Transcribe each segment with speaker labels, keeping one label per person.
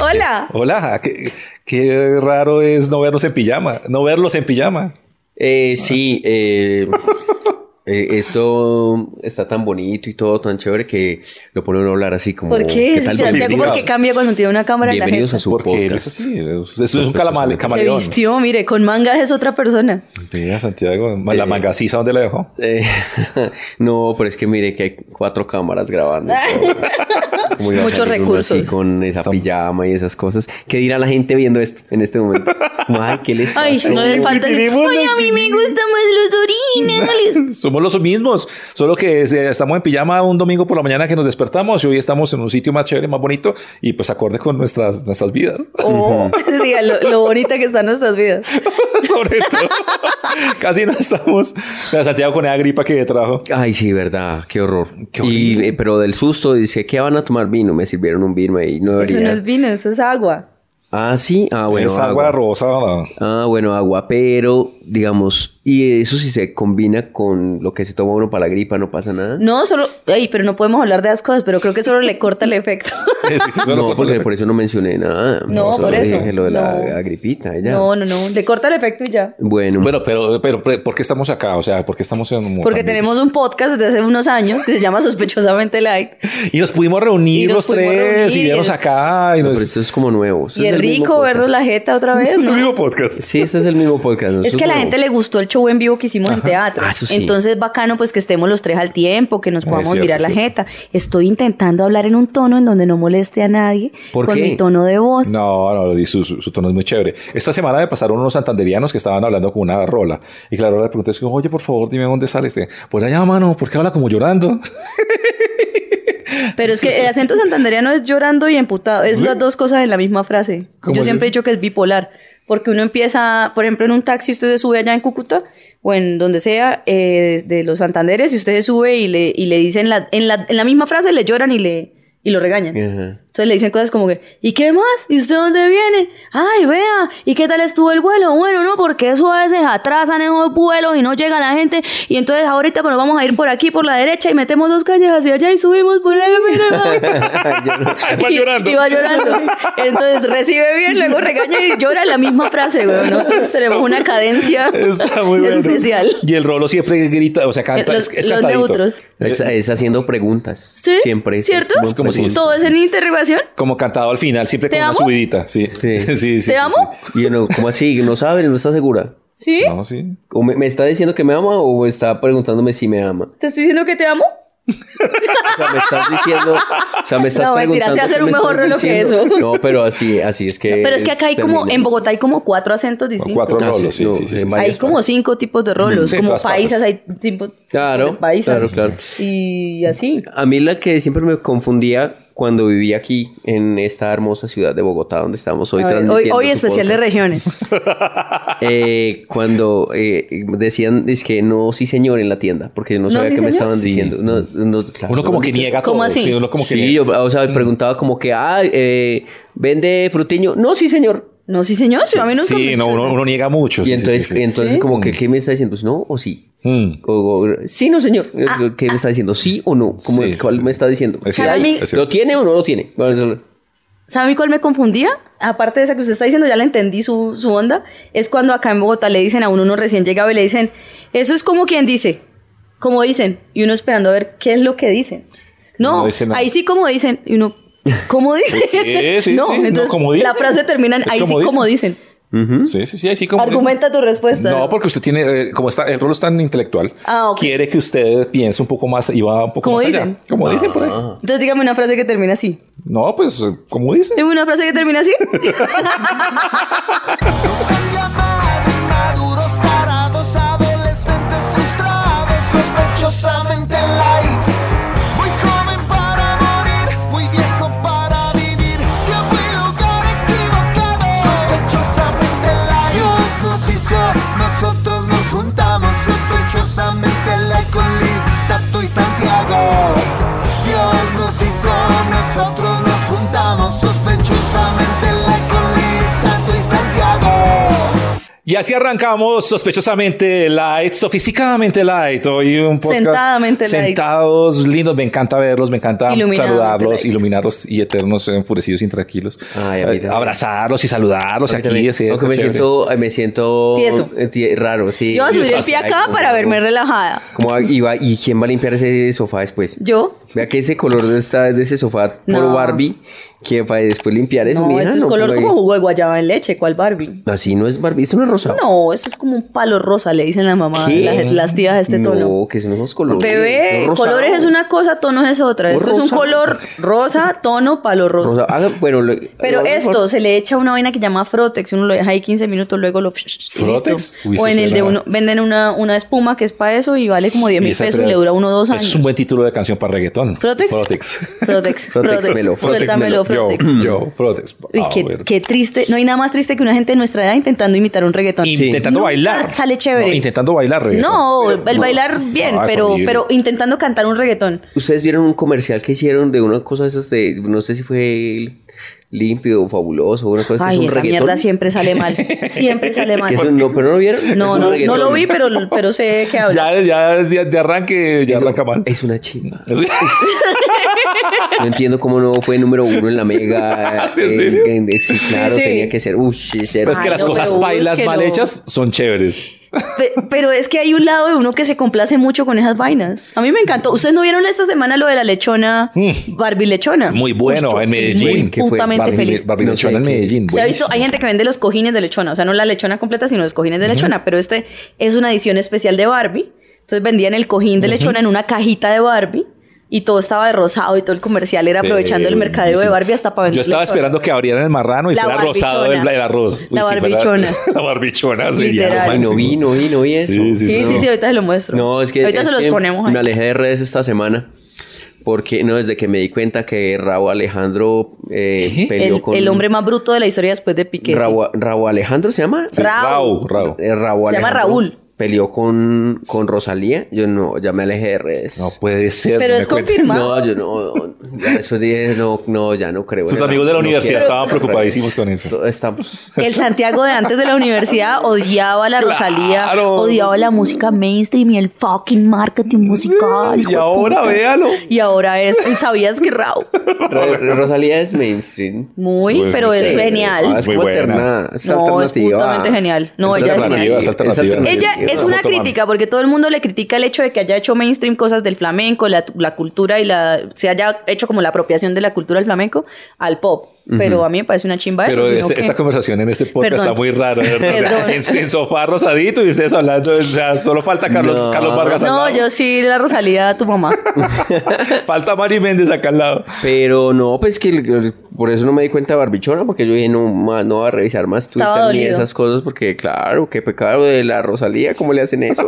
Speaker 1: Hola.
Speaker 2: Hola, qué, qué raro es no verlos en pijama, no verlos en pijama.
Speaker 3: Eh, sí, eh, eh, esto está tan bonito y todo tan chévere que lo pone uno a hablar así como.
Speaker 1: ¿Por qué?
Speaker 3: Oh, tal,
Speaker 1: Santiago,
Speaker 3: Domingo?
Speaker 1: ¿Por qué cambia cuando tiene una cámara en la
Speaker 3: Bienvenidos
Speaker 1: gente?
Speaker 3: a su
Speaker 2: Porque él es
Speaker 3: podcast.
Speaker 2: así, es, es un calamar,
Speaker 1: Se
Speaker 2: camaleón.
Speaker 1: vistió, mire, con mangas es otra persona.
Speaker 2: Mira, Santiago, la mangaciza, ¿dónde la dejó?
Speaker 3: Eh, no, pero es que mire que hay cuatro cámaras grabando. Como iba a
Speaker 1: Ah, Muchos
Speaker 3: salir uno así
Speaker 1: recursos.
Speaker 3: Con esa pijama y esas cosas. ¿Qué dirá la gente viendo esto en este momento? Como, Ay, ¿qué les pasa?
Speaker 1: Ay, no les falta decir,
Speaker 2: Tenemos
Speaker 1: Ay,
Speaker 2: la-
Speaker 1: a mí me gustan más los orines.
Speaker 2: Somos los mismos, solo que eh, estamos en pijama un domingo por la mañana que nos despertamos y hoy estamos en un sitio más chévere, más bonito y pues acorde con nuestras, nuestras vidas.
Speaker 1: Oh, sí, a lo, lo bonita que están nuestras vidas.
Speaker 2: Sobre todo, casi no estamos. Mira, Santiago con esa gripa que trajo.
Speaker 3: Ay, sí, verdad, qué horror.
Speaker 2: Qué
Speaker 3: y,
Speaker 2: horrible.
Speaker 3: eh, pero del susto, dice, ¿qué van a tomar vino? Me sirvieron un vino y no
Speaker 1: Eso
Speaker 3: debería.
Speaker 1: no es vino, eso es agua.
Speaker 3: Ah, sí, ah, bueno.
Speaker 2: es agua, rosa.
Speaker 3: Ah, bueno, agua, pero digamos, y eso si se combina con lo que se toma uno para la gripa, no pasa nada.
Speaker 1: No, solo, ay, pero no podemos hablar de las cosas, pero creo que solo le corta el efecto.
Speaker 2: Sí, sí, sí,
Speaker 3: No,
Speaker 2: solo con-
Speaker 3: porque por eso no mencioné nada.
Speaker 1: No,
Speaker 3: Solo
Speaker 1: por eso,
Speaker 3: dije Lo de la
Speaker 1: no.
Speaker 3: gripita, y ya.
Speaker 1: No, no, no, le corta el efecto y ya.
Speaker 3: Bueno,
Speaker 2: Bueno, pues pero, pero, pero, ¿por qué estamos acá? O sea, ¿por qué estamos en un
Speaker 1: Porque tenemos un podcast desde hace unos años que se llama Sospechosamente Light.
Speaker 2: Y nos pudimos reunir
Speaker 1: Y nos
Speaker 2: los
Speaker 1: pudimos
Speaker 2: tres y
Speaker 1: reunir,
Speaker 2: vimos
Speaker 1: es-
Speaker 2: acá. Y
Speaker 3: no,
Speaker 2: nos...
Speaker 3: pero esto es como nuevo. Esto
Speaker 1: Y
Speaker 3: es
Speaker 1: es
Speaker 3: el mismo
Speaker 1: rico
Speaker 3: podcast.
Speaker 1: verlos la jeta otra vez,
Speaker 2: es el
Speaker 1: ¿no?
Speaker 2: mismo podcast.
Speaker 3: Sí, este es el mismo podcast. ¿no?
Speaker 1: Es
Speaker 3: Esto
Speaker 1: que a la
Speaker 3: nuevo.
Speaker 1: gente le gustó el show en vivo que hicimos en teatro.
Speaker 3: Ah, eso sí.
Speaker 1: Entonces, bacano, pues que estemos los tres al tiempo, que nos
Speaker 2: Es
Speaker 1: podamos
Speaker 2: cierto,
Speaker 1: mirar la
Speaker 2: es
Speaker 1: jeta. Estoy intentando hablar en un tono en donde no moleste a nadie
Speaker 3: ¿Por
Speaker 1: con
Speaker 3: qué?
Speaker 1: mi tono de voz.
Speaker 2: No, no, y su, su- su tono es muy chévere. Esta semana me pasaron unos santanderianos que estaban hablando con una rola. Y claro, le pregunté, es que, oye, por favor, dime dónde sale este. Por allá, mano, ¿por qué habla como llorando?
Speaker 1: Pero es que el acento santandereano es llorando y emputado. Es las dos cosas en la misma frase.
Speaker 2: ¿Cómo
Speaker 1: Yo
Speaker 2: es
Speaker 1: siempre he dicho que es bipolar. Porque uno empieza, por ejemplo, en un taxi, usted se sube allá en Cúcuta o en donde sea eh, de los santanderes y usted se sube y le, y le dicen la, en, la, en la misma frase, le lloran y, le, y lo regañan.
Speaker 3: Ajá.
Speaker 1: Entonces le dicen cosas como que, ¿y qué más? ¿Y usted dónde viene? Ay, vea, ¿y qué tal estuvo el vuelo? Bueno, no, porque eso a veces atrasan esos vuelos y no llega la gente. Y entonces ahorita pues, nos vamos a ir por aquí, por la derecha, y metemos dos calles hacia allá y subimos por ahí. mira".
Speaker 2: Va llorando.
Speaker 1: Y, y va llorando. Entonces recibe bien, luego regaña y llora la misma frase, güey. ¿no? Entonces, tenemos una cadencia
Speaker 2: Está muy bueno.
Speaker 1: especial. Eh,
Speaker 2: Y el rolo siempre grita, o sea, canta.
Speaker 1: Los-
Speaker 2: es, es
Speaker 1: los
Speaker 2: cantadito.
Speaker 1: neutros.
Speaker 3: Es, es haciendo preguntas.
Speaker 1: ¿Sí?
Speaker 3: Siempre. es-
Speaker 1: ¿Cierto?
Speaker 3: es
Speaker 2: como si-
Speaker 3: preguntas.
Speaker 1: Todo es en interrogación.
Speaker 2: Como cantado al final, siempre
Speaker 1: ¿Te
Speaker 2: con una
Speaker 1: amo?
Speaker 2: subidita. Sí,
Speaker 3: Sí.
Speaker 2: sí, sí. sí,
Speaker 1: ¿Te amo?
Speaker 3: Y uno, ¿cómo así? ¿No sabe? ¿No está segura?
Speaker 1: ¿Sí?
Speaker 2: sí. No, sí.
Speaker 3: ¿O me, me está diciendo que me ama o está preguntándome si me ama?
Speaker 1: ¿Te estoy diciendo que te amo?
Speaker 3: O sea, me estás diciendo... O sea, me estás
Speaker 1: No, mentira,
Speaker 3: preguntando...
Speaker 1: sé hacer
Speaker 3: qué
Speaker 1: un
Speaker 3: me
Speaker 1: mejor
Speaker 3: estás
Speaker 1: rolo que
Speaker 3: diciendo.
Speaker 1: eso.
Speaker 3: No, pero así, así es que...
Speaker 1: Pero es que acá hay
Speaker 3: Este,
Speaker 1: como, en Bogotá hay como cuatro acentos distintos.
Speaker 2: cuatro
Speaker 3: Ah, sí,
Speaker 2: rolos, sí,
Speaker 3: no,
Speaker 2: sí, sí,
Speaker 3: en
Speaker 2: sí.
Speaker 3: varias
Speaker 1: Hay como cinco tipos de rolos,
Speaker 2: Sí, en
Speaker 1: como
Speaker 2: todas
Speaker 1: paisas, hay tipo
Speaker 3: Mm. Claro,
Speaker 1: paisas.
Speaker 3: claro, claro.
Speaker 1: Y así.
Speaker 3: A mí la que siempre me confundía cuando vivía aquí en esta hermosa ciudad de Bogotá donde estamos hoy
Speaker 1: A ver, hoy
Speaker 3: transmitiendo
Speaker 1: hoy
Speaker 3: tu
Speaker 1: especial de
Speaker 3: podcast.
Speaker 1: regiones.
Speaker 3: Eh, cuando eh, decían es que no sí señor en la tienda porque yo no,
Speaker 1: No,
Speaker 3: sabía
Speaker 1: sí,
Speaker 3: qué me
Speaker 1: señor.
Speaker 3: estaban diciendo no, no, claro,
Speaker 2: Uno como que
Speaker 3: no,
Speaker 2: niega Mm.
Speaker 1: ¿Cómo
Speaker 2: todo.
Speaker 1: así?
Speaker 2: Sí, uno como que
Speaker 3: sí yo, o sea preguntaba como que ah eh, vende frutiño no sí señor
Speaker 1: No, sí, señor. A mí nunca me
Speaker 2: Sí,
Speaker 1: han
Speaker 2: no,
Speaker 1: dicho
Speaker 2: uno,
Speaker 1: eso.
Speaker 2: uno niega mucho.
Speaker 3: y
Speaker 2: sí, sí,
Speaker 3: entonces
Speaker 2: sí, sí.
Speaker 3: entonces
Speaker 1: ¿Sí?
Speaker 3: como que qué me está diciendo pues no o sí
Speaker 2: Mm.
Speaker 3: O- o- sí no señor
Speaker 1: Ah,
Speaker 3: qué me está diciendo sí o no como
Speaker 2: Sí,
Speaker 3: cuál
Speaker 2: sí,
Speaker 3: me
Speaker 2: sí.
Speaker 3: está diciendo
Speaker 2: Es
Speaker 3: Sí,
Speaker 1: cierto,
Speaker 3: ahí,
Speaker 2: es
Speaker 3: lo
Speaker 2: cierto.
Speaker 3: tiene o no lo tiene
Speaker 1: ¿Sabe a mí cuál me confundía? Aparte de esa que usted está diciendo, ya la entendí su, su onda. Es cuando acá en Bogotá le dicen a uno, uno recién llegado y le dicen, eso es como quien dice, como dicen, y uno esperando a ver qué es lo que dicen. No,
Speaker 2: No dice nada.
Speaker 1: ahí sí como dicen, y uno, ¿cómo dicen?
Speaker 2: Sí, sí,
Speaker 1: no,
Speaker 2: sí, no,
Speaker 1: entonces
Speaker 2: como
Speaker 1: la
Speaker 2: dicen.
Speaker 1: frase termina en,
Speaker 2: Es
Speaker 1: ahí
Speaker 2: como
Speaker 1: sí como dicen.
Speaker 3: Ujú.
Speaker 2: Sí, sí, sí, así como.
Speaker 1: Argumenta tu respuesta.
Speaker 2: No, porque usted tiene, eh, como está, el rol es tan intelectual,
Speaker 1: Ah, ok.
Speaker 2: quiere que usted piense un poco más y va un poco
Speaker 1: Como
Speaker 2: más allá.
Speaker 1: dicen.
Speaker 2: Como dicen por ahí.
Speaker 3: Ah.
Speaker 1: Entonces dígame una frase que termina así.
Speaker 2: No, pues, eh, como dicen.
Speaker 1: Dime una frase que termina así.
Speaker 4: Son llamados inmaduros, tarados, adolescentes frustrados, sospechosamente light. Muy joven para morir, muy viejo para vivir. Tiempo y lugar equivocado, sospechosamente light. Dios nos hizo, nosotros nos juntamos, sospechosamente light con Liz, Tato y Santiago. Dios nos hizo, nosotros nos juntamos, sospechosamente light con Liz, Tato y Santiago.
Speaker 2: Y así arrancamos sospechosamente light, sofisticadamente light. Hoy un podcast.
Speaker 1: Sentadamente light.
Speaker 2: Sentados, lindos. Me encanta verlos, me encanta
Speaker 1: Iluminadamente
Speaker 2: saludarlos,
Speaker 1: light.
Speaker 2: iluminarlos y eternos, enfurecidos, intranquilos.
Speaker 3: Ay, a mí
Speaker 2: Eh,
Speaker 3: también.
Speaker 2: abrazarlos y saludarlos
Speaker 3: Aunque
Speaker 2: aquí.
Speaker 3: también-
Speaker 2: ese-
Speaker 3: aunque me
Speaker 2: chévere.
Speaker 3: siento, eh, me siento
Speaker 1: Tieso.
Speaker 3: eh, tie- raro, sí.
Speaker 1: Yo voy a subir el
Speaker 3: Ay,
Speaker 1: pie acá
Speaker 3: como-
Speaker 1: para verme relajada.
Speaker 3: como a- y, va- ¿Y quién va a limpiar ese sofá después?
Speaker 1: Yo.
Speaker 3: Vea que ese color de, esta, de ese sofá por
Speaker 1: No.
Speaker 3: Barbie, que para después limpiar eso.
Speaker 1: No,
Speaker 3: mija,
Speaker 1: esto es
Speaker 3: Pues no,
Speaker 1: color
Speaker 3: pero-
Speaker 1: como jugo de guayaba en leche, ¿cuál Barbie?
Speaker 3: Así no es Barbie, esto no es rosa.
Speaker 1: No, esto es como un palo rosa, le dicen la mamá,
Speaker 3: ¿Qué?
Speaker 1: las, las tías de este tono.
Speaker 3: No, que son esos colores.
Speaker 1: Bebé,
Speaker 3: son rosado.
Speaker 1: colores es una cosa, tonos es otra.
Speaker 3: No,
Speaker 1: Esto es un
Speaker 3: rosa.
Speaker 1: color rosa, tono, palo rosa.
Speaker 3: Rosa. haga- bueno, lo-
Speaker 1: Pero
Speaker 3: lo-
Speaker 1: esto se le echa una vaina que llama Frotex, uno lo deja ahí 15 minutos, luego lo. y listo.
Speaker 2: ¿Frotex? Uy, eso
Speaker 1: o en el de
Speaker 2: suena-
Speaker 1: uno, venden una, una espuma que es para eso y vale como 10 mil
Speaker 2: esa
Speaker 1: pesos y
Speaker 2: tra-
Speaker 1: le dura uno o dos años.
Speaker 2: Es un buen título de canción para reggaetón.
Speaker 1: ¿Frotex?
Speaker 2: Frotex.
Speaker 1: Frotex,
Speaker 3: Frotex
Speaker 1: Frotex,
Speaker 3: melo, Frotex
Speaker 1: suéltamelo,
Speaker 2: Yo,
Speaker 1: Frotex.
Speaker 2: yo, Frotex.
Speaker 1: Uy,
Speaker 2: Ah,
Speaker 1: qué,
Speaker 2: bueno.
Speaker 1: qué triste. No hay nada más triste que una gente de nuestra edad intentando imitar un reggaetón.
Speaker 2: Intentando
Speaker 1: Nunca
Speaker 2: bailar.
Speaker 1: Sale chévere.
Speaker 2: No, intentando bailar reggaetón.
Speaker 1: No, el bailar bien,
Speaker 3: Ah,
Speaker 2: No, es
Speaker 1: pero,
Speaker 2: horrible.
Speaker 1: pero intentando cantar un reggaetón.
Speaker 3: Ustedes vieron un comercial que hicieron de una cosa de esas de, no sé si fue límpido o fabuloso, una cosa que Pues, es
Speaker 1: Ay,
Speaker 3: un
Speaker 1: esa
Speaker 3: reggaetón.
Speaker 1: mierda siempre sale mal. Siempre sale mal.
Speaker 3: Que eso no, pero no lo vieron.
Speaker 1: No,
Speaker 3: Es un
Speaker 1: no, no
Speaker 3: reggaetón.
Speaker 1: lo vi, pero, pero sé que habla.
Speaker 2: Ya, ya, ya de arranque, ya arranca mal.
Speaker 3: Es una chimba.
Speaker 2: Sí.
Speaker 3: No entiendo cómo no fue número uno en la mega.
Speaker 2: ¿Sí, en serio?
Speaker 3: en- en- sí, claro,
Speaker 1: sí.
Speaker 3: tenía que ser. Uy, sí, ser.
Speaker 2: Pero es Pues que
Speaker 1: Ay,
Speaker 2: las
Speaker 1: no,
Speaker 2: cosas
Speaker 1: pero
Speaker 2: bailas
Speaker 1: búsquelo.
Speaker 2: mal hechas son chéveres.
Speaker 1: Pe- pero es que hay un lado de uno que se complace mucho con esas vainas. A mí me encantó. ¿Ustedes no vieron esta semana lo de la lechona,
Speaker 3: Mm.
Speaker 1: Barbie lechona?
Speaker 2: Muy bueno, en Medellín.
Speaker 3: que fue
Speaker 1: Justamente
Speaker 2: Barbie-
Speaker 1: feliz.
Speaker 2: Barbie
Speaker 3: No
Speaker 2: lechona
Speaker 3: sé
Speaker 2: en
Speaker 3: qué.
Speaker 2: Medellín.
Speaker 1: Se ha visto,
Speaker 2: buenísimo.
Speaker 1: hay gente que vende los cojines de lechona, o sea, no la lechona completa, sino los cojines de lechona, pero este es una edición especial de Barbie. Entonces vendían el cojín de lechona en una cajita de Barbie y todo estaba de rosado y todo el comercial era
Speaker 2: Sí,
Speaker 1: aprovechando el mercadeo
Speaker 2: buenísimo.
Speaker 1: de Barbie hasta para vender.
Speaker 2: Yo estaba
Speaker 1: lechona.
Speaker 2: esperando que abrieran el marrano y
Speaker 1: La
Speaker 2: fuera rosado el,
Speaker 1: barbichona.
Speaker 2: el arroz.
Speaker 1: La
Speaker 2: si fuera-
Speaker 1: barbichona.
Speaker 2: la barbichona sería.
Speaker 1: Literal.
Speaker 2: lo
Speaker 3: Ay, no vi,
Speaker 2: máximo.
Speaker 3: no vi, no vi eso.
Speaker 2: Sí, sí,
Speaker 1: Sí,
Speaker 2: No.
Speaker 1: sí, sí, ahorita se lo muestro.
Speaker 3: No, es que.
Speaker 1: Ahorita
Speaker 3: es
Speaker 1: se los
Speaker 3: que
Speaker 1: ponemos ahí.
Speaker 3: Me alejé de redes esta semana. Porque no, desde que me di cuenta que Raúl Alejandro eh,
Speaker 2: ¿Qué?
Speaker 3: peleó
Speaker 1: El,
Speaker 3: con.
Speaker 1: el hombre más bruto de la historia después de Piqué. sí.
Speaker 3: Raúl, Raúl Alejandro se llama.
Speaker 2: Sí, Rau, Rau.
Speaker 3: Eh, Raúl
Speaker 1: Se llama
Speaker 3: Alejandro
Speaker 1: Raúl.
Speaker 3: Peleó con, con Rosalía. Yo no, ya me alejé de redes.
Speaker 2: No puede ser.
Speaker 1: Pero
Speaker 2: no
Speaker 1: es
Speaker 2: me cuentes.
Speaker 1: confirmado.
Speaker 3: No, yo no, no. Ya después dije, no, no, ya no creo. en
Speaker 2: Sus
Speaker 3: el
Speaker 2: amigos de la
Speaker 3: amor, no
Speaker 2: universidad
Speaker 3: quiero. pues,
Speaker 2: estaban preocupadísimos con eso.
Speaker 3: To- Estamos.
Speaker 1: El Santiago de antes de la universidad odiaba a la Rosalía,
Speaker 2: Claro.
Speaker 1: odiaba la música mainstream y el fucking marketing musical. hijo
Speaker 2: Y
Speaker 1: de
Speaker 2: ahora
Speaker 1: puta.
Speaker 2: véalo.
Speaker 1: Y ahora es, ¿y sabías que Raúl?
Speaker 3: Ro- Rosalía es mainstream.
Speaker 1: Muy,
Speaker 2: Muy
Speaker 1: pero es
Speaker 2: bien.
Speaker 3: Ah,
Speaker 1: genial.
Speaker 3: es
Speaker 2: Muy
Speaker 3: como
Speaker 2: buena.
Speaker 3: alternada. Es
Speaker 1: No, es
Speaker 3: alternativa.
Speaker 1: putamente genial. No,
Speaker 2: ella es genial. Es alternativa.
Speaker 1: Ella
Speaker 2: Yo
Speaker 1: es
Speaker 2: la
Speaker 1: una
Speaker 2: voto, mami.
Speaker 1: crítica porque todo el mundo le critica el hecho de que haya hecho mainstream cosas del flamenco, la, la cultura y la se haya hecho como la apropiación de la cultura del flamenco al pop. Pero a mí me parece una chimba
Speaker 2: Pero
Speaker 1: eso. sino
Speaker 2: este-
Speaker 1: que-
Speaker 2: esta conversación en este podcast
Speaker 1: Perdón.
Speaker 2: está muy rara. ¿verdad? O sea,
Speaker 1: Perdón.
Speaker 2: en, en sofá rosadito y ustedes hablando. O sea, solo falta Carlos,
Speaker 3: No.
Speaker 2: Carlos Vargas al
Speaker 1: No,
Speaker 2: lado.
Speaker 1: yo sí la Rosalía, tu mamá.
Speaker 2: Falta Mari Méndez acá al lado.
Speaker 3: Pero no, pues que el- el- por eso no me di cuenta de Barbichona, porque yo dije, no, ma, no voy a revisar más
Speaker 1: Estaba
Speaker 3: Twitter ni
Speaker 1: dolido.
Speaker 3: esas cosas, porque claro, qué pecado de la Rosalía, ¿cómo le hacen eso?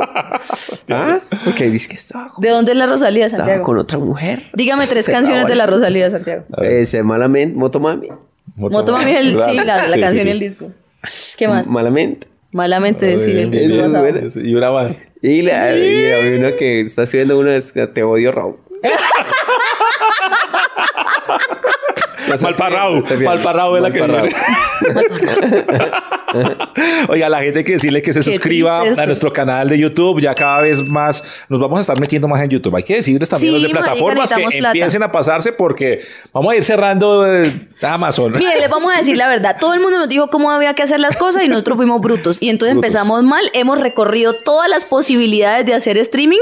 Speaker 3: ¿Ah? Porque dice que estaba con,
Speaker 1: ¿De dónde es la Rosalía,
Speaker 3: estaba
Speaker 1: Santiago?
Speaker 3: con otra mujer. Pues,
Speaker 1: Dígame tres
Speaker 3: Se
Speaker 1: canciones
Speaker 3: acabó.
Speaker 1: de la Rosalía, Santiago.
Speaker 3: Ese malamente, Motomami.
Speaker 1: Motomami es el, sí,
Speaker 2: Claro.
Speaker 1: la, la
Speaker 2: Sí, sí,
Speaker 1: canción
Speaker 2: sí.
Speaker 1: y el disco. ¿Qué más?
Speaker 3: Malamente.
Speaker 1: Malamente decir el disco
Speaker 2: Bien, bien,
Speaker 1: más abajo.
Speaker 2: bien. Y una más.
Speaker 3: Y la, y había una que está escribiendo una es Te odio, Raúl.
Speaker 2: Malparrao, Malparrao es la que
Speaker 3: Malparrao.
Speaker 2: Oiga, la gente hay que decirle que se
Speaker 1: Qué
Speaker 2: suscriba
Speaker 1: triste esto.
Speaker 2: a nuestro canal de YouTube, ya cada vez más nos vamos a estar metiendo más en YouTube. Hay que decirles también
Speaker 1: Sí,
Speaker 2: los de
Speaker 1: marica,
Speaker 2: plataformas que
Speaker 1: necesitamos plata.
Speaker 2: empiecen a pasarse porque vamos a ir cerrando eh, Amazon.
Speaker 1: Mire, les vamos a decir la verdad. Todo el mundo nos dijo cómo había que hacer las cosas y nosotros fuimos brutos. Y entonces empezamos mal, hemos recorrido todas las posibilidades de hacer streaming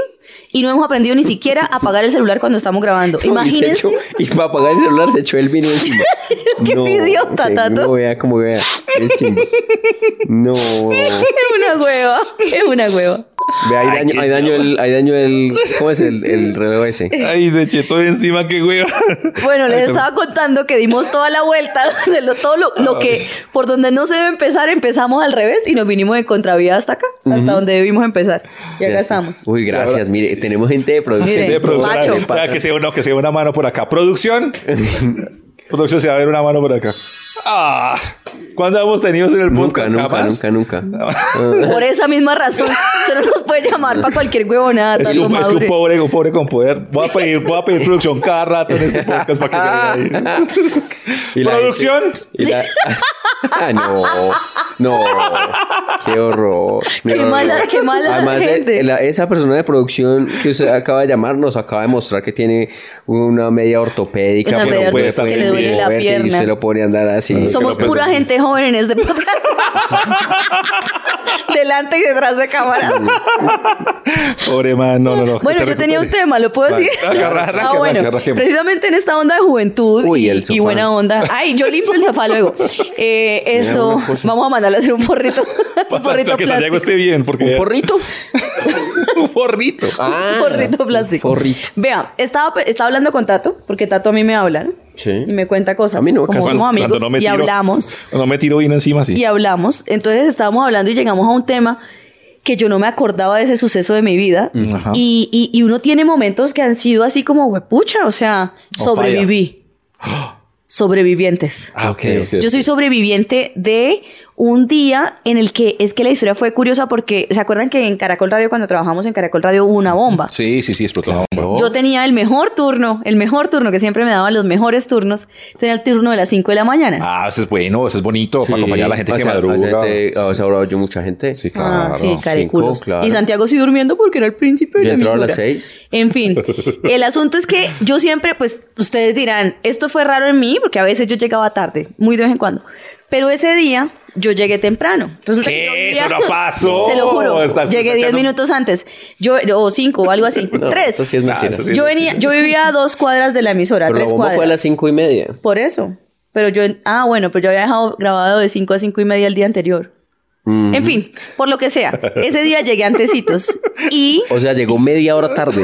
Speaker 1: y no hemos aprendido ni siquiera a apagar el celular cuando estamos grabando.
Speaker 3: Y, se
Speaker 1: Imagínense.
Speaker 3: echó- y para apagar el celular se echó el vino encima.
Speaker 1: Es que es idiota,
Speaker 3: que
Speaker 1: Tato.
Speaker 3: No vea como vea. Qué chimba. No.
Speaker 1: Es una hueva, es una hueva.
Speaker 3: Vea, hay daño, hay daño el, hay daño el, ¿cómo es el, el reloj ese?
Speaker 2: Ay, de cheto encima, qué hueva.
Speaker 1: Bueno, les estaba contando que dimos toda la vuelta de lo, todo lo, lo que por donde no se debe empezar, empezamos al revés y nos vinimos de contravía hasta acá, hasta donde debimos empezar. Y acá
Speaker 3: Ya sí.
Speaker 1: estamos.
Speaker 3: Uy, gracias. Mire, tenemos gente de producción.
Speaker 1: Mire,
Speaker 2: De producción.
Speaker 1: Eh, macho.
Speaker 2: Vea, que sea uno, que sea una mano por acá. Producción. Producción se va a ver una mano por acá. Ah. ¿Cuándo hemos tenido eso en el
Speaker 3: Nunca,
Speaker 2: podcast?
Speaker 3: nunca,
Speaker 2: Jamás.
Speaker 3: nunca, nunca.
Speaker 1: Por esa misma razón, solo nos puede llamar para cualquier huevonada.
Speaker 2: Es que,
Speaker 1: tanto
Speaker 2: un, es que un
Speaker 1: madure.
Speaker 2: pobre, un pobre con poder. Voy a pedir, voy a pedir producción cada rato en este podcast para que se vea ahí.
Speaker 3: Y la
Speaker 2: ¿Producción?
Speaker 3: gente- y la- Ah, no, no, qué horror.
Speaker 1: Qué
Speaker 3: No, no,
Speaker 1: mala-
Speaker 3: no.
Speaker 1: qué mala
Speaker 3: Además, eh,
Speaker 1: gente.
Speaker 3: la- esa persona de producción que usted acaba de llamar nos acaba de mostrar que tiene una media ortopédica.
Speaker 1: Una
Speaker 3: pero
Speaker 1: media
Speaker 3: puede-
Speaker 2: ortopédica que
Speaker 1: le duele la
Speaker 3: moverte Y
Speaker 1: pierna.
Speaker 3: usted lo pone a andar así.
Speaker 1: Somos
Speaker 2: que no
Speaker 1: pura
Speaker 2: pensé.
Speaker 1: gente joven en este podcast. Delante y detrás de cámaras.
Speaker 2: Pobre man, no, no, no. que
Speaker 1: Bueno,
Speaker 2: se
Speaker 1: yo tenía un
Speaker 2: recupere.
Speaker 1: tema, ¿lo puedo
Speaker 2: Vale.
Speaker 1: decir?
Speaker 2: Agarra, arranque,
Speaker 1: ah, bueno,
Speaker 2: arranque, arranquemos.
Speaker 1: precisamente en esta onda de juventud
Speaker 3: Uy,
Speaker 1: y,
Speaker 3: el
Speaker 1: y
Speaker 3: sofá.
Speaker 1: buena onda. Ay, yo limpio el sofá luego. Eh, eso,
Speaker 3: una cosa.
Speaker 1: vamos a mandarle a hacer un porrito. un
Speaker 2: Pasa-
Speaker 1: porrito
Speaker 2: que Santiago
Speaker 1: plástico.
Speaker 2: esté bien, porque
Speaker 3: ¿Un porrito?
Speaker 2: un forrito.
Speaker 3: Ah,
Speaker 1: Un porrito plástico.
Speaker 3: forrito.
Speaker 1: Vea, estaba, pe- estaba hablando con Tato, porque Tato a mí me habla, ¿no?
Speaker 3: Sí.
Speaker 1: Y me cuenta cosas.
Speaker 3: A mí no,
Speaker 1: como
Speaker 3: casi.
Speaker 1: somos amigos y hablamos.
Speaker 2: No me tiro bien encima, sí.
Speaker 1: y hablamos. Entonces estábamos hablando y llegamos a un tema que yo no me acordaba de ese suceso de mi vida.
Speaker 2: Mm, Ajá.
Speaker 1: Y, y- y uno tiene momentos que han sido así como, huepucha, o sea,
Speaker 2: On
Speaker 1: sobreviví. Sobrevivientes.
Speaker 2: Ah, ok, ok.
Speaker 1: Yo soy sobreviviente de un día en el que es que la historia fue curiosa porque, ¿se acuerdan que en Caracol Radio, cuando trabajamos en Caracol Radio, hubo una bomba?
Speaker 2: Sí, Oh. sí, sí, explotó
Speaker 1: Ah.
Speaker 2: la bomba.
Speaker 1: Yo tenía el mejor turno, el mejor turno que siempre me daban los mejores turnos. Tenía el turno de las 5 de la mañana.
Speaker 2: Ah, eso es bueno, eso es bonito
Speaker 3: Sí.
Speaker 2: para acompañar a este- la gente
Speaker 3: O
Speaker 2: que
Speaker 3: sea,
Speaker 2: madruga.
Speaker 3: o sea, te- o sea, ahora yo mucha gente.
Speaker 2: Sí,
Speaker 1: Ah,
Speaker 2: claro.
Speaker 1: sí, cariculos.
Speaker 3: Cinco, claro.
Speaker 1: Y Santiago sí durmiendo porque era el príncipe de
Speaker 3: Yo
Speaker 1: la
Speaker 3: entraba a
Speaker 1: emisora.
Speaker 3: las seis.
Speaker 1: En fin, el asunto es que yo siempre, pues, ustedes dirán, esto fue raro en mí porque a veces yo llegaba tarde, muy de vez en cuando. Pero ese día yo llegué temprano. Resulta que yo
Speaker 2: ¿Qué?
Speaker 1: vivía-
Speaker 2: Eso no pasó.
Speaker 1: Se lo juro.
Speaker 2: Estás-
Speaker 1: llegué
Speaker 2: estás
Speaker 1: 10
Speaker 2: echando-
Speaker 1: minutos antes. Yo, o 5 o algo así.
Speaker 3: No, Eso sí
Speaker 1: 3.
Speaker 3: es mentira.
Speaker 2: Ah, eso sí.
Speaker 1: yo venía, yo vivía a dos cuadras de la emisora,
Speaker 3: Pero la
Speaker 1: tres
Speaker 3: bomba
Speaker 1: cuadras.
Speaker 3: fue a las cinco y media.
Speaker 1: Por eso. Pero yo, ah, bueno, pero yo había dejado grabado de 5 a 5 y media el día anterior. En fin, por lo que sea, ese día llegué antecitos y,
Speaker 3: O sea, llegó media hora tarde.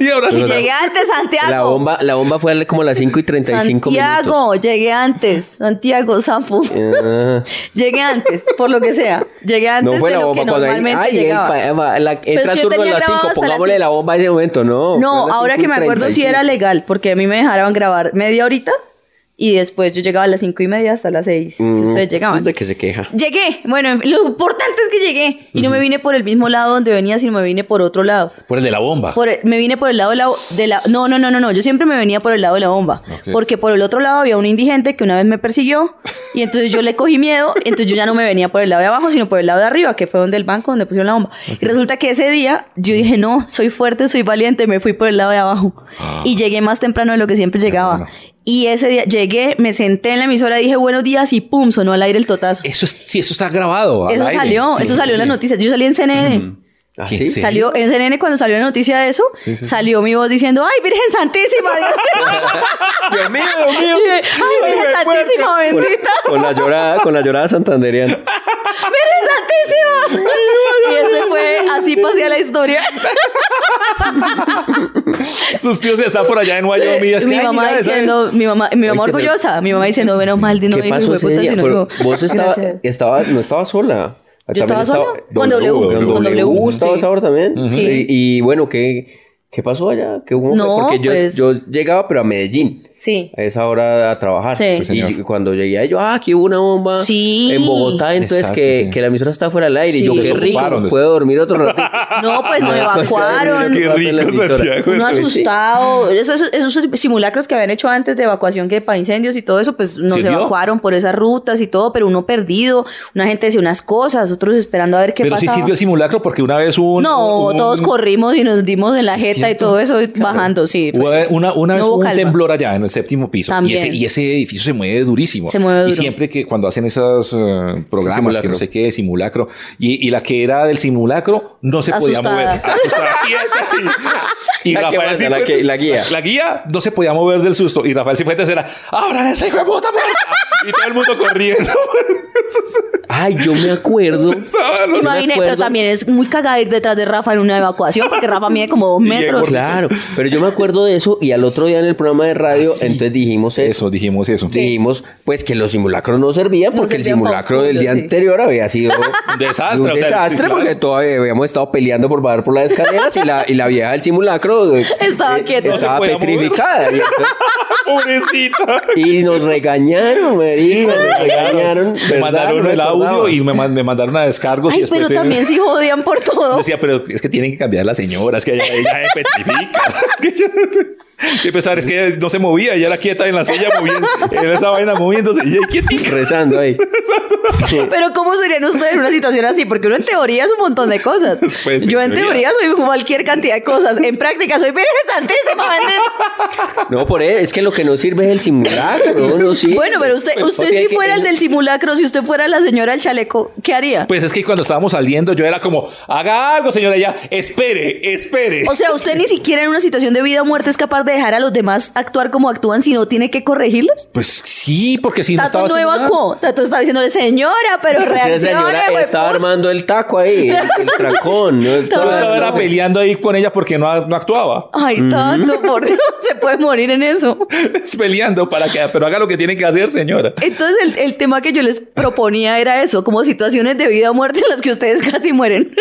Speaker 2: Y ahora-
Speaker 1: y llegué antes, Santiago.
Speaker 3: La bomba, la bomba fue como a las 5 y 35
Speaker 1: Santiago, llegué antes, Santiago, sapo.
Speaker 3: minutos.
Speaker 1: Llegué antes, por lo que sea. Llegué
Speaker 3: Ah,
Speaker 1: antes
Speaker 3: Eh. no fue
Speaker 1: de
Speaker 3: la
Speaker 1: lo
Speaker 3: bomba
Speaker 1: que
Speaker 3: cuando ahí-
Speaker 1: normalmente
Speaker 3: ay, el
Speaker 1: llegaba.
Speaker 3: pa- eh, va, la-
Speaker 1: es
Speaker 3: entra
Speaker 1: que yo
Speaker 3: turno a
Speaker 1: tenía
Speaker 3: las 5,
Speaker 1: grabado hasta las
Speaker 3: pongámosle
Speaker 1: cinco.
Speaker 3: la bomba en ese momento, no.
Speaker 1: No, ahora que me acuerdo si era legal, porque a mí me dejaron grabar media horita y después yo llegaba a las cinco y media hasta las seis. y ustedes llegaban.
Speaker 3: de que se queja.
Speaker 1: Llegué, bueno, en fin, lo importante es que llegué y no me vine por el mismo lado donde venía, sino me vine por otro lado.
Speaker 2: Por el de la bomba.
Speaker 1: Por el- me vine por el lado de la, de la- No, no, no, no, no. Yo siempre me venía por el lado de la bomba.
Speaker 2: Ok.
Speaker 1: Porque por el otro lado había un indigente que una vez me persiguió y entonces yo le cogí miedo. Entonces yo ya no me venía por el lado de abajo, sino por el lado de arriba, que fue donde el banco, donde pusieron la bomba. Y resulta que ese día yo dije, no, soy fuerte, soy valiente, me fui por el lado de abajo. Y llegué más temprano de lo que siempre llegaba.
Speaker 2: Ah. bueno.
Speaker 1: Y ese día llegué, me senté en la emisora, dije buenos días y pum, sonó al aire el totazo.
Speaker 2: Eso es, sí, eso está grabado. al
Speaker 1: Eso
Speaker 2: aire.
Speaker 1: salió,
Speaker 2: Sí,
Speaker 1: eso salió en las
Speaker 2: sí.
Speaker 1: noticias. Yo salí en CNN.
Speaker 3: ¿Ah,
Speaker 2: ¿Qué
Speaker 3: sí?
Speaker 2: sé?
Speaker 1: Salió en CNN cuando salió la noticia de eso, salió mi voz diciendo, "Ay, Virgen Santísima." Dios mío.
Speaker 3: Dios mío, Dios
Speaker 1: Y,
Speaker 3: mío.
Speaker 1: Ay, Virgen Santísima,
Speaker 3: Con,
Speaker 1: bendita.
Speaker 3: con la llorada, con la llorada santanderiana.
Speaker 1: Virgen Santísima. Y eso fue así pasé a la historia.
Speaker 2: Sus tíos están por allá en Wyoming. es que,
Speaker 1: mi
Speaker 2: ay,
Speaker 1: mamá
Speaker 2: mira,
Speaker 1: diciendo, mi mamá, mi mamá
Speaker 3: ¿eh? Oíste, pero-
Speaker 1: orgullosa, mi mamá diciendo, "Menos mal, no me
Speaker 3: ¿Qué
Speaker 1: dijo
Speaker 3: pasó
Speaker 1: hijo de
Speaker 3: ese
Speaker 1: puta,
Speaker 3: día?
Speaker 1: sino
Speaker 3: Pero
Speaker 1: dijo,
Speaker 3: vos estaba,
Speaker 1: "Gracias".
Speaker 3: estaba, no estabas sola.
Speaker 1: Yo
Speaker 3: También
Speaker 1: estaba sola, con
Speaker 3: W,
Speaker 1: W,
Speaker 3: con
Speaker 1: con
Speaker 3: W.
Speaker 1: W,
Speaker 3: Estabas
Speaker 1: sí.
Speaker 3: ahora también.
Speaker 1: Sí.
Speaker 3: Y, y bueno, ¿qué, ¿qué pasó allá? ¿Qué hubo?
Speaker 1: No,
Speaker 3: Porque yo,
Speaker 1: pues-
Speaker 3: yo llegaba, pero a Medellín.
Speaker 1: Sí.
Speaker 3: a esa hora a trabajar.
Speaker 1: Sí. Sí,
Speaker 2: señor.
Speaker 3: y cuando llegué ahí, yo, ah, aquí hubo una bomba
Speaker 1: Sí.
Speaker 3: en Bogotá, entonces
Speaker 2: Exacto,
Speaker 3: que,
Speaker 2: sí.
Speaker 3: que la emisora está fuera del aire. Y yo,
Speaker 1: Sí.
Speaker 3: qué rico,
Speaker 2: Desocuparon, des-
Speaker 3: puedo dormir otro ratito.
Speaker 1: No, pues
Speaker 3: Ah,
Speaker 1: me evacuaron.
Speaker 2: Qué
Speaker 3: La
Speaker 2: rico,
Speaker 3: emisora.
Speaker 2: Santiago.
Speaker 1: Uno
Speaker 3: Pues sí.
Speaker 1: asustado, esos, esos- esos simulacros que habían hecho antes de evacuación que para incendios y todo eso, pues nos
Speaker 2: ¿Sirvió?
Speaker 1: evacuaron por esas rutas y todo, pero uno perdido, una gente decía unas cosas, otros esperando a ver qué
Speaker 2: Pero sí
Speaker 1: pasaba.
Speaker 2: sirvió simulacro porque una vez hubo un.
Speaker 1: no,
Speaker 2: un-
Speaker 1: todos corrimos y nos dimos en la jeta y
Speaker 2: cierto.
Speaker 1: todo eso y bajando, sí. fue-
Speaker 2: Hubo una, una
Speaker 1: No
Speaker 2: vez
Speaker 1: hubo
Speaker 2: hubo un
Speaker 1: calma.
Speaker 2: temblor allá en el séptimo piso y
Speaker 1: También.
Speaker 2: ese, y ese edificio se mueve durísimo.
Speaker 1: Se mueve
Speaker 2: Y
Speaker 1: duro.
Speaker 2: siempre que cuando hacen esos eh, programas que
Speaker 3: Simulacro.
Speaker 2: no sé qué, simulacro, y, y la que era del simulacro no se
Speaker 1: Asustada.
Speaker 2: podía mover. Asustada, quieta, y- y
Speaker 3: La que
Speaker 2: Rafael
Speaker 3: manda, la
Speaker 2: Cifuentes-
Speaker 3: que- la guía.
Speaker 2: La guía no se podía mover del susto y Rafael Cifuentes era, ¡abran ese hijo de puta puerta! Y todo el mundo corriendo.
Speaker 3: Ay, yo me acuerdo.
Speaker 2: Sábalo.
Speaker 3: me
Speaker 1: Imagínate, pero
Speaker 3: acuerdo-
Speaker 1: también es muy cagada ir detrás de Rafa en una evacuación porque Rafa mide como dos
Speaker 2: llegó
Speaker 1: metros.
Speaker 3: Claro, pero yo me acuerdo de eso y al otro día en el programa de radio
Speaker 2: Ah, sí.
Speaker 3: entonces dijimos eso.
Speaker 2: Eso, dijimos eso.
Speaker 3: Dijimos, pues, que los simulacros no servían
Speaker 1: No
Speaker 3: porque el
Speaker 1: servían pa' un
Speaker 3: simulacro del
Speaker 1: culo,
Speaker 3: día
Speaker 1: sí.
Speaker 3: anterior había sido
Speaker 2: desastre,
Speaker 3: un
Speaker 2: o sea,
Speaker 3: desastre
Speaker 2: sí, claro.
Speaker 3: porque todavía habíamos estado peleando por bajar por las escaleras y la, y la vieja del simulacro eh,
Speaker 1: Estaba quieta. No se
Speaker 3: estaba
Speaker 2: podía mover.
Speaker 3: petrificada. Y, entonces-
Speaker 2: Pobrecita.
Speaker 3: y nos regañaron, marica, nos regañaron.
Speaker 2: Me
Speaker 3: ¿verdad?
Speaker 2: mandaron
Speaker 3: No
Speaker 2: el audio
Speaker 3: recordaba.
Speaker 2: y me, man- me mandaron a descargos. y
Speaker 1: Ay,
Speaker 2: pues, después
Speaker 1: pero
Speaker 2: de-
Speaker 1: también sí jodían por todo.
Speaker 2: Decía, pero es que tienen que cambiar a la señora, es que ella, ella se petrifica. es que yo, y empezar, es que no se movía, ella era quieta en la silla moviendo, en esa vaina moviéndose, y ella quietica.
Speaker 3: rezando ahí.
Speaker 1: Pero ¿cómo serían ustedes en una situación así? Porque uno en teoría es un montón de cosas.
Speaker 2: Pues, en
Speaker 1: Yo en
Speaker 2: teoría.
Speaker 1: teoría. soy cualquier cantidad de cosas. En práctica soy Virgen Santísima, bendita.
Speaker 3: No, por eso, es que lo que no sirve es el simulacro, no, no sirve.
Speaker 1: Bueno, pero usted,
Speaker 3: Pues,
Speaker 1: usted
Speaker 3: tiene
Speaker 1: si
Speaker 3: que-
Speaker 1: fuera el del simulacro, si usted fuera la señora del chaleco, ¿qué haría?
Speaker 2: Pues es que cuando estábamos saliendo, yo era como, haga algo, señora, ella, espere, espere.
Speaker 1: O sea, usted ni siquiera en una situación de vida o muerte es capaz de dejar a los demás actuar como actúan, sino tiene que corregirlos.
Speaker 2: pues sí, porque si no
Speaker 1: Tato
Speaker 2: estaba
Speaker 1: no
Speaker 2: haciendo nada.
Speaker 1: evacuó. Tato estaba diciéndole, señora, pero reaccione,
Speaker 3: Esa señora
Speaker 1: güey,
Speaker 3: estaba
Speaker 1: puta".
Speaker 3: armando el taco ahí, el, el trancón. ¿no?
Speaker 2: Yo estaba era
Speaker 1: No.
Speaker 2: peleando ahí con ella porque no, no actuaba.
Speaker 1: Ay, Tato, por Dios, se puede morir en eso.
Speaker 2: peleando para que, pero haga lo que tiene que hacer, señora.
Speaker 1: Entonces el, el tema que yo les proponía era eso, como situaciones de vida o muerte en las que ustedes casi mueren.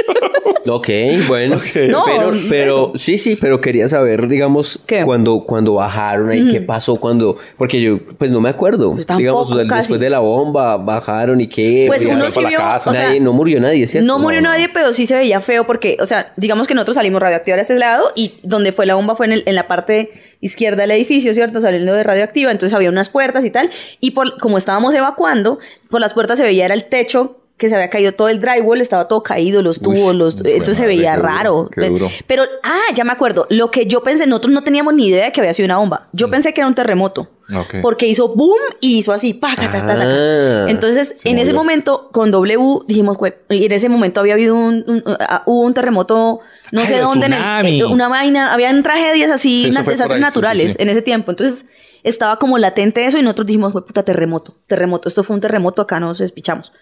Speaker 3: Ok, bueno.
Speaker 1: No,
Speaker 3: pero,
Speaker 1: eso.
Speaker 3: pero sí, sí, pero quería saber, digamos,
Speaker 1: ¿Qué?
Speaker 3: cuando cuando bajaron ahí, qué pasó cuando, porque yo, pues no me acuerdo.
Speaker 1: Pues tampoco,
Speaker 3: digamos, o sea,
Speaker 1: casi.
Speaker 3: después de la bomba bajaron y qué.
Speaker 1: Pues
Speaker 3: Porque
Speaker 1: uno
Speaker 2: para
Speaker 1: sí
Speaker 2: la
Speaker 1: vio, o
Speaker 2: casa.
Speaker 1: sea,
Speaker 3: nadie, no murió nadie, ¿cierto?
Speaker 1: no murió nadie, pero sí se veía feo porque, o sea, digamos que nosotros salimos radioactiva a ese lado y donde fue la bomba fue en, el- en la parte izquierda del edificio, ¿cierto? Saliendo de radioactiva, entonces había unas puertas y tal. Y por, como estábamos evacuando, por las puertas se veía era el techo que se había caído todo el drywall, estaba todo caído, los tubos, los...
Speaker 2: hijo de
Speaker 1: Entonces se
Speaker 2: madre,
Speaker 1: veía
Speaker 2: qué duro,
Speaker 1: raro.
Speaker 2: qué duro.
Speaker 1: Pero, ah, ya me acuerdo. Lo que yo pensé, nosotros no teníamos ni idea de que había sido una bomba. Yo pensé que era un terremoto.
Speaker 2: Mm. Ok.
Speaker 1: Porque hizo boom y hizo así, pa, ta, ta, ta, ta.
Speaker 3: Ah.
Speaker 1: Entonces,
Speaker 2: Se
Speaker 1: en ese
Speaker 2: movió.
Speaker 1: momento, con W, dijimos, "Jue- y en ese momento había habido un, un- ah, hubo un terremoto, no
Speaker 2: Ay,
Speaker 1: sé
Speaker 2: el
Speaker 1: dónde, en el-
Speaker 2: tsunami.
Speaker 1: eh, una vaina, habían tragedias así,
Speaker 2: Sí, eso
Speaker 1: na-
Speaker 2: fue por
Speaker 1: desastres
Speaker 2: ahí, sí,
Speaker 1: naturales
Speaker 2: sí, sí.
Speaker 1: en ese tiempo. Entonces, estaba como latente eso y nosotros dijimos, "Jue- puta, terremoto, terremoto, esto fue un terremoto, acá nos despichamos.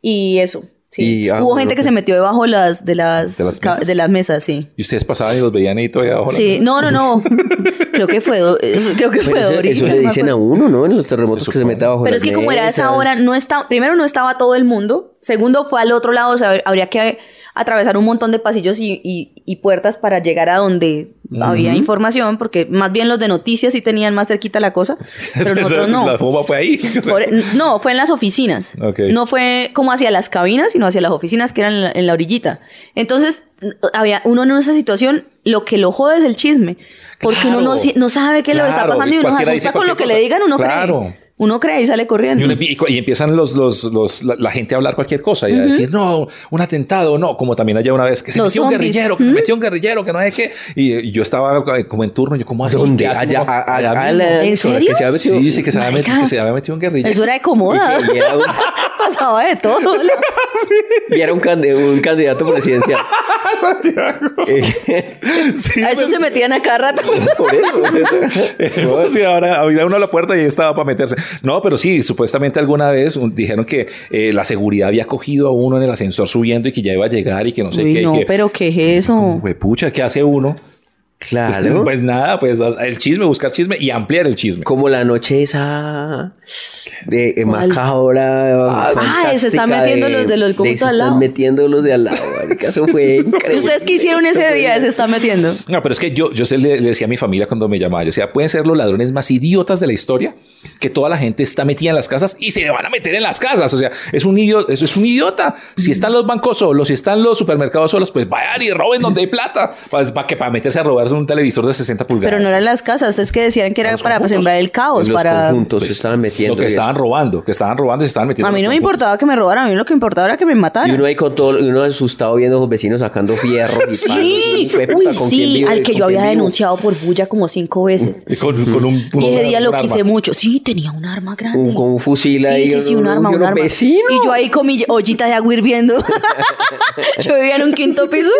Speaker 1: Y eso, sí.
Speaker 3: Y, ah,
Speaker 1: hubo
Speaker 3: bueno,
Speaker 1: gente que
Speaker 3: ok.
Speaker 1: se metió debajo de las, de las,
Speaker 2: ¿De las
Speaker 1: ca-
Speaker 2: mesas?
Speaker 1: de las mesas, sí.
Speaker 2: Y ustedes pasaban y los veían ahí todavía abajo.
Speaker 1: Sí, no, no, no. creo que fue, do- eh, creo
Speaker 2: Pues
Speaker 1: que
Speaker 3: Pero
Speaker 1: fue
Speaker 3: eso,
Speaker 1: Dorita, no
Speaker 3: eso le
Speaker 1: me
Speaker 3: dicen
Speaker 1: acuerdo.
Speaker 3: a uno, ¿no? En los terremotos
Speaker 2: Se
Speaker 3: que se
Speaker 2: supone.
Speaker 3: mete abajo.
Speaker 1: Pero
Speaker 3: de
Speaker 1: es que
Speaker 3: las
Speaker 1: como era a esa
Speaker 3: mesas.
Speaker 1: hora, no estaba, primero no estaba todo el mundo, segundo fue al otro lado, o sea, habría que atravesar un montón de pasillos y, y- y puertas para llegar a donde había información, porque más bien los de noticias sí tenían más cerquita la cosa, pero nosotros
Speaker 2: La
Speaker 1: no.
Speaker 2: bomba fue ahí.
Speaker 1: Por- e-, no, fue en las oficinas.
Speaker 2: Ok.
Speaker 1: No fue como hacia las cabinas, sino hacia las oficinas que eran en la, en la orillita. Entonces, había uno en esa situación, lo que lo jode es el chisme, porque uno no,
Speaker 2: Claro.
Speaker 1: si- no sabe qué le está
Speaker 2: Claro,
Speaker 1: pasando y uno se
Speaker 2: cualquiera dice
Speaker 1: asusta con lo que
Speaker 2: cualquier
Speaker 1: le digan, uno
Speaker 2: cosa. Claro.
Speaker 1: cree. Uno cree y sale corriendo.
Speaker 2: Y, uno- y- y empiezan los, los, los, la, la gente a hablar cualquier cosa y a decir, no, un atentado, no, como también allá una vez que se
Speaker 1: Los
Speaker 2: metió un
Speaker 1: zombies.
Speaker 2: guerrillero, que se metió un guerrillero, que no hay qué. Y, y yo estaba como en turno, yo como así,
Speaker 3: ¿Dónde?
Speaker 2: ¿Qué hace
Speaker 3: Allá,
Speaker 2: uno?
Speaker 3: a- a-
Speaker 2: Allá
Speaker 3: a
Speaker 2: mismo.
Speaker 3: la-
Speaker 1: ¿En
Speaker 3: sobre
Speaker 1: serio?
Speaker 3: Que se había metido-
Speaker 2: Sí, sí, que se, había
Speaker 1: Marica.
Speaker 2: metido, que se había metido un guerrillero.
Speaker 1: Eso era de
Speaker 3: Y
Speaker 1: comoda.
Speaker 3: que- y era un-
Speaker 1: Pasaba de todo.
Speaker 3: Y era un, cande- un candidato presidencial. Eh,
Speaker 2: Sí,
Speaker 1: A eso se metían a cada rato.
Speaker 3: por eso.
Speaker 2: Eso sí, ahora abría uno la puerta y estaba para meterse. No, pero sí, supuestamente alguna vez un- dijeron que eh, la seguridad había cogido a uno en el ascensor subiendo y que ya iba a llegar y que no sé
Speaker 1: Uy,
Speaker 2: qué. y
Speaker 1: no,
Speaker 2: que,
Speaker 1: pero ¿qué es eso?
Speaker 2: "Hue pucha, ¿qué hace uno?
Speaker 3: Claro.
Speaker 2: Pues nada, pues el chisme, buscar chisme y ampliar el chisme.
Speaker 3: Como la noche esa de eh,
Speaker 1: ¿Cuál?
Speaker 3: macabra.
Speaker 1: Ah, se están metiendo los de los del conjunto
Speaker 3: se
Speaker 1: al lado.
Speaker 3: Están metiendo los de al lado. marica, Eso fue increíble.
Speaker 1: ¿Ustedes qué hicieron ese día? Se está metiendo.
Speaker 2: No, pero es que yo, yo se le, le decía a mi familia cuando me llamaba, yo decía, pueden ser los ladrones más idiotas de la historia, que toda la gente está metida en las casas y se van a meter en las casas. O sea, es un idiota, es un idiota. Si están los bancos solos, si están los supermercados solos, pues vayan y roben donde hay plata. Para que para meterse a robarse un televisor de 60 pulgadas.
Speaker 1: Pero no eran las casas. Es que decían que era
Speaker 2: Los
Speaker 1: para
Speaker 2: conjuntos.
Speaker 1: sembrar el caos.
Speaker 3: En los
Speaker 1: para
Speaker 3: conjuntos se estaban metiendo.
Speaker 2: Pues, lo que
Speaker 3: y eso.
Speaker 2: estaban robando, que estaban robando y se estaban metiendo.
Speaker 1: A mí
Speaker 2: en
Speaker 1: no
Speaker 2: los
Speaker 1: me
Speaker 2: bancos.
Speaker 1: importaba que me robaran. A mí lo que me importaba era que me
Speaker 3: Y
Speaker 1: mataran.
Speaker 3: uno ahí con todo, y uno asustado viendo a los vecinos sacando fierro. Y palos, y
Speaker 1: Sí,
Speaker 3: hijo de puta,
Speaker 1: uy,
Speaker 3: ¿con quién
Speaker 1: sí,
Speaker 3: vive?
Speaker 1: al que
Speaker 3: ¿Con
Speaker 1: yo había
Speaker 3: quién vivo?
Speaker 1: denunciado por bulla como cinco veces.
Speaker 2: Y con, con un,
Speaker 1: Y ese día lo
Speaker 2: un
Speaker 1: quise
Speaker 2: arma.
Speaker 1: mucho. Sí, tenía un arma grande.
Speaker 3: Un- con un fusil
Speaker 1: sí,
Speaker 3: ahí,
Speaker 1: Sí, sí,
Speaker 3: yo
Speaker 1: un
Speaker 3: no-
Speaker 1: arma,
Speaker 3: yo
Speaker 1: un
Speaker 3: no,
Speaker 1: arma.
Speaker 3: vecino.
Speaker 1: Y yo ahí con mi ollita de agua hirviendo. yo vivía en un quinto piso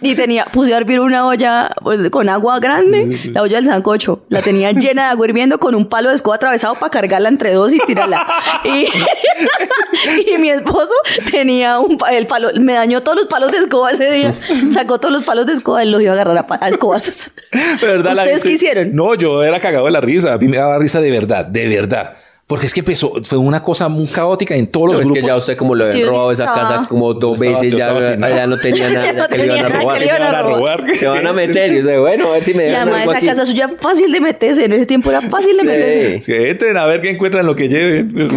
Speaker 1: y tenía, puse a hervir una olla pues, con agua grande, la olla del sancocho. La tenía llena de agua hirviendo con un palo de escoba atravesado para cargarla entre dos y tirarla. Y y mi esposo tenía un pa- el palo, me dañó todos los palos de escoba ese día. Sacó todos los palos de escoba y los iba a agarrar a, pa- a escobazos.
Speaker 2: De verdad, la
Speaker 1: ¿Ustedes
Speaker 2: gente-
Speaker 1: qué hicieron?
Speaker 2: No, yo era cagado de la risa. A mí me daba risa de verdad, de verdad. Porque es que empezó, fue una cosa muy caótica en todos los
Speaker 3: Pero es
Speaker 2: grupos.
Speaker 3: que ya usted como lo
Speaker 1: Es que
Speaker 3: habían
Speaker 1: yo sí
Speaker 3: robado esa
Speaker 1: estaba-
Speaker 3: casa como dos
Speaker 2: Yo estaba-
Speaker 3: veces
Speaker 2: yo
Speaker 3: ya,
Speaker 2: estaba sin nada.
Speaker 3: ya no tenía nada
Speaker 1: no
Speaker 3: que le iban
Speaker 1: tenía
Speaker 3: a
Speaker 1: nada que
Speaker 3: robar.
Speaker 1: le iban a robar.
Speaker 3: Se van a meter. Y yo sé, bueno, a ver si me
Speaker 1: Y
Speaker 3: dejan
Speaker 1: además
Speaker 3: algo
Speaker 1: esa
Speaker 3: aquí.
Speaker 1: casa suya fácil de meterse. En ese tiempo era fácil de
Speaker 3: Sí.
Speaker 1: meterse.
Speaker 2: Es que entren a ver qué encuentran lo que lleven. Pues,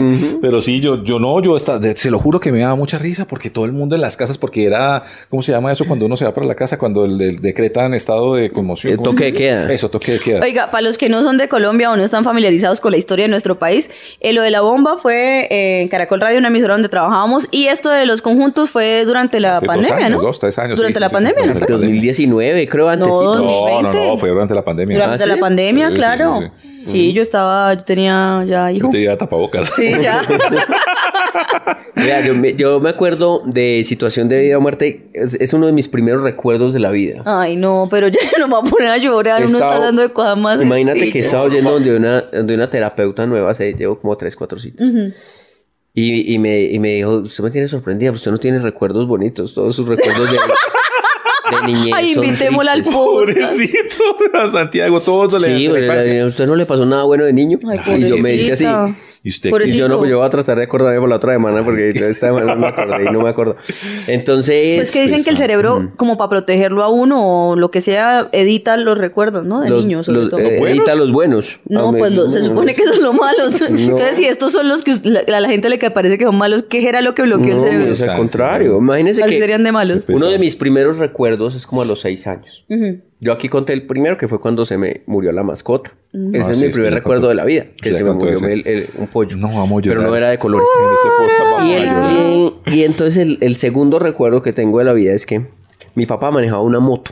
Speaker 2: Pero sí, yo, yo no, yo hasta, de- se lo juro que me daba mucha risa porque todo el mundo en las casas, porque era, ¿cómo se llama eso cuando uno se va para la casa? Cuando el, el decretan estado de conmoción.
Speaker 3: El
Speaker 2: ¿Cómo?
Speaker 3: toque de queda.
Speaker 2: Eso, toque de queda.
Speaker 1: Oiga, para los que no son de Colombia o no están familiarizados con la historia de nuestro país, eh, lo de la bomba fue eh, en Caracol Radio, una emisora donde trabajábamos, y esto de los conjuntos fue durante la
Speaker 2: Hace dos
Speaker 1: pandemia,
Speaker 2: años,
Speaker 1: ¿no?
Speaker 2: dos, tres años,
Speaker 1: Durante
Speaker 2: sí, sí,
Speaker 1: la
Speaker 2: sí,
Speaker 1: pandemia, ¿no?
Speaker 2: durante
Speaker 1: fue?
Speaker 3: 2019, creo, antes.
Speaker 1: No,
Speaker 2: No, no,
Speaker 1: 20.
Speaker 2: no, fue durante la pandemia.
Speaker 1: Durante
Speaker 3: Ah,
Speaker 1: la
Speaker 3: ¿sí?
Speaker 1: pandemia,
Speaker 2: Sí, sí,
Speaker 1: claro. Sí,
Speaker 2: sí,
Speaker 1: yo estaba, yo tenía ya
Speaker 2: Yo
Speaker 1: hijo.
Speaker 2: te llevaba tapabocas.
Speaker 1: Sí, ya.
Speaker 3: Vea, yo, me, yo me acuerdo de situación de vida o muerte. Es, es uno de mis primeros recuerdos de la vida.
Speaker 1: Ay, no, pero ya no me va a poner a llorar. Ah, Uno está
Speaker 3: Estaba-
Speaker 1: hablando de cosas más.
Speaker 3: Imagínate que
Speaker 1: sencillas.
Speaker 3: estaba oyendo de una, de una terapeuta nueva, hace, llevo como tres, cuatro citas. y, y me, y me dijo, usted me tiene sorprendida, pues usted no tiene recuerdos bonitos, todos sus recuerdos de, de niñez
Speaker 1: Ay,
Speaker 3: son
Speaker 1: invitémosla al
Speaker 3: tristes".
Speaker 1: podcast.
Speaker 2: Pobrecito, a Santiago, todo le
Speaker 3: Sí,
Speaker 2: le
Speaker 3: pero la-
Speaker 2: pasa.
Speaker 3: a usted no le pasó nada bueno de niño.
Speaker 1: Ay,
Speaker 3: y yo me hice así.
Speaker 1: pobrecita.
Speaker 2: Y usted,
Speaker 1: Por
Speaker 3: Y yo
Speaker 1: Pobrecito.
Speaker 3: no, pues, yo voy a tratar de acordarme por la otra semana porque yo esta semana no me acordé y no me acuerdo. Entonces,
Speaker 1: Pues que dicen que el cerebro, como para protegerlo a uno o lo que sea, edita los recuerdos, ¿no? De
Speaker 3: los-
Speaker 1: niños, sobre
Speaker 3: los-
Speaker 1: todo.
Speaker 3: eh,
Speaker 2: buenos?
Speaker 3: evita los buenos.
Speaker 1: No,
Speaker 3: Ah, me-
Speaker 1: pues lo- se
Speaker 3: no,
Speaker 1: supone que son los malos. Entonces, si estos son los que us- la- a la, gente le que parece que son malos, ¿qué era lo que bloqueó el
Speaker 3: no,
Speaker 1: cerebro?
Speaker 3: es al contrario. Imagínense
Speaker 1: Así
Speaker 3: que
Speaker 1: serían de malos.
Speaker 2: Pues,
Speaker 3: uno de
Speaker 2: ah.
Speaker 3: mis primeros recuerdos es como a los seis años.
Speaker 1: Ujú.
Speaker 3: Yo aquí conté el primero, que fue cuando se me murió la mascota.
Speaker 1: Mm.
Speaker 3: Ese
Speaker 2: Ah,
Speaker 3: es
Speaker 2: sí,
Speaker 3: mi
Speaker 2: usted
Speaker 3: primer
Speaker 2: ya
Speaker 3: recuerdo
Speaker 2: contó.
Speaker 3: de la vida, que
Speaker 2: Usted ya
Speaker 3: se me
Speaker 2: contó
Speaker 3: murió
Speaker 2: ese.
Speaker 3: el- el- un pollo.
Speaker 2: No, vamos a
Speaker 3: Pero no
Speaker 2: llorar.
Speaker 3: era de colores.
Speaker 1: Ah.
Speaker 3: Y, el- y- y entonces el, el segundo recuerdo que tengo de la vida es que mi papá manejaba una moto.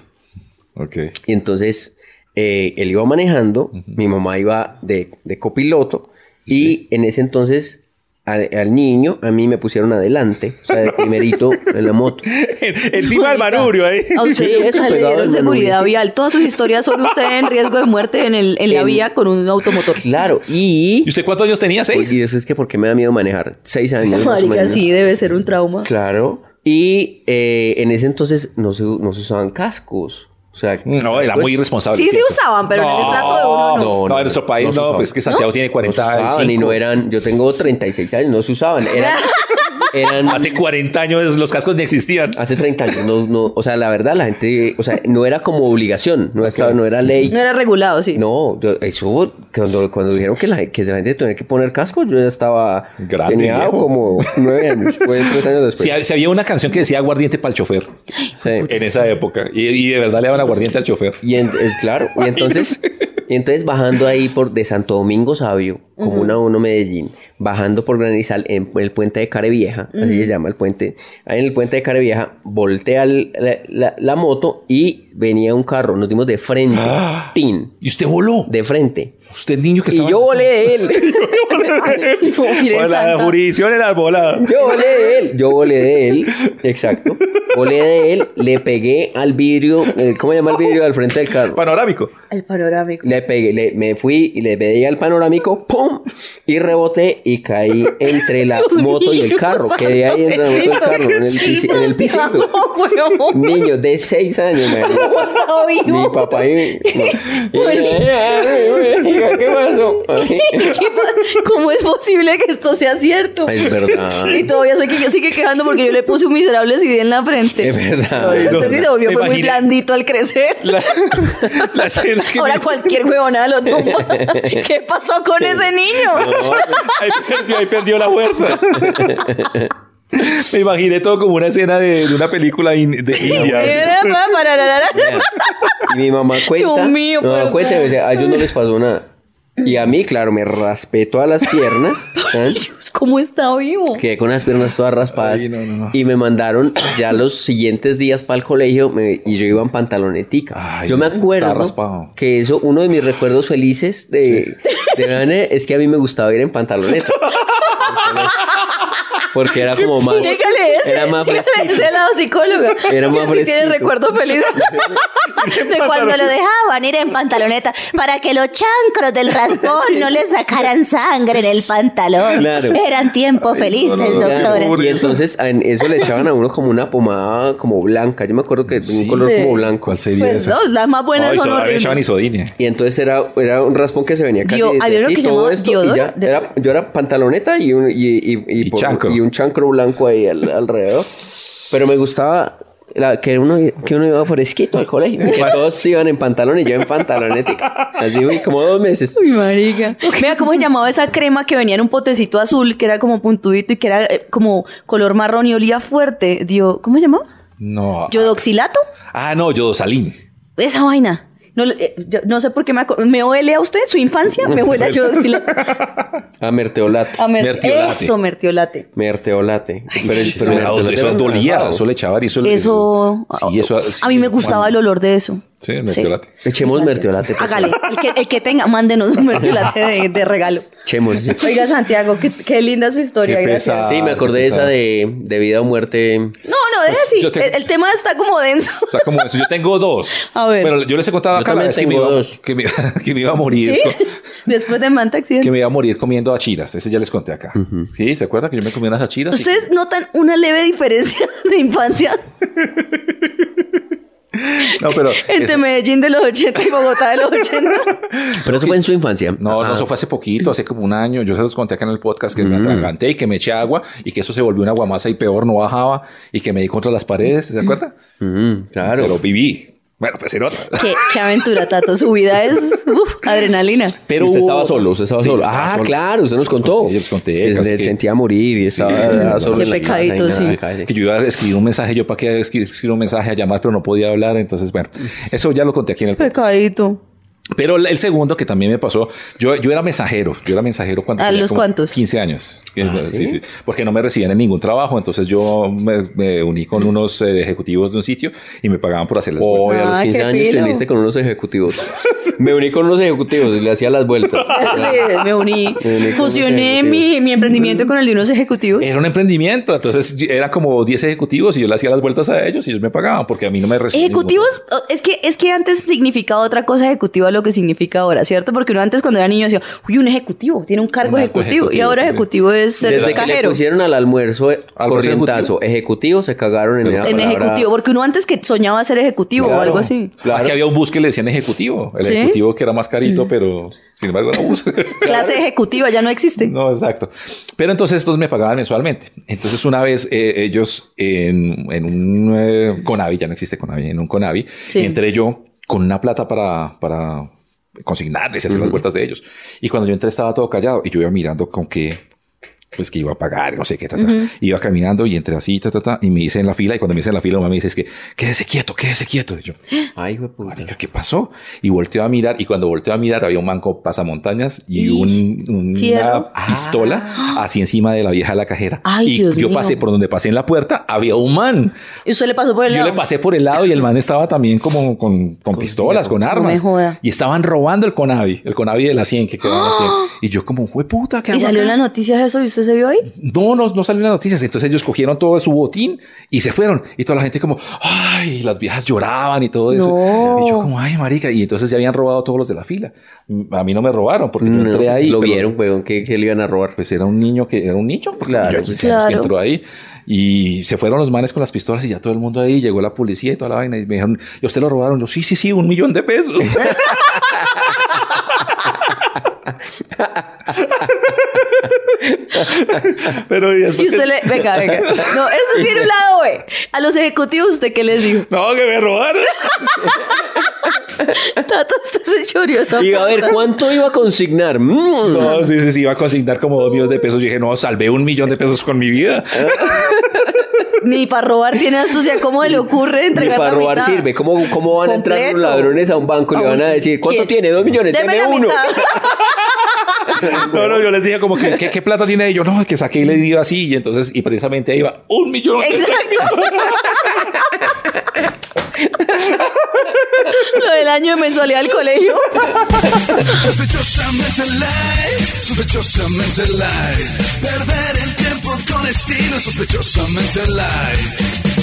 Speaker 2: Ok.
Speaker 3: Y entonces eh, él iba manejando, mi mamá iba de, de copiloto. Y en ese entonces al, al niño, a mí me pusieron adelante, o sea, de primerito en la moto.
Speaker 2: Encima del manubrio ahí.
Speaker 1: A usted
Speaker 3: Sí,
Speaker 1: nunca
Speaker 3: eso,
Speaker 1: le
Speaker 3: pegado
Speaker 1: dieron
Speaker 3: al
Speaker 1: seguridad
Speaker 3: manubrio, sí.
Speaker 1: vial. Todas sus historias son usted en riesgo de muerte en, el, en la
Speaker 3: En-
Speaker 1: vía con un automotor.
Speaker 3: Claro, y...
Speaker 2: ¿Y usted cuántos años tenía?
Speaker 3: Pues,
Speaker 2: ¿Seis?
Speaker 3: y eso es que porque me da miedo manejar. Seis años. más o
Speaker 1: Marica,
Speaker 3: menos.
Speaker 1: sí, debe ser un trauma.
Speaker 3: Claro. Y eh, en ese entonces no se, no se usaban cascos. O sea,
Speaker 2: No, era
Speaker 3: pues,
Speaker 2: muy irresponsable.
Speaker 1: Sí, sí
Speaker 2: ¿cierto?
Speaker 1: usaban, pero en el estrato de uno no.
Speaker 3: no.
Speaker 2: No, en nuestro
Speaker 3: no
Speaker 2: país
Speaker 3: se
Speaker 2: no,
Speaker 3: usaba.
Speaker 2: pues que Santiago tiene
Speaker 3: No se
Speaker 2: 40
Speaker 3: usaban y no eran. Yo tengo 36 años, no se usaban. Eran. eran
Speaker 2: Hace 40 años los cascos ni existían.
Speaker 1: Ah,
Speaker 3: hace 30 años. No, no, o sea, la verdad, la gente. O sea, no era como obligación. No, estaba, no era ley.
Speaker 1: No era regulado, sí.
Speaker 3: No, yo- eso cuando, cuando dijeron que la, que la gente tenía que poner casco, yo ya estaba
Speaker 2: Grande,
Speaker 3: tenía
Speaker 2: viejo.
Speaker 3: como nueve años, fue tres años después.
Speaker 2: Si, si había una canción que decía aguardiente para el chofer
Speaker 3: Sí.
Speaker 2: en esa época y, y de verdad le daban aguardiente al chofer.
Speaker 3: Y en- es claro, y entonces, y entonces bajando ahí por de Santo Domingo Sabio, Comuna 1 Medellín, bajando por Granizal en el puente de Carevieja, así se llama el puente, ahí en el puente de Carevieja, voltea el- la, la- la moto y venía un carro, nos dimos de frente, tin,
Speaker 2: Y usted voló.
Speaker 3: de frente.
Speaker 2: Usted niño Ah. que
Speaker 3: Y
Speaker 2: estaba.
Speaker 3: yo volé de él,
Speaker 1: No, miren,
Speaker 2: la
Speaker 1: santa.
Speaker 2: jurisdicción era volada.
Speaker 3: yo volé de él, yo volé de él, exacto, volé de él, le pegué al vidrio, eh, ¿cómo se llama el vidrio al frente del carro?
Speaker 2: Panorámico.
Speaker 1: El panorámico.
Speaker 3: Le pegué, le- me fui y le pedí al panorámico, ¡pum! Y reboté y caí entre la
Speaker 1: Dios
Speaker 3: moto y el
Speaker 1: mío,
Speaker 3: carro. Quedé ahí entre la moto y el
Speaker 1: santo
Speaker 3: carro, en el, pisi- en el pisito.
Speaker 1: No, weón.
Speaker 3: Niño de seis años, man.
Speaker 1: ¿Cómo estaba vivo?
Speaker 3: Mi papá y mi... no. Y yo, "Eh, ¿Qué pasó?
Speaker 1: ¿Qué pa- ¿Cómo es posible que esto sea cierto?
Speaker 3: Es verdad.
Speaker 1: Y todavía se que- sigue quejando porque yo le puse un miserable CD en la frente.
Speaker 3: Es verdad.
Speaker 1: Entonces
Speaker 2: no,
Speaker 1: sí
Speaker 2: no.
Speaker 1: se volvió
Speaker 2: Me
Speaker 1: fue muy
Speaker 2: imaginé.
Speaker 1: blandito al crecer.
Speaker 2: La, la escena que
Speaker 1: Ahora
Speaker 2: me-
Speaker 1: cualquier huevonada lo toma. ¿Qué pasó con ese niño?
Speaker 2: ahí perdió, ahí perdió la fuerza. Me imaginé todo como una escena de, de una película in- de India.
Speaker 1: Era Eh, pa- parararara.
Speaker 3: Y mi mamá cuenta.
Speaker 1: Dios mío,
Speaker 3: mi mamá
Speaker 1: perdón.
Speaker 3: cuenta y me dice, a ellos no les pasó nada. Y a mí, claro, me raspé todas las piernas. ¿saben?
Speaker 1: Dios, Pues, ¿Cómo está vivo?
Speaker 3: Quedé con las piernas todas raspadas.
Speaker 2: Ay, no, no, no.
Speaker 3: Y me mandaron ya los siguientes días para el colegio me- y yo iba en pantalonetica.
Speaker 2: Ay,
Speaker 3: yo me
Speaker 2: no,
Speaker 3: acuerdo
Speaker 2: estaba raspado.
Speaker 3: que eso, uno de mis recuerdos felices de, de Nane es que a mí me gustaba ir en pantaloneta. Porque era como más.
Speaker 1: Dígale ese.
Speaker 3: Era más
Speaker 1: dígale
Speaker 3: fresquito.
Speaker 1: ese lado psicólogo.
Speaker 3: Era más
Speaker 1: Yo sí tiene
Speaker 3: fresquito.
Speaker 1: recuerdo feliz.
Speaker 5: De cuando lo dejaban ir en pantaloneta para que los chancros del raspón no le sacaran sangre en el pantalón.
Speaker 3: Claro.
Speaker 5: Eran tiempos felices, doctora.
Speaker 3: Claro, Y entonces en eso le echaban a uno como una pomada como blanca. Yo me acuerdo que tenía un color
Speaker 1: Sí.
Speaker 3: como blanco.
Speaker 6: ¿Cuál sería
Speaker 1: Pues
Speaker 6: esa?
Speaker 1: no, las más buenas
Speaker 2: Ay,
Speaker 1: son
Speaker 2: todavía echaban
Speaker 1: horribles.
Speaker 2: isodinia.
Speaker 3: Y entonces era, era un raspón que se venía casi
Speaker 1: Dio-
Speaker 3: desde
Speaker 1: había uno
Speaker 3: aquí,
Speaker 1: que se
Speaker 3: todo
Speaker 1: llamaba
Speaker 3: esto, y
Speaker 1: Diodoro.
Speaker 3: ya era, Yo era pantaloneta y un, y, y,
Speaker 2: Y chancro.
Speaker 3: y un chancro blanco ahí al- alrededor. Pero me gustaba la- que, uno, que uno iba fresquito al colegio. Que todos iban en pantalones y yo en pantaloneta. Así fui como dos meses.
Speaker 1: Uy, marica. Mira cómo se llamaba esa crema que venía en un potecito azul, que era como puntudito y que era eh, como color marrón y olía fuerte. Dio, ¿cómo se llamaba?
Speaker 2: No.
Speaker 1: ¿Yodoxilato?
Speaker 2: Ah, no, yodosalín.
Speaker 1: Esa vaina. No, le- eh, yo no sé por qué me, acu- me huele a usted, su infancia me huele a yodoxilato.
Speaker 3: A merteolate.
Speaker 1: A mer-
Speaker 2: Mertiolate.
Speaker 1: Eso, mertiolate.
Speaker 3: Merteolate. Pero,
Speaker 2: Eso,
Speaker 3: pero
Speaker 2: era-
Speaker 3: merteolate
Speaker 2: eso
Speaker 3: era
Speaker 2: dolía,
Speaker 3: relajado.
Speaker 2: eso le echaban y eso...
Speaker 1: Eso.
Speaker 2: Sí, eso...
Speaker 1: a mí me gustaba el olor de eso.
Speaker 2: Sí, el mertiolate.
Speaker 3: Echemos merteolate. por
Speaker 1: Hágale.
Speaker 3: favor.
Speaker 1: El que, el que tenga, mándenos un mertiolate de, de regalo.
Speaker 3: Echemos.
Speaker 1: Oiga, Santiago, qué, qué linda su historia.
Speaker 2: Ah, Qué
Speaker 1: gracias.
Speaker 2: pesado.
Speaker 3: Sí, me acordé de esa de, de vida o muerte.
Speaker 1: No, no, deje
Speaker 2: Pues,
Speaker 1: así.
Speaker 2: yo te-
Speaker 1: El, el tema está como denso.
Speaker 2: Está como eso. Yo tengo dos.
Speaker 1: A ver.
Speaker 2: Bueno, yo les he contado
Speaker 3: Yo
Speaker 2: acá la
Speaker 3: también
Speaker 2: vez que me,
Speaker 3: tengo
Speaker 2: iba,
Speaker 3: dos.
Speaker 2: que, me, que me iba a morir.
Speaker 1: ¿Sí?
Speaker 2: con-
Speaker 1: Después de Manta
Speaker 2: que
Speaker 1: Accidente.
Speaker 2: me iba a morir comiendo achiras. Ese ya les conté acá. Sí, ¿se acuerdan que yo me comí unas achiras? Y-
Speaker 1: ¿Ustedes notan una leve diferencia de infancia
Speaker 2: No, pero...
Speaker 1: entre
Speaker 2: ese-
Speaker 1: Medellín de los 80 y Bogotá de los 80?
Speaker 3: Pero eso fue en su infancia.
Speaker 2: No,
Speaker 3: Ajá.
Speaker 2: no, eso fue hace poquito, hace como un año. Yo se los conté acá en el podcast que me atraganté y que me eché agua y que eso se volvió una guamasa y peor, no bajaba y que me di contra las paredes, ¿se acuerdan?
Speaker 3: Mm, claro.
Speaker 2: Pero viví. Bueno, pues en otra.
Speaker 1: qué, qué aventura, Tato. Su vida es uf, adrenalina.
Speaker 3: Pero
Speaker 2: Usted
Speaker 3: usted
Speaker 2: estaba solo,
Speaker 3: estaba solo,
Speaker 2: usted
Speaker 3: usted
Speaker 2: estaba
Speaker 3: estaba
Speaker 2: solo.
Speaker 3: solo.
Speaker 2: Ah,
Speaker 3: ah,
Speaker 2: claro,
Speaker 3: claro, usted nos contó.
Speaker 2: Yo les conté,
Speaker 3: Que
Speaker 2: casi
Speaker 3: se
Speaker 2: que-
Speaker 3: sentía morir y estaba ah, solo
Speaker 1: Qué
Speaker 3: en la casa y
Speaker 1: pecadito,
Speaker 3: nada,
Speaker 1: sí.
Speaker 3: en la calle.
Speaker 2: que yo iba a escribir un mensaje, yo para qué escri- escribir un mensaje a llamar, pero no podía hablar. Entonces, bueno, eso ya lo conté aquí en el podcast.
Speaker 1: Pecadito.
Speaker 2: Pero el el segundo que también me pasó, yo, yo era mensajero, yo era mensajero cuando...
Speaker 1: ¿A
Speaker 2: tenía
Speaker 1: los
Speaker 2: como
Speaker 1: cuántos?
Speaker 2: 15 años. Eh, sí, sí, porque no me recibían en ningún trabajo, entonces yo me, me uní con unos eh, ejecutivos de un sitio y me pagaban por hacer las vueltas.
Speaker 3: Hoy a los
Speaker 1: Ay,
Speaker 3: 15
Speaker 1: qué
Speaker 3: años
Speaker 1: pilo.
Speaker 3: se uniste con unos ejecutivos. Me uní con unos ejecutivos y le hacía las vueltas.
Speaker 1: Sí, me uní.
Speaker 3: Me uní con
Speaker 1: Fusioné
Speaker 3: unos
Speaker 1: mi, mi emprendimiento con el de unos ejecutivos.
Speaker 2: Era un emprendimiento, entonces yo- era como 10 ejecutivos y yo le hacía las vueltas a ellos y ellos me pagaban porque a mí no me recibían.
Speaker 1: Ejecutivos, oh, es que, es que antes significaba otra cosa ejecutiva a lo que significa ahora, ¿cierto? Porque uno antes cuando era niño decía, uy, un ejecutivo, tiene un cargo
Speaker 2: Un alto
Speaker 1: ejecutivo, Y
Speaker 2: ejecutivo,
Speaker 1: ahora
Speaker 2: sí, sí.
Speaker 1: ejecutivo es ser
Speaker 3: Desde que le
Speaker 1: cajero.
Speaker 3: pusieron al almuerzo eh,
Speaker 2: ¿Algo
Speaker 3: corrientazo, ejecutivo, se cagaron en, esa
Speaker 1: En
Speaker 3: palabra.
Speaker 1: ejecutivo, porque uno antes que soñaba ser ejecutivo o
Speaker 2: Claro.
Speaker 1: algo así.
Speaker 3: Claro.
Speaker 2: Aquí había un bus que le decían ejecutivo, el
Speaker 1: ¿Sí?
Speaker 2: ejecutivo que era más carito, pero sin embargo era bus.
Speaker 1: Clase ejecutiva ya no existe.
Speaker 2: No, exacto. Pero entonces estos me pagaban mensualmente. Entonces una vez eh, ellos en, en un eh, Conavi, ya no existe Conavi, en un Conavi,
Speaker 1: Sí.
Speaker 2: entré yo con una plata para, para consignarles y hacer las vueltas de ellos. Y cuando yo entré estaba todo callado y yo iba mirando con qué pues que iba a pagar, no sé qué, ta, ta. iba caminando y entré así, ta, ta, ta, y me hice en la fila y cuando me hice en la fila, mamá me dice, es que quédese quieto, quédese quieto. Y yo,
Speaker 3: Ay, hijo de puta.
Speaker 2: Marica, ¿qué pasó? Y volteó a mirar, y cuando volteó a mirar había un manco pasamontañas y un- un-
Speaker 1: fierro.
Speaker 2: una pistola así encima de la vieja de la cajera.
Speaker 1: Ah. Ay,
Speaker 2: y
Speaker 1: Dios
Speaker 2: yo
Speaker 1: mío.
Speaker 2: pasé por donde pasé en la puerta, había un man.
Speaker 1: Y usted le pasó por el
Speaker 2: Yo
Speaker 1: lado.
Speaker 2: le pasé por el lado y el man estaba también como con, con pistolas, con armas.
Speaker 1: me joda.
Speaker 2: Y estaban robando el Conavi, el Conavi de la 100 que quedaba en la 100. Y yo como, fue puta, ¿qué
Speaker 1: ¡Ah! Y
Speaker 2: hago
Speaker 1: salió en
Speaker 2: acá?"
Speaker 1: las noticias eso y usted se vio ahí.
Speaker 2: No, no, no salió en las noticias. Entonces ellos cogieron todo su botín y se fueron. Y toda la gente como, ay, las viejas lloraban y todo eso.
Speaker 1: No.
Speaker 2: Y yo como, ay, marica. Y entonces ya habían robado a todos los de la fila. Mm, A mí no me robaron porque yo
Speaker 3: No,
Speaker 2: entré ahí.
Speaker 3: lo
Speaker 2: pero-
Speaker 3: vieron, weón, que, que le iban a robar.
Speaker 2: Pues era un niño que era un niño. porque
Speaker 3: Claro,
Speaker 2: yo-
Speaker 3: pues,
Speaker 2: sabes que
Speaker 1: claro.
Speaker 2: entró ahí. Y se fueron los manes con las pistolas y ya todo el mundo ahí. Llegó la policía y toda la vaina. Y me dijeron, ¿y a usted lo robaron? Yo, sí, sí, sí, un millón de pesos. pero y
Speaker 1: Y
Speaker 2: después...
Speaker 1: usted le. Venga, venga. No, eso tiene un lado, güey. A los ejecutivos, ¿usted qué les dijo?
Speaker 2: No, que me robaron.
Speaker 1: Tato, usted se choreó esa
Speaker 3: Y a ver,
Speaker 1: pauta.
Speaker 3: ¿cuánto iba a consignar? Mm.
Speaker 2: No, sí, sí, sí, iba a consignar como dos millones de pesos. Yo dije, no, salvé un millón de pesos con mi vida.
Speaker 1: Ni para robar tiene astucia. ¿Cómo le ocurre
Speaker 3: Ni
Speaker 1: entregar
Speaker 3: para
Speaker 1: la
Speaker 3: robar
Speaker 1: mitad?
Speaker 3: sirve. ¿Cómo, cómo van a entrar
Speaker 1: Completo.
Speaker 3: los ladrones a un banco y le van a decir, ¿cuánto
Speaker 1: ¿Quién?
Speaker 3: tiene? Dos millones,
Speaker 1: Deme
Speaker 3: deme
Speaker 1: la
Speaker 3: uno.
Speaker 1: mitad.
Speaker 2: No, no, yo les dije como que, ¿qué, qué plata tiene? Y yo, no, que saqué y le di así. Y entonces, y precisamente ahí va un millón. de pesos.
Speaker 1: Exacto. Lo del año de mensualidad del colegio.
Speaker 4: Sospechosamente light, sospechosamente light. Perder
Speaker 6: Sospechosamente light.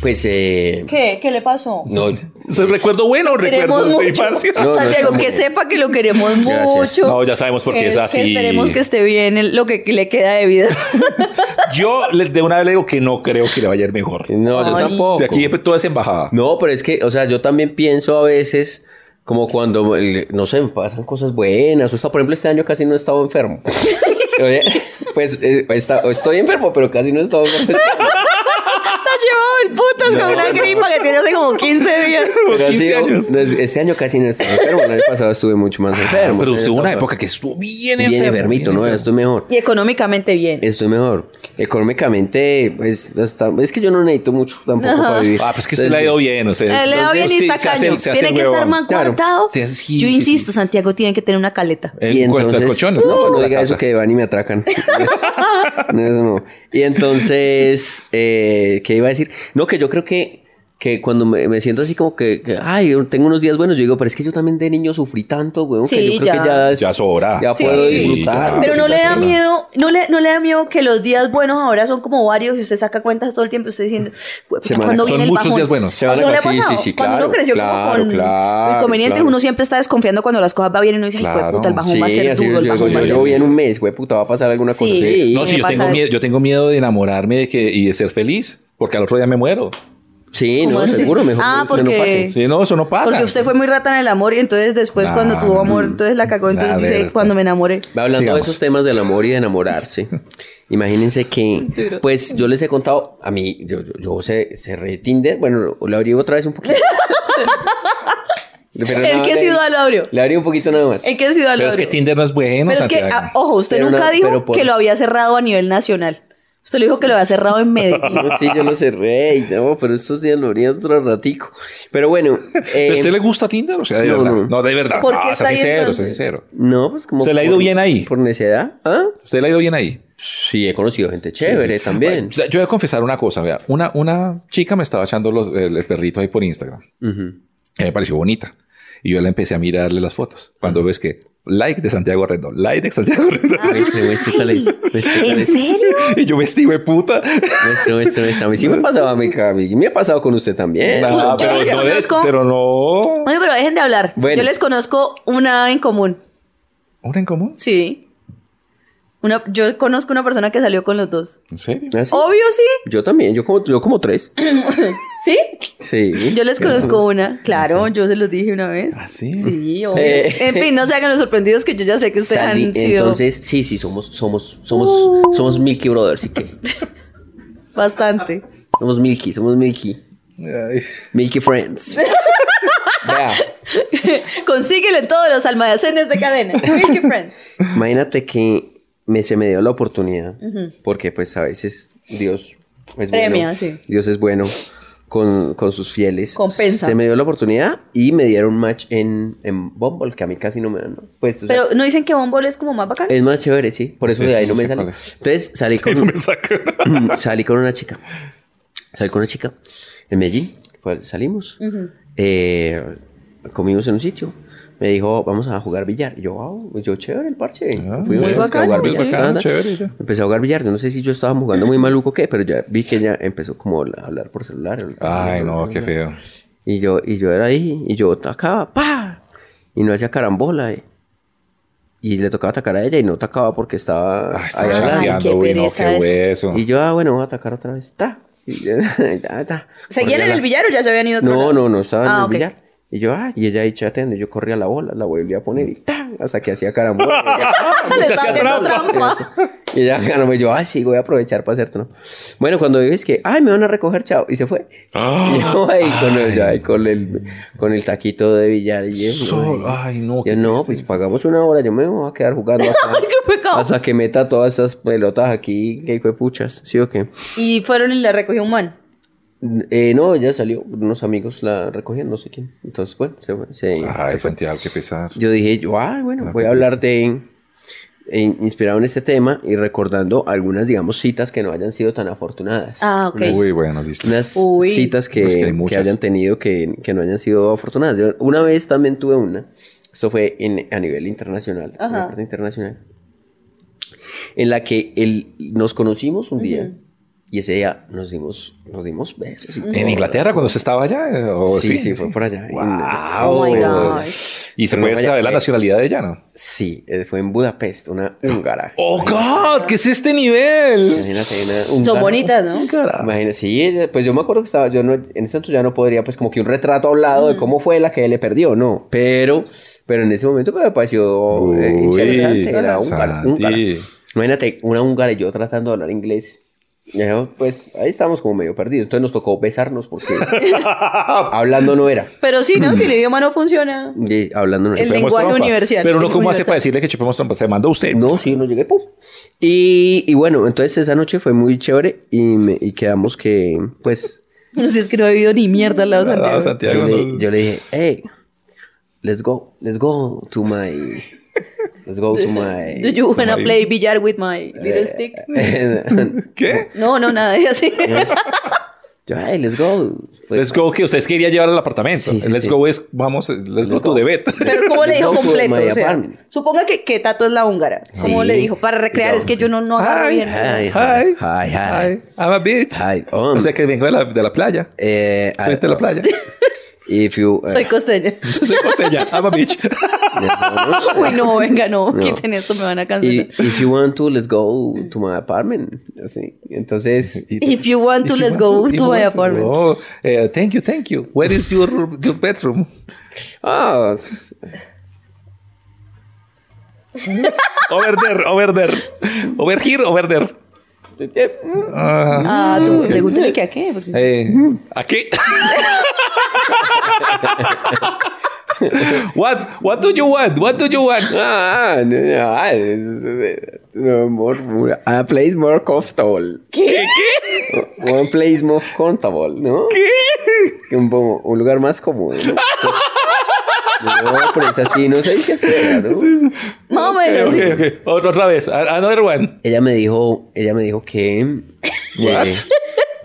Speaker 3: Pues, eh.
Speaker 1: ¿Qué? ¿Qué le pasó?
Speaker 3: No,
Speaker 2: ¿Es el recuerdo bueno o
Speaker 1: Queremos
Speaker 2: recuerdo de
Speaker 1: mucho.
Speaker 2: infancia?
Speaker 3: No, no
Speaker 1: Santiago,
Speaker 3: está
Speaker 1: que
Speaker 3: muy bien.
Speaker 1: sepa que lo queremos
Speaker 3: Gracias.
Speaker 1: mucho.
Speaker 2: No, ya sabemos por qué
Speaker 1: Que-
Speaker 2: es
Speaker 1: que
Speaker 2: así.
Speaker 1: esperemos que esté bien el- lo que le queda de vida.
Speaker 2: Yo le- de una vez le digo que no creo que le vaya a ir mejor.
Speaker 3: no, yo
Speaker 1: Ay.
Speaker 3: tampoco.
Speaker 2: De aquí toda esa embajada.
Speaker 3: No, pero es que, o sea, yo también pienso a veces como cuando, el- no sé, pasan cosas buenas. O sea, por ejemplo, este año casi no he estado enfermo. Oye, pues eh, está- estoy enfermo, pero casi no he estado enfermo.
Speaker 1: Está llevado el putas con una gripa que tiene hace como 15 días.
Speaker 3: Pero ha
Speaker 2: 15
Speaker 3: sido-
Speaker 2: años. Ah,
Speaker 3: no, es- Este año casi no he estado enfermo. El año pasado estuve mucho más enfermo.
Speaker 2: Pero
Speaker 3: Este
Speaker 2: usted
Speaker 3: año
Speaker 2: hubo una
Speaker 3: estaba
Speaker 2: época que estuvo bien,
Speaker 3: bien
Speaker 2: enfermo,
Speaker 3: enfermito,
Speaker 2: bien
Speaker 3: ¿no?
Speaker 2: enfermo.
Speaker 3: Estoy mejor.
Speaker 1: Y económicamente bien.
Speaker 3: Estoy mejor. Económicamente, pues, hasta- es que yo no necesito mucho tampoco para vivir.
Speaker 2: Ah, pues que usted
Speaker 3: Entonces,
Speaker 2: le ha ido bien. Usted,
Speaker 1: El Leo
Speaker 2: Entonces,
Speaker 1: Eh, bien
Speaker 2: sí,
Speaker 1: y está
Speaker 2: se hace-
Speaker 1: caño.
Speaker 2: se hace
Speaker 1: Tiene que
Speaker 2: el
Speaker 1: estar
Speaker 2: huevón.
Speaker 1: más
Speaker 3: Claro.
Speaker 1: cuartado.
Speaker 2: Sí, sí,
Speaker 1: Yo
Speaker 2: sí,
Speaker 1: insisto, Santiago tiene que tener una caleta.
Speaker 2: El cuento del colchón.
Speaker 3: no, pues,
Speaker 2: el cuento
Speaker 3: no
Speaker 2: de la
Speaker 3: diga eso
Speaker 2: casa.
Speaker 3: que van y me atracan. No, eso no. Y entonces, eh, ¿qué iba a decir? No, que yo creo que, que cuando me, me siento así como que, que, ay, tengo unos días buenos, yo digo, pero es que yo también de niño sufrí tanto, güey, que
Speaker 1: Sí,
Speaker 3: yo creo
Speaker 1: ya.
Speaker 3: que ya,
Speaker 2: Ya sobra.
Speaker 3: ya
Speaker 1: Sí.
Speaker 3: puedo
Speaker 1: Sí,
Speaker 3: disfrutar.
Speaker 2: ya.
Speaker 1: Pero
Speaker 2: sí,
Speaker 1: no
Speaker 2: ya
Speaker 1: le da
Speaker 2: sé, ¿no?
Speaker 1: miedo, no le, no le da miedo que los días buenos ahora son como varios y usted saca cuentas todo el tiempo y usted diciendo,
Speaker 3: Semana-
Speaker 1: cuando viene
Speaker 2: son
Speaker 1: el
Speaker 2: muchos
Speaker 1: bajón?
Speaker 2: días buenos.
Speaker 1: ¿Eso no le ha
Speaker 3: Sí,
Speaker 1: pasado?
Speaker 3: sí, sí,
Speaker 1: Cuando
Speaker 3: claro,
Speaker 1: uno creció
Speaker 3: claro,
Speaker 1: como con
Speaker 3: claro,
Speaker 1: inconvenientes,
Speaker 3: claro.
Speaker 1: uno siempre está desconfiando cuando las cosas van bien y uno dice, ay,
Speaker 2: Claro.
Speaker 1: puta, el bajón
Speaker 3: Sí,
Speaker 1: va a ser
Speaker 3: así
Speaker 1: duro,
Speaker 3: yo,
Speaker 1: el
Speaker 3: digo,
Speaker 1: bajón va a
Speaker 3: yo,
Speaker 1: ser
Speaker 3: yo voy en un mes, güey, puta, va a pasar alguna cosa
Speaker 1: Sí.
Speaker 3: así.
Speaker 2: No, si
Speaker 1: me
Speaker 2: yo
Speaker 1: pasa
Speaker 2: tengo
Speaker 1: eso.
Speaker 2: miedo, yo tengo miedo de enamorarme de que, y de ser feliz, porque al otro día me muero.
Speaker 3: Sí,
Speaker 1: ¿Cómo
Speaker 3: no,
Speaker 1: así?
Speaker 3: seguro, mejor
Speaker 1: Ah,
Speaker 3: que usted
Speaker 1: porque-
Speaker 3: no pase.
Speaker 2: Sí, no, eso no pasa.
Speaker 1: Porque usted fue muy rata en el amor y entonces después
Speaker 2: Nah,
Speaker 1: cuando tuvo amor,
Speaker 2: mm,
Speaker 1: entonces la cagó, entonces
Speaker 2: la
Speaker 1: dice,
Speaker 2: verdad.
Speaker 1: cuando me
Speaker 3: pues.
Speaker 1: enamoré.
Speaker 3: Va Hablando
Speaker 2: Sigamos.
Speaker 3: de esos temas del amor y de enamorarse, imagínense que, pues yo les he contado, a mí, yo, yo, yo cer- cerré Tinder, bueno, lo abrí otra vez un poquito. Pero
Speaker 1: ¿En qué
Speaker 3: le-
Speaker 1: ciudad lo abrió?
Speaker 3: Le abrí un poquito nada más.
Speaker 1: ¿En qué ciudad lo
Speaker 2: Pero es que
Speaker 1: abrió?
Speaker 2: Tinder no es bueno.
Speaker 1: Pero es que,
Speaker 2: Santiago.
Speaker 1: ah, ojo, usted
Speaker 3: Pero
Speaker 1: nunca
Speaker 3: una-
Speaker 1: dijo
Speaker 3: pero por-
Speaker 1: que lo había cerrado a nivel nacional. Usted le dijo que lo había cerrado en Medellín.
Speaker 3: No, sí, yo lo cerré, y no, pero estos días lo abrí otro ratico. Pero bueno, eh,
Speaker 2: ¿Pero ¿A usted le gusta Tinder? O sea, de
Speaker 3: no,
Speaker 2: verdad. No.
Speaker 3: no.
Speaker 2: de verdad.
Speaker 1: ¿Por
Speaker 2: No,
Speaker 1: qué
Speaker 2: sea
Speaker 1: está ahí
Speaker 2: sincero, sea
Speaker 1: entonces?
Speaker 2: sincero.
Speaker 3: no, pues como...
Speaker 2: ¿Se le ha
Speaker 3: por-
Speaker 2: ido bien ahí?
Speaker 3: Por necedad, ¿ah?
Speaker 2: ¿Usted le ha ido bien ahí?
Speaker 3: Sí, he conocido gente chévere también.
Speaker 2: O sea, yo voy a confesar una cosa, vea. Una, una chica me estaba echando los- el, el perrito ahí por Instagram.
Speaker 3: Ujú.
Speaker 2: que me pareció bonita. Y yo la empecé a mirarle las fotos. Cuando ves que like de Santiago Rendón, like de Santiago Rendón.
Speaker 3: Muestre, muestre cuál es, muestre cuál
Speaker 5: ¿En
Speaker 3: es.
Speaker 5: serio?
Speaker 2: y yo vestido de puta.
Speaker 3: Nuestro, nuestro, nuestro. A mí sí me ha pasado, a mí, a mí me ha pasado con usted también.
Speaker 2: Nah,
Speaker 1: yo les
Speaker 2: no es-
Speaker 1: conozco-
Speaker 2: pero no.
Speaker 1: Bueno, pero dejen de hablar.
Speaker 3: Bueno.
Speaker 1: Yo les conozco una en común.
Speaker 2: ¿Una en común?
Speaker 1: Sí. Una, yo conozco una persona que salió con los dos.
Speaker 2: ¿En serio?
Speaker 3: ¿Ah, sí?
Speaker 1: Obvio, sí.
Speaker 3: Yo también, yo como, yo como tres.
Speaker 1: Sí.
Speaker 3: Sí.
Speaker 1: Yo les conozco una. Claro, yo se los dije una vez.
Speaker 2: ¿Ah, sí?
Speaker 1: Sí, obvio.
Speaker 3: Eh.
Speaker 1: En fin, no se hagan los sorprendidos que yo ya sé que ustedes
Speaker 3: Salí-
Speaker 1: han sido Uh.
Speaker 3: entonces, sí, sí, somos, somos, somos, somos Milky Brothers, sí que.
Speaker 1: bastante.
Speaker 3: Somos Milky, somos Milky.
Speaker 2: Ay.
Speaker 3: Milky Friends. Vea,
Speaker 1: Consíguelo en todos los almacenes de cadena. Milky Friends.
Speaker 3: imagínate que me, se me dio la oportunidad, porque pues a veces Dios es
Speaker 1: Premia,
Speaker 3: bueno.
Speaker 1: sí.
Speaker 3: Dios es bueno con, con sus fieles.
Speaker 1: Compensa.
Speaker 3: Se me dio la oportunidad y me dieron match en, en Bumble, que a mí casi no me dan. ¿no? Pues, o sea,
Speaker 1: Pero no dicen que Bumble es como más bacán.
Speaker 3: Es más chévere, sí. Por eso
Speaker 2: Sí,
Speaker 3: de ahí
Speaker 2: sí,
Speaker 3: no me
Speaker 2: sé
Speaker 3: sale.
Speaker 2: cuál es.
Speaker 3: Entonces salí con,
Speaker 2: No me saca.
Speaker 3: salí con una chica. Salí con una chica en Medellín. Fue- salimos. Eh, comimos en un sitio. Me dijo, vamos a jugar billar. Y yo, wow, yo chévere el parche.
Speaker 2: Ah,
Speaker 1: muy
Speaker 3: a
Speaker 1: bacano,
Speaker 3: jugar
Speaker 1: muy
Speaker 3: billar.
Speaker 2: bacano,
Speaker 3: nada.
Speaker 2: chévere, ya.
Speaker 3: Empecé a jugar billar. Yo no sé si yo estaba jugando muy maluco o qué, pero ya vi que ella empezó como a hablar por celular.
Speaker 2: Ay, no, qué feo.
Speaker 3: Y yo, y yo era ahí, y yo atacaba, pa, y no hacía carambola. eh. Y le tocaba atacar a ella y no atacaba porque estaba
Speaker 2: Ay,
Speaker 3: ahí
Speaker 2: Ah, estaba
Speaker 3: al lado.
Speaker 2: chateando,
Speaker 1: qué
Speaker 2: uy, no,
Speaker 1: pereza
Speaker 2: qué
Speaker 1: eso.
Speaker 2: hueso.
Speaker 3: Y yo, ah, bueno, voy a atacar otra vez. Ta. Y yo, ta, ta.
Speaker 1: ¿Seguían
Speaker 3: Corrí a
Speaker 1: en
Speaker 3: la-
Speaker 1: el billar o ya se habían ido a otro
Speaker 3: No,
Speaker 1: lado?
Speaker 3: no, no, estaba en
Speaker 1: Ah,
Speaker 3: el
Speaker 1: ok.
Speaker 3: billar. Y yo, ah, y ella ahí chateando. Y yo corría la bola, la volví a poner y ta, hasta que hacía carambola. Y ella, "Ah,
Speaker 1: Le está haciendo trampa.
Speaker 3: y ella ganó. Y yo, ah, sí, voy a aprovechar para hacer trampa. Bueno, cuando dices que, ay, me van a recoger, chao. Y se fue.
Speaker 2: Ah.
Speaker 3: Y yo ahí con el, ya ahí con el, con el taquito de billar y yo,
Speaker 2: Solo. Ay, no,
Speaker 3: Yo,
Speaker 2: qué
Speaker 3: no, pues
Speaker 2: tristeza.
Speaker 3: pagamos una hora, yo me voy a quedar jugando hasta,
Speaker 1: ¡Qué pecado!
Speaker 3: hasta que meta todas esas pelotas aquí, que puchas, ¿sí o qué?
Speaker 1: Y fueron y la recogió un man.
Speaker 3: Eh, no, ya salió, unos amigos la recogían, no sé quién. Entonces, bueno, se, se-
Speaker 2: Ay,
Speaker 3: se fue.
Speaker 2: Santiago, qué pesar.
Speaker 3: Yo dije, yo, ah, bueno,
Speaker 2: Ah,
Speaker 3: voy
Speaker 2: qué
Speaker 3: a hablar de, en- inspirado en este tema y recordando algunas, digamos, citas que no hayan sido tan afortunadas.
Speaker 1: Ah, ok.
Speaker 2: Uy, bueno, listo.
Speaker 3: unas
Speaker 1: Uy.
Speaker 3: citas que,
Speaker 2: Es Pues que hay
Speaker 3: que
Speaker 2: muchas.
Speaker 3: hayan tenido que, que no hayan sido afortunadas. Yo una vez también tuve una, esto fue en- a nivel internacional, en la
Speaker 1: Ajá.
Speaker 3: parte internacional. en la que él, nos conocimos un día y ese día nos dimos, nos dimos besos. y
Speaker 2: ¿En
Speaker 3: todo.
Speaker 2: Inglaterra cuando se estaba allá? ¿O
Speaker 3: Sí, sí, fue por allá.
Speaker 2: Wow.
Speaker 1: Oh my God.
Speaker 2: Y se
Speaker 3: Pero
Speaker 2: puede
Speaker 3: no vaya-
Speaker 2: saber la
Speaker 3: eh.
Speaker 2: nacionalidad de ella, ¿no?
Speaker 3: Sí, eh, fue en Budapest, una húngara.
Speaker 2: ¡Oh, God! ¿Qué es este nivel?
Speaker 3: Imagínate, una húngara.
Speaker 1: Son bonitas, ¿no?
Speaker 3: Imagínate, sí, ella- pues yo me acuerdo que estaba, yo no, en ese entonces ya no podría, pues como que un retrato hablado de cómo fue la que le perdió, no, pero, pero en ese momento pues, me pareció eh,
Speaker 2: Uy,
Speaker 3: interesante, era húngara,
Speaker 2: Santi.
Speaker 3: húngara. Imagínate, una húngara y yo tratando de hablar inglés, Ya, pues ahí estábamos como medio perdidos, entonces nos tocó besarnos porque hablando no era,
Speaker 1: Pero sí, ¿no? si el idioma no funciona.
Speaker 3: Y hablando no
Speaker 1: El
Speaker 3: era.
Speaker 2: Chupemos
Speaker 1: lenguaje
Speaker 2: trompa.
Speaker 1: universal.
Speaker 2: Pero uno, ¿cómo hace
Speaker 1: Universal.
Speaker 2: para decirle que chupemos trompa? Se mandó usted.
Speaker 3: No, sí, no llegué, pum. Y, y bueno, entonces esa noche fue muy chévere y, me- y quedamos que, pues...
Speaker 1: No sé, es que no he vivido ni mierda al lado de
Speaker 2: Ah,
Speaker 1: Santiago.
Speaker 2: Santiago,
Speaker 3: yo, le,
Speaker 2: no.
Speaker 3: yo le dije, hey, let's go, let's go to my, let's go to my.
Speaker 1: Do you wanna
Speaker 2: Ay.
Speaker 1: play billar with my little stick?
Speaker 2: ¿Qué?
Speaker 1: No, no, nada, es así.
Speaker 3: yo, hey, let's go. Pues,
Speaker 2: let's go, que ustedes querían llevar al apartamento.
Speaker 3: Sí, sí,
Speaker 2: let's
Speaker 3: sí.
Speaker 2: go es, vamos, let's, go, to
Speaker 3: go.
Speaker 2: the bed.
Speaker 1: Pero ¿cómo le dijo
Speaker 3: Go to
Speaker 1: completo?
Speaker 3: my
Speaker 1: O sea,
Speaker 3: apartment.
Speaker 1: suponga que, que Tato es la húngara. ¿Cómo
Speaker 3: Sí.
Speaker 1: le dijo? Para recrear, es que yo no, no agarro
Speaker 2: Ay.
Speaker 1: bien.
Speaker 3: hi, hi,
Speaker 2: Hi.
Speaker 3: hi, hi,
Speaker 2: Ay, I'm a bitch.
Speaker 3: hi, um,
Speaker 2: O sea que vengo de la, de la playa.
Speaker 3: eh,
Speaker 2: Soy
Speaker 3: I-
Speaker 2: de la playa.
Speaker 3: If you, eh,
Speaker 1: Soy costeña.
Speaker 2: Soy costeña. I'm a bitch.
Speaker 1: Uy, no, venga, no,
Speaker 3: No.
Speaker 1: quiten esto, me van a cancelar.
Speaker 3: i- if you want to, let's go to my apartment. Así. Entonces,
Speaker 1: If you want to,
Speaker 2: If you
Speaker 1: let's
Speaker 2: want
Speaker 1: go
Speaker 2: if
Speaker 1: to
Speaker 2: you
Speaker 1: my
Speaker 2: want
Speaker 1: apartment.
Speaker 2: Oh, eh, thank you, thank you. Where is your, your bedroom?
Speaker 3: ah, s-
Speaker 2: Over there, over there. Over here, over there.
Speaker 3: eh,
Speaker 2: Ah,
Speaker 1: Ah, tú pregúntale que a qué. porque-
Speaker 2: eh, ¿A qué? what, what do you want? What do you want?
Speaker 3: ah, no, no, ah, es- eh, no, more, more- a place more comfortable.
Speaker 2: ¿Qué? ¿Qué?
Speaker 3: One place more comfortable, ¿no? ¿Qué? Un, poco- un lugar más cómodo. ¿no? Pues, no, pero es así, no se dice así, claro.
Speaker 1: Más o menos,
Speaker 2: Ok,
Speaker 1: sí.
Speaker 2: ok, ok. Otra, otra vez. A- Another one.
Speaker 3: Ella me dijo, ella me dijo que
Speaker 2: What?
Speaker 3: eh,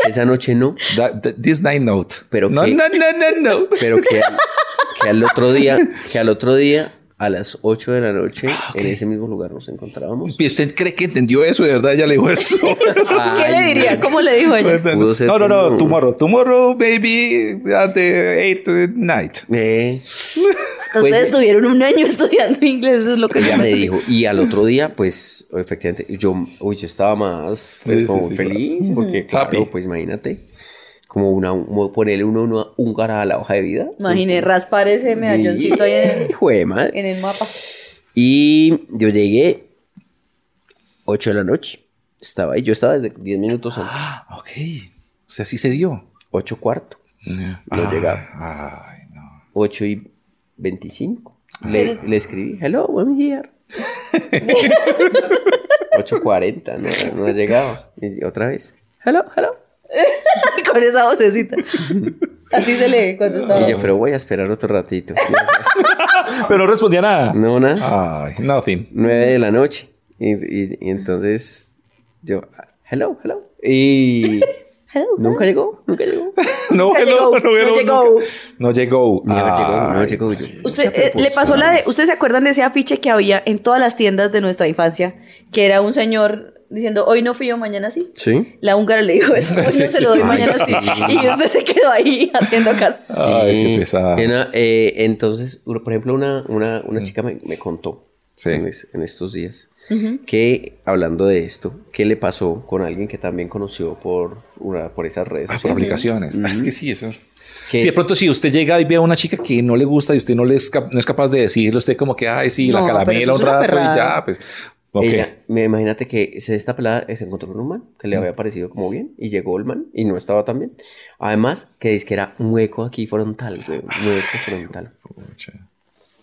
Speaker 3: esa noche no,
Speaker 2: That- that- this night note.
Speaker 3: Pero
Speaker 2: no,
Speaker 3: qué-
Speaker 2: no, no, no, no.
Speaker 3: pero que al, que al otro día, que al otro día a las 8 de la noche en ese mismo lugar nos encontrábamos.
Speaker 2: ¿Y ¿Usted cree que entendió eso? De verdad, ya le dijo eso.
Speaker 1: ¿Qué le
Speaker 3: Ay,
Speaker 1: diría? ¿Cómo le dijo ella?
Speaker 3: Pudo ser
Speaker 2: no, no, no.
Speaker 3: como-
Speaker 2: Tomorrow. Tomorrow, baby, at the 8 night.
Speaker 3: eh,
Speaker 1: Ustedes estuvieron un año estudiando inglés, eso es lo que
Speaker 3: ella
Speaker 1: yo
Speaker 3: me
Speaker 1: sé.
Speaker 3: dijo y al otro día pues efectivamente yo uy, yo estaba más
Speaker 2: Sí,
Speaker 3: pues,
Speaker 2: sí,
Speaker 3: como
Speaker 2: sí,
Speaker 3: feliz porque claro
Speaker 2: Happy.
Speaker 3: pues imagínate como una como ponerle uno una húngara a la hoja de vida
Speaker 1: Imaginé raspar ese medalloncito ahí en el,
Speaker 3: Hijo de madre.
Speaker 1: en el mapa.
Speaker 3: y yo llegué 8 de la noche estaba ahí yo estaba desde 10 minutos antes
Speaker 2: Ah, ok. O sea, sí se dio.
Speaker 3: 8 cuarto no
Speaker 2: Ah.
Speaker 3: llegaba
Speaker 2: Ay, no.
Speaker 3: 8 y 25 le, le escribí hello I'm here 8.40, no, no llegaba. Y otra vez. Hello, hello.
Speaker 1: Con esa vocecita. Así se lee cuando estaba.
Speaker 3: Y yo, pero voy a esperar otro ratito.
Speaker 2: Pero Ah. no respondía nada.
Speaker 3: No, nada.
Speaker 2: Ay, nothing.
Speaker 3: Nueve de la noche. Y, y- y entonces yo, hello, hello. Y
Speaker 1: Hello.
Speaker 3: nunca llegó, nunca llegó.
Speaker 2: No,
Speaker 1: Nunca
Speaker 2: hello,
Speaker 1: llegó, no llegó.
Speaker 2: nunca. No llegó.
Speaker 3: No llegó, no
Speaker 2: Ay. Ah,
Speaker 3: llegó. Yo,
Speaker 1: Usted,
Speaker 3: mucha
Speaker 1: eh, le pasó
Speaker 3: preposición.
Speaker 1: la de, ¿Ustedes se acuerdan de ese afiche que había en todas las tiendas de nuestra infancia? Que era un señor diciendo, hoy no fui yo, mañana sí.
Speaker 3: Sí.
Speaker 1: La húngara le dijo eso, hoy no
Speaker 2: Sí,
Speaker 1: se
Speaker 2: sí.
Speaker 1: lo doy,
Speaker 2: Ay,
Speaker 1: mañana sí. Y usted se quedó ahí haciendo caso.
Speaker 2: Ay,
Speaker 3: Sí.
Speaker 2: qué pesada.
Speaker 3: Era, eh, entonces, por ejemplo, una, una, una chica me, me contó
Speaker 2: Sí.
Speaker 3: en, es- en estos días que, hablando de esto, ¿qué le pasó con alguien que también conoció por, una, por esas redes
Speaker 2: Por
Speaker 3: sociales? Mm.
Speaker 2: aplicaciones. Ah, Es que sí, eso.
Speaker 3: Que-
Speaker 2: Si de pronto, si usted llega y ve a una chica que no le gusta y usted no, le es, cap- no es capaz de decirle, usted como que, ay, sí,
Speaker 1: No,
Speaker 2: la
Speaker 1: pero eso
Speaker 2: caramela
Speaker 1: es
Speaker 2: un
Speaker 1: una
Speaker 2: rato y
Speaker 1: perrada.
Speaker 2: ya, pues. Ok.
Speaker 3: Ella, me imagínate que se- esta pelada eh, se encontró con un man que le había parecido como bien y llegó el man y no estaba tan bien. Además, que dice que era un hueco aquí frontal, güey, un hueco frontal.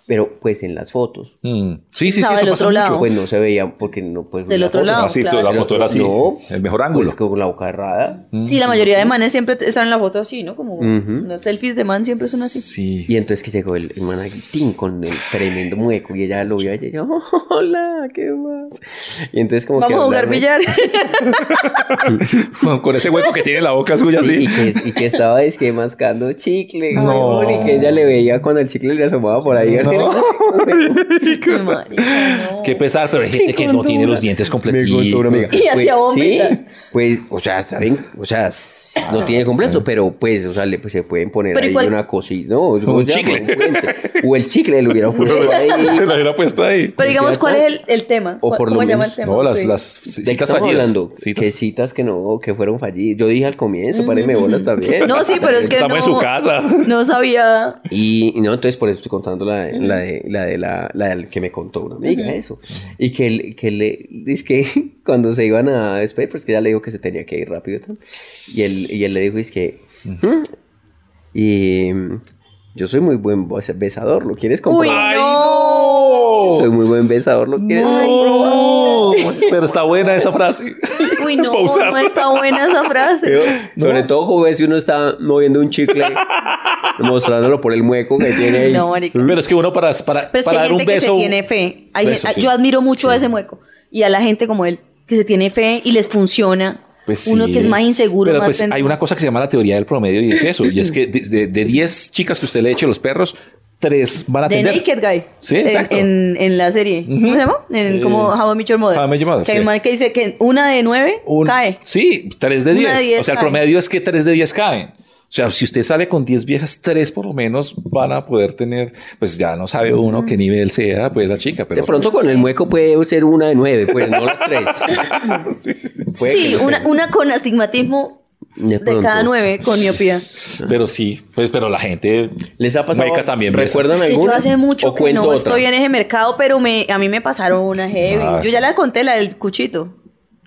Speaker 3: Pero pues en las fotos,
Speaker 2: Mm. Sí, sí, sí,
Speaker 1: Estaba
Speaker 2: eso
Speaker 1: del
Speaker 2: pasa
Speaker 1: otro
Speaker 2: mucho.
Speaker 1: lado.
Speaker 3: pues no se veía porque no pues
Speaker 1: Del
Speaker 3: la
Speaker 1: otro
Speaker 3: foto-
Speaker 1: lado.
Speaker 2: Ah, sí, tú,
Speaker 1: claro.
Speaker 2: la foto era así.
Speaker 3: No.
Speaker 2: El mejor
Speaker 3: Pues
Speaker 2: ángulo.
Speaker 3: con la boca errada.
Speaker 1: Sí, la mayoría de manes siempre están en la foto así, ¿no? Como
Speaker 3: Ujú.
Speaker 1: los selfies de man siempre son así.
Speaker 2: Sí.
Speaker 3: Y entonces que llegó el, el man aquí, tin, con el tremendo mueco y ella lo vio y ella, "Oh, hola, ¿qué más? Y entonces como que
Speaker 1: Vamos a jugar
Speaker 3: hablaron-
Speaker 1: billar.
Speaker 2: Con ese hueco que tiene la boca suya, así.
Speaker 3: Sí, Y, que, y que estaba es que mascando chicle,
Speaker 2: No.
Speaker 3: huevón, y que ella le veía cuando el chicle le asomaba por ahí.
Speaker 2: No,
Speaker 1: Ay, marica, no.
Speaker 2: Qué pesar, pero hay gente que no tiene los dientes
Speaker 3: Me contó una amiga.
Speaker 2: completitos.
Speaker 1: Y hacía
Speaker 3: sí,
Speaker 1: vómito.
Speaker 3: pues, o sea, está bien, o sea, s- no
Speaker 2: Ah,
Speaker 3: tiene completo, pero pues, o sea, le, pues, se pueden poner
Speaker 1: Pero
Speaker 3: ahí
Speaker 1: igual-
Speaker 3: una cosita, ¿no? ¿Cómo se llama?
Speaker 2: chicle.
Speaker 3: Un puente. o el chicle le hubiera puesto ahí.
Speaker 2: Se la hubiera puesto ahí.
Speaker 1: Pero digamos,
Speaker 3: ya
Speaker 1: ¿cuál es
Speaker 3: está.
Speaker 1: el, el tema?
Speaker 3: O
Speaker 1: ¿Cuál-
Speaker 3: por lo
Speaker 1: ¿Cómo llama
Speaker 3: menos-
Speaker 1: el tema?
Speaker 2: No, las,
Speaker 1: Sí.
Speaker 2: las
Speaker 3: ¿De qué
Speaker 2: citas
Speaker 3: estamos
Speaker 2: fallidas.
Speaker 3: hablando?
Speaker 2: Citas.
Speaker 3: Que citas que no, que fueron fallidas. Yo dije al comienzo, párenme bolas también.
Speaker 1: No, sí, pero es que
Speaker 2: Estamos
Speaker 1: no,
Speaker 2: en su casa.
Speaker 1: no sabía.
Speaker 3: Y y no, entonces por eso estoy contando la de la, de, la, de la, la del que me contó una amiga, eso. Y que, le- que le, dice que cuando se iban a despedir, pues que ella le dijo que se tenía que ir rápido. tal. Y él, y él le dijo, es que, "Mm, y mm, yo soy muy buen bes- besador, ¿lo quieres
Speaker 1: Uy,
Speaker 3: comprobar?
Speaker 1: no.
Speaker 3: Soy muy buen besador, ¿lo quieres comprobar?
Speaker 2: No, pero está buena esa frase.
Speaker 1: Uy,
Speaker 2: Es pa'
Speaker 1: no,
Speaker 2: usar.
Speaker 1: no está buena esa frase.
Speaker 3: Sobre todo, joven, si uno está moviendo un chicle, mostrándolo por el mueco que tiene ahí.
Speaker 1: No, marica.
Speaker 2: Pero es que uno para, para,
Speaker 1: Pero es que
Speaker 2: para
Speaker 1: hay
Speaker 2: dar
Speaker 1: gente
Speaker 2: un beso.
Speaker 1: que se tiene fe. Hay
Speaker 2: Beso,
Speaker 1: gen- ah,
Speaker 2: sí.
Speaker 1: Yo admiro mucho a ese mueco y a la gente como él, que se tiene fe y les funciona.
Speaker 2: Pues
Speaker 1: Uno
Speaker 2: sí.
Speaker 1: que es más inseguro,
Speaker 2: Pero
Speaker 1: más
Speaker 2: pues hay
Speaker 1: pendejo.
Speaker 2: una cosa que se llama la teoría del promedio y es eso. Y es que de- de de 10 chicas que usted le eche los perros, tres van a
Speaker 1: De
Speaker 2: tener.
Speaker 1: Naked Guy.
Speaker 2: Sí,
Speaker 1: En-
Speaker 2: exacto.
Speaker 1: En, en la serie. ¿Cómo se llama? En, como
Speaker 2: Eh,
Speaker 1: How I Met Your Mother.
Speaker 2: How I Met Your Mother,
Speaker 1: Que hay
Speaker 2: sí.
Speaker 1: un man que dice que una de nueve
Speaker 2: Un-
Speaker 1: cae.
Speaker 2: Sí, 3 de
Speaker 1: Una
Speaker 2: 10.
Speaker 1: de diez
Speaker 2: o sea, el
Speaker 1: cae.
Speaker 2: promedio es que 3 de 10 caen. O sea, si usted sale con 10 viejas, 3 por lo menos van a poder tener, pues ya no sabe uno qué nivel sea, pues la chica, pero
Speaker 3: De pronto con el mueco puede ser una de nueve, pues no las tres. Puede que
Speaker 1: Sí,
Speaker 3: no sea.
Speaker 1: una, una con astigmatismo
Speaker 3: De
Speaker 1: de,
Speaker 3: pronto.
Speaker 1: cada nueve con miopía.
Speaker 2: pero sí, pues pero la gente
Speaker 3: ¿Les ha pasado?
Speaker 2: Meca también besa.
Speaker 3: ¿Recuerdan
Speaker 1: Es que yo
Speaker 3: alguna?
Speaker 1: hace mucho
Speaker 3: ¿O
Speaker 1: que
Speaker 3: cuento
Speaker 1: no
Speaker 3: otra?
Speaker 1: estoy en ese mercado, pero me, a mí me pasaron una heavy.
Speaker 2: Ah,
Speaker 1: yo
Speaker 2: sí.
Speaker 1: ya la conté, la del cuchito.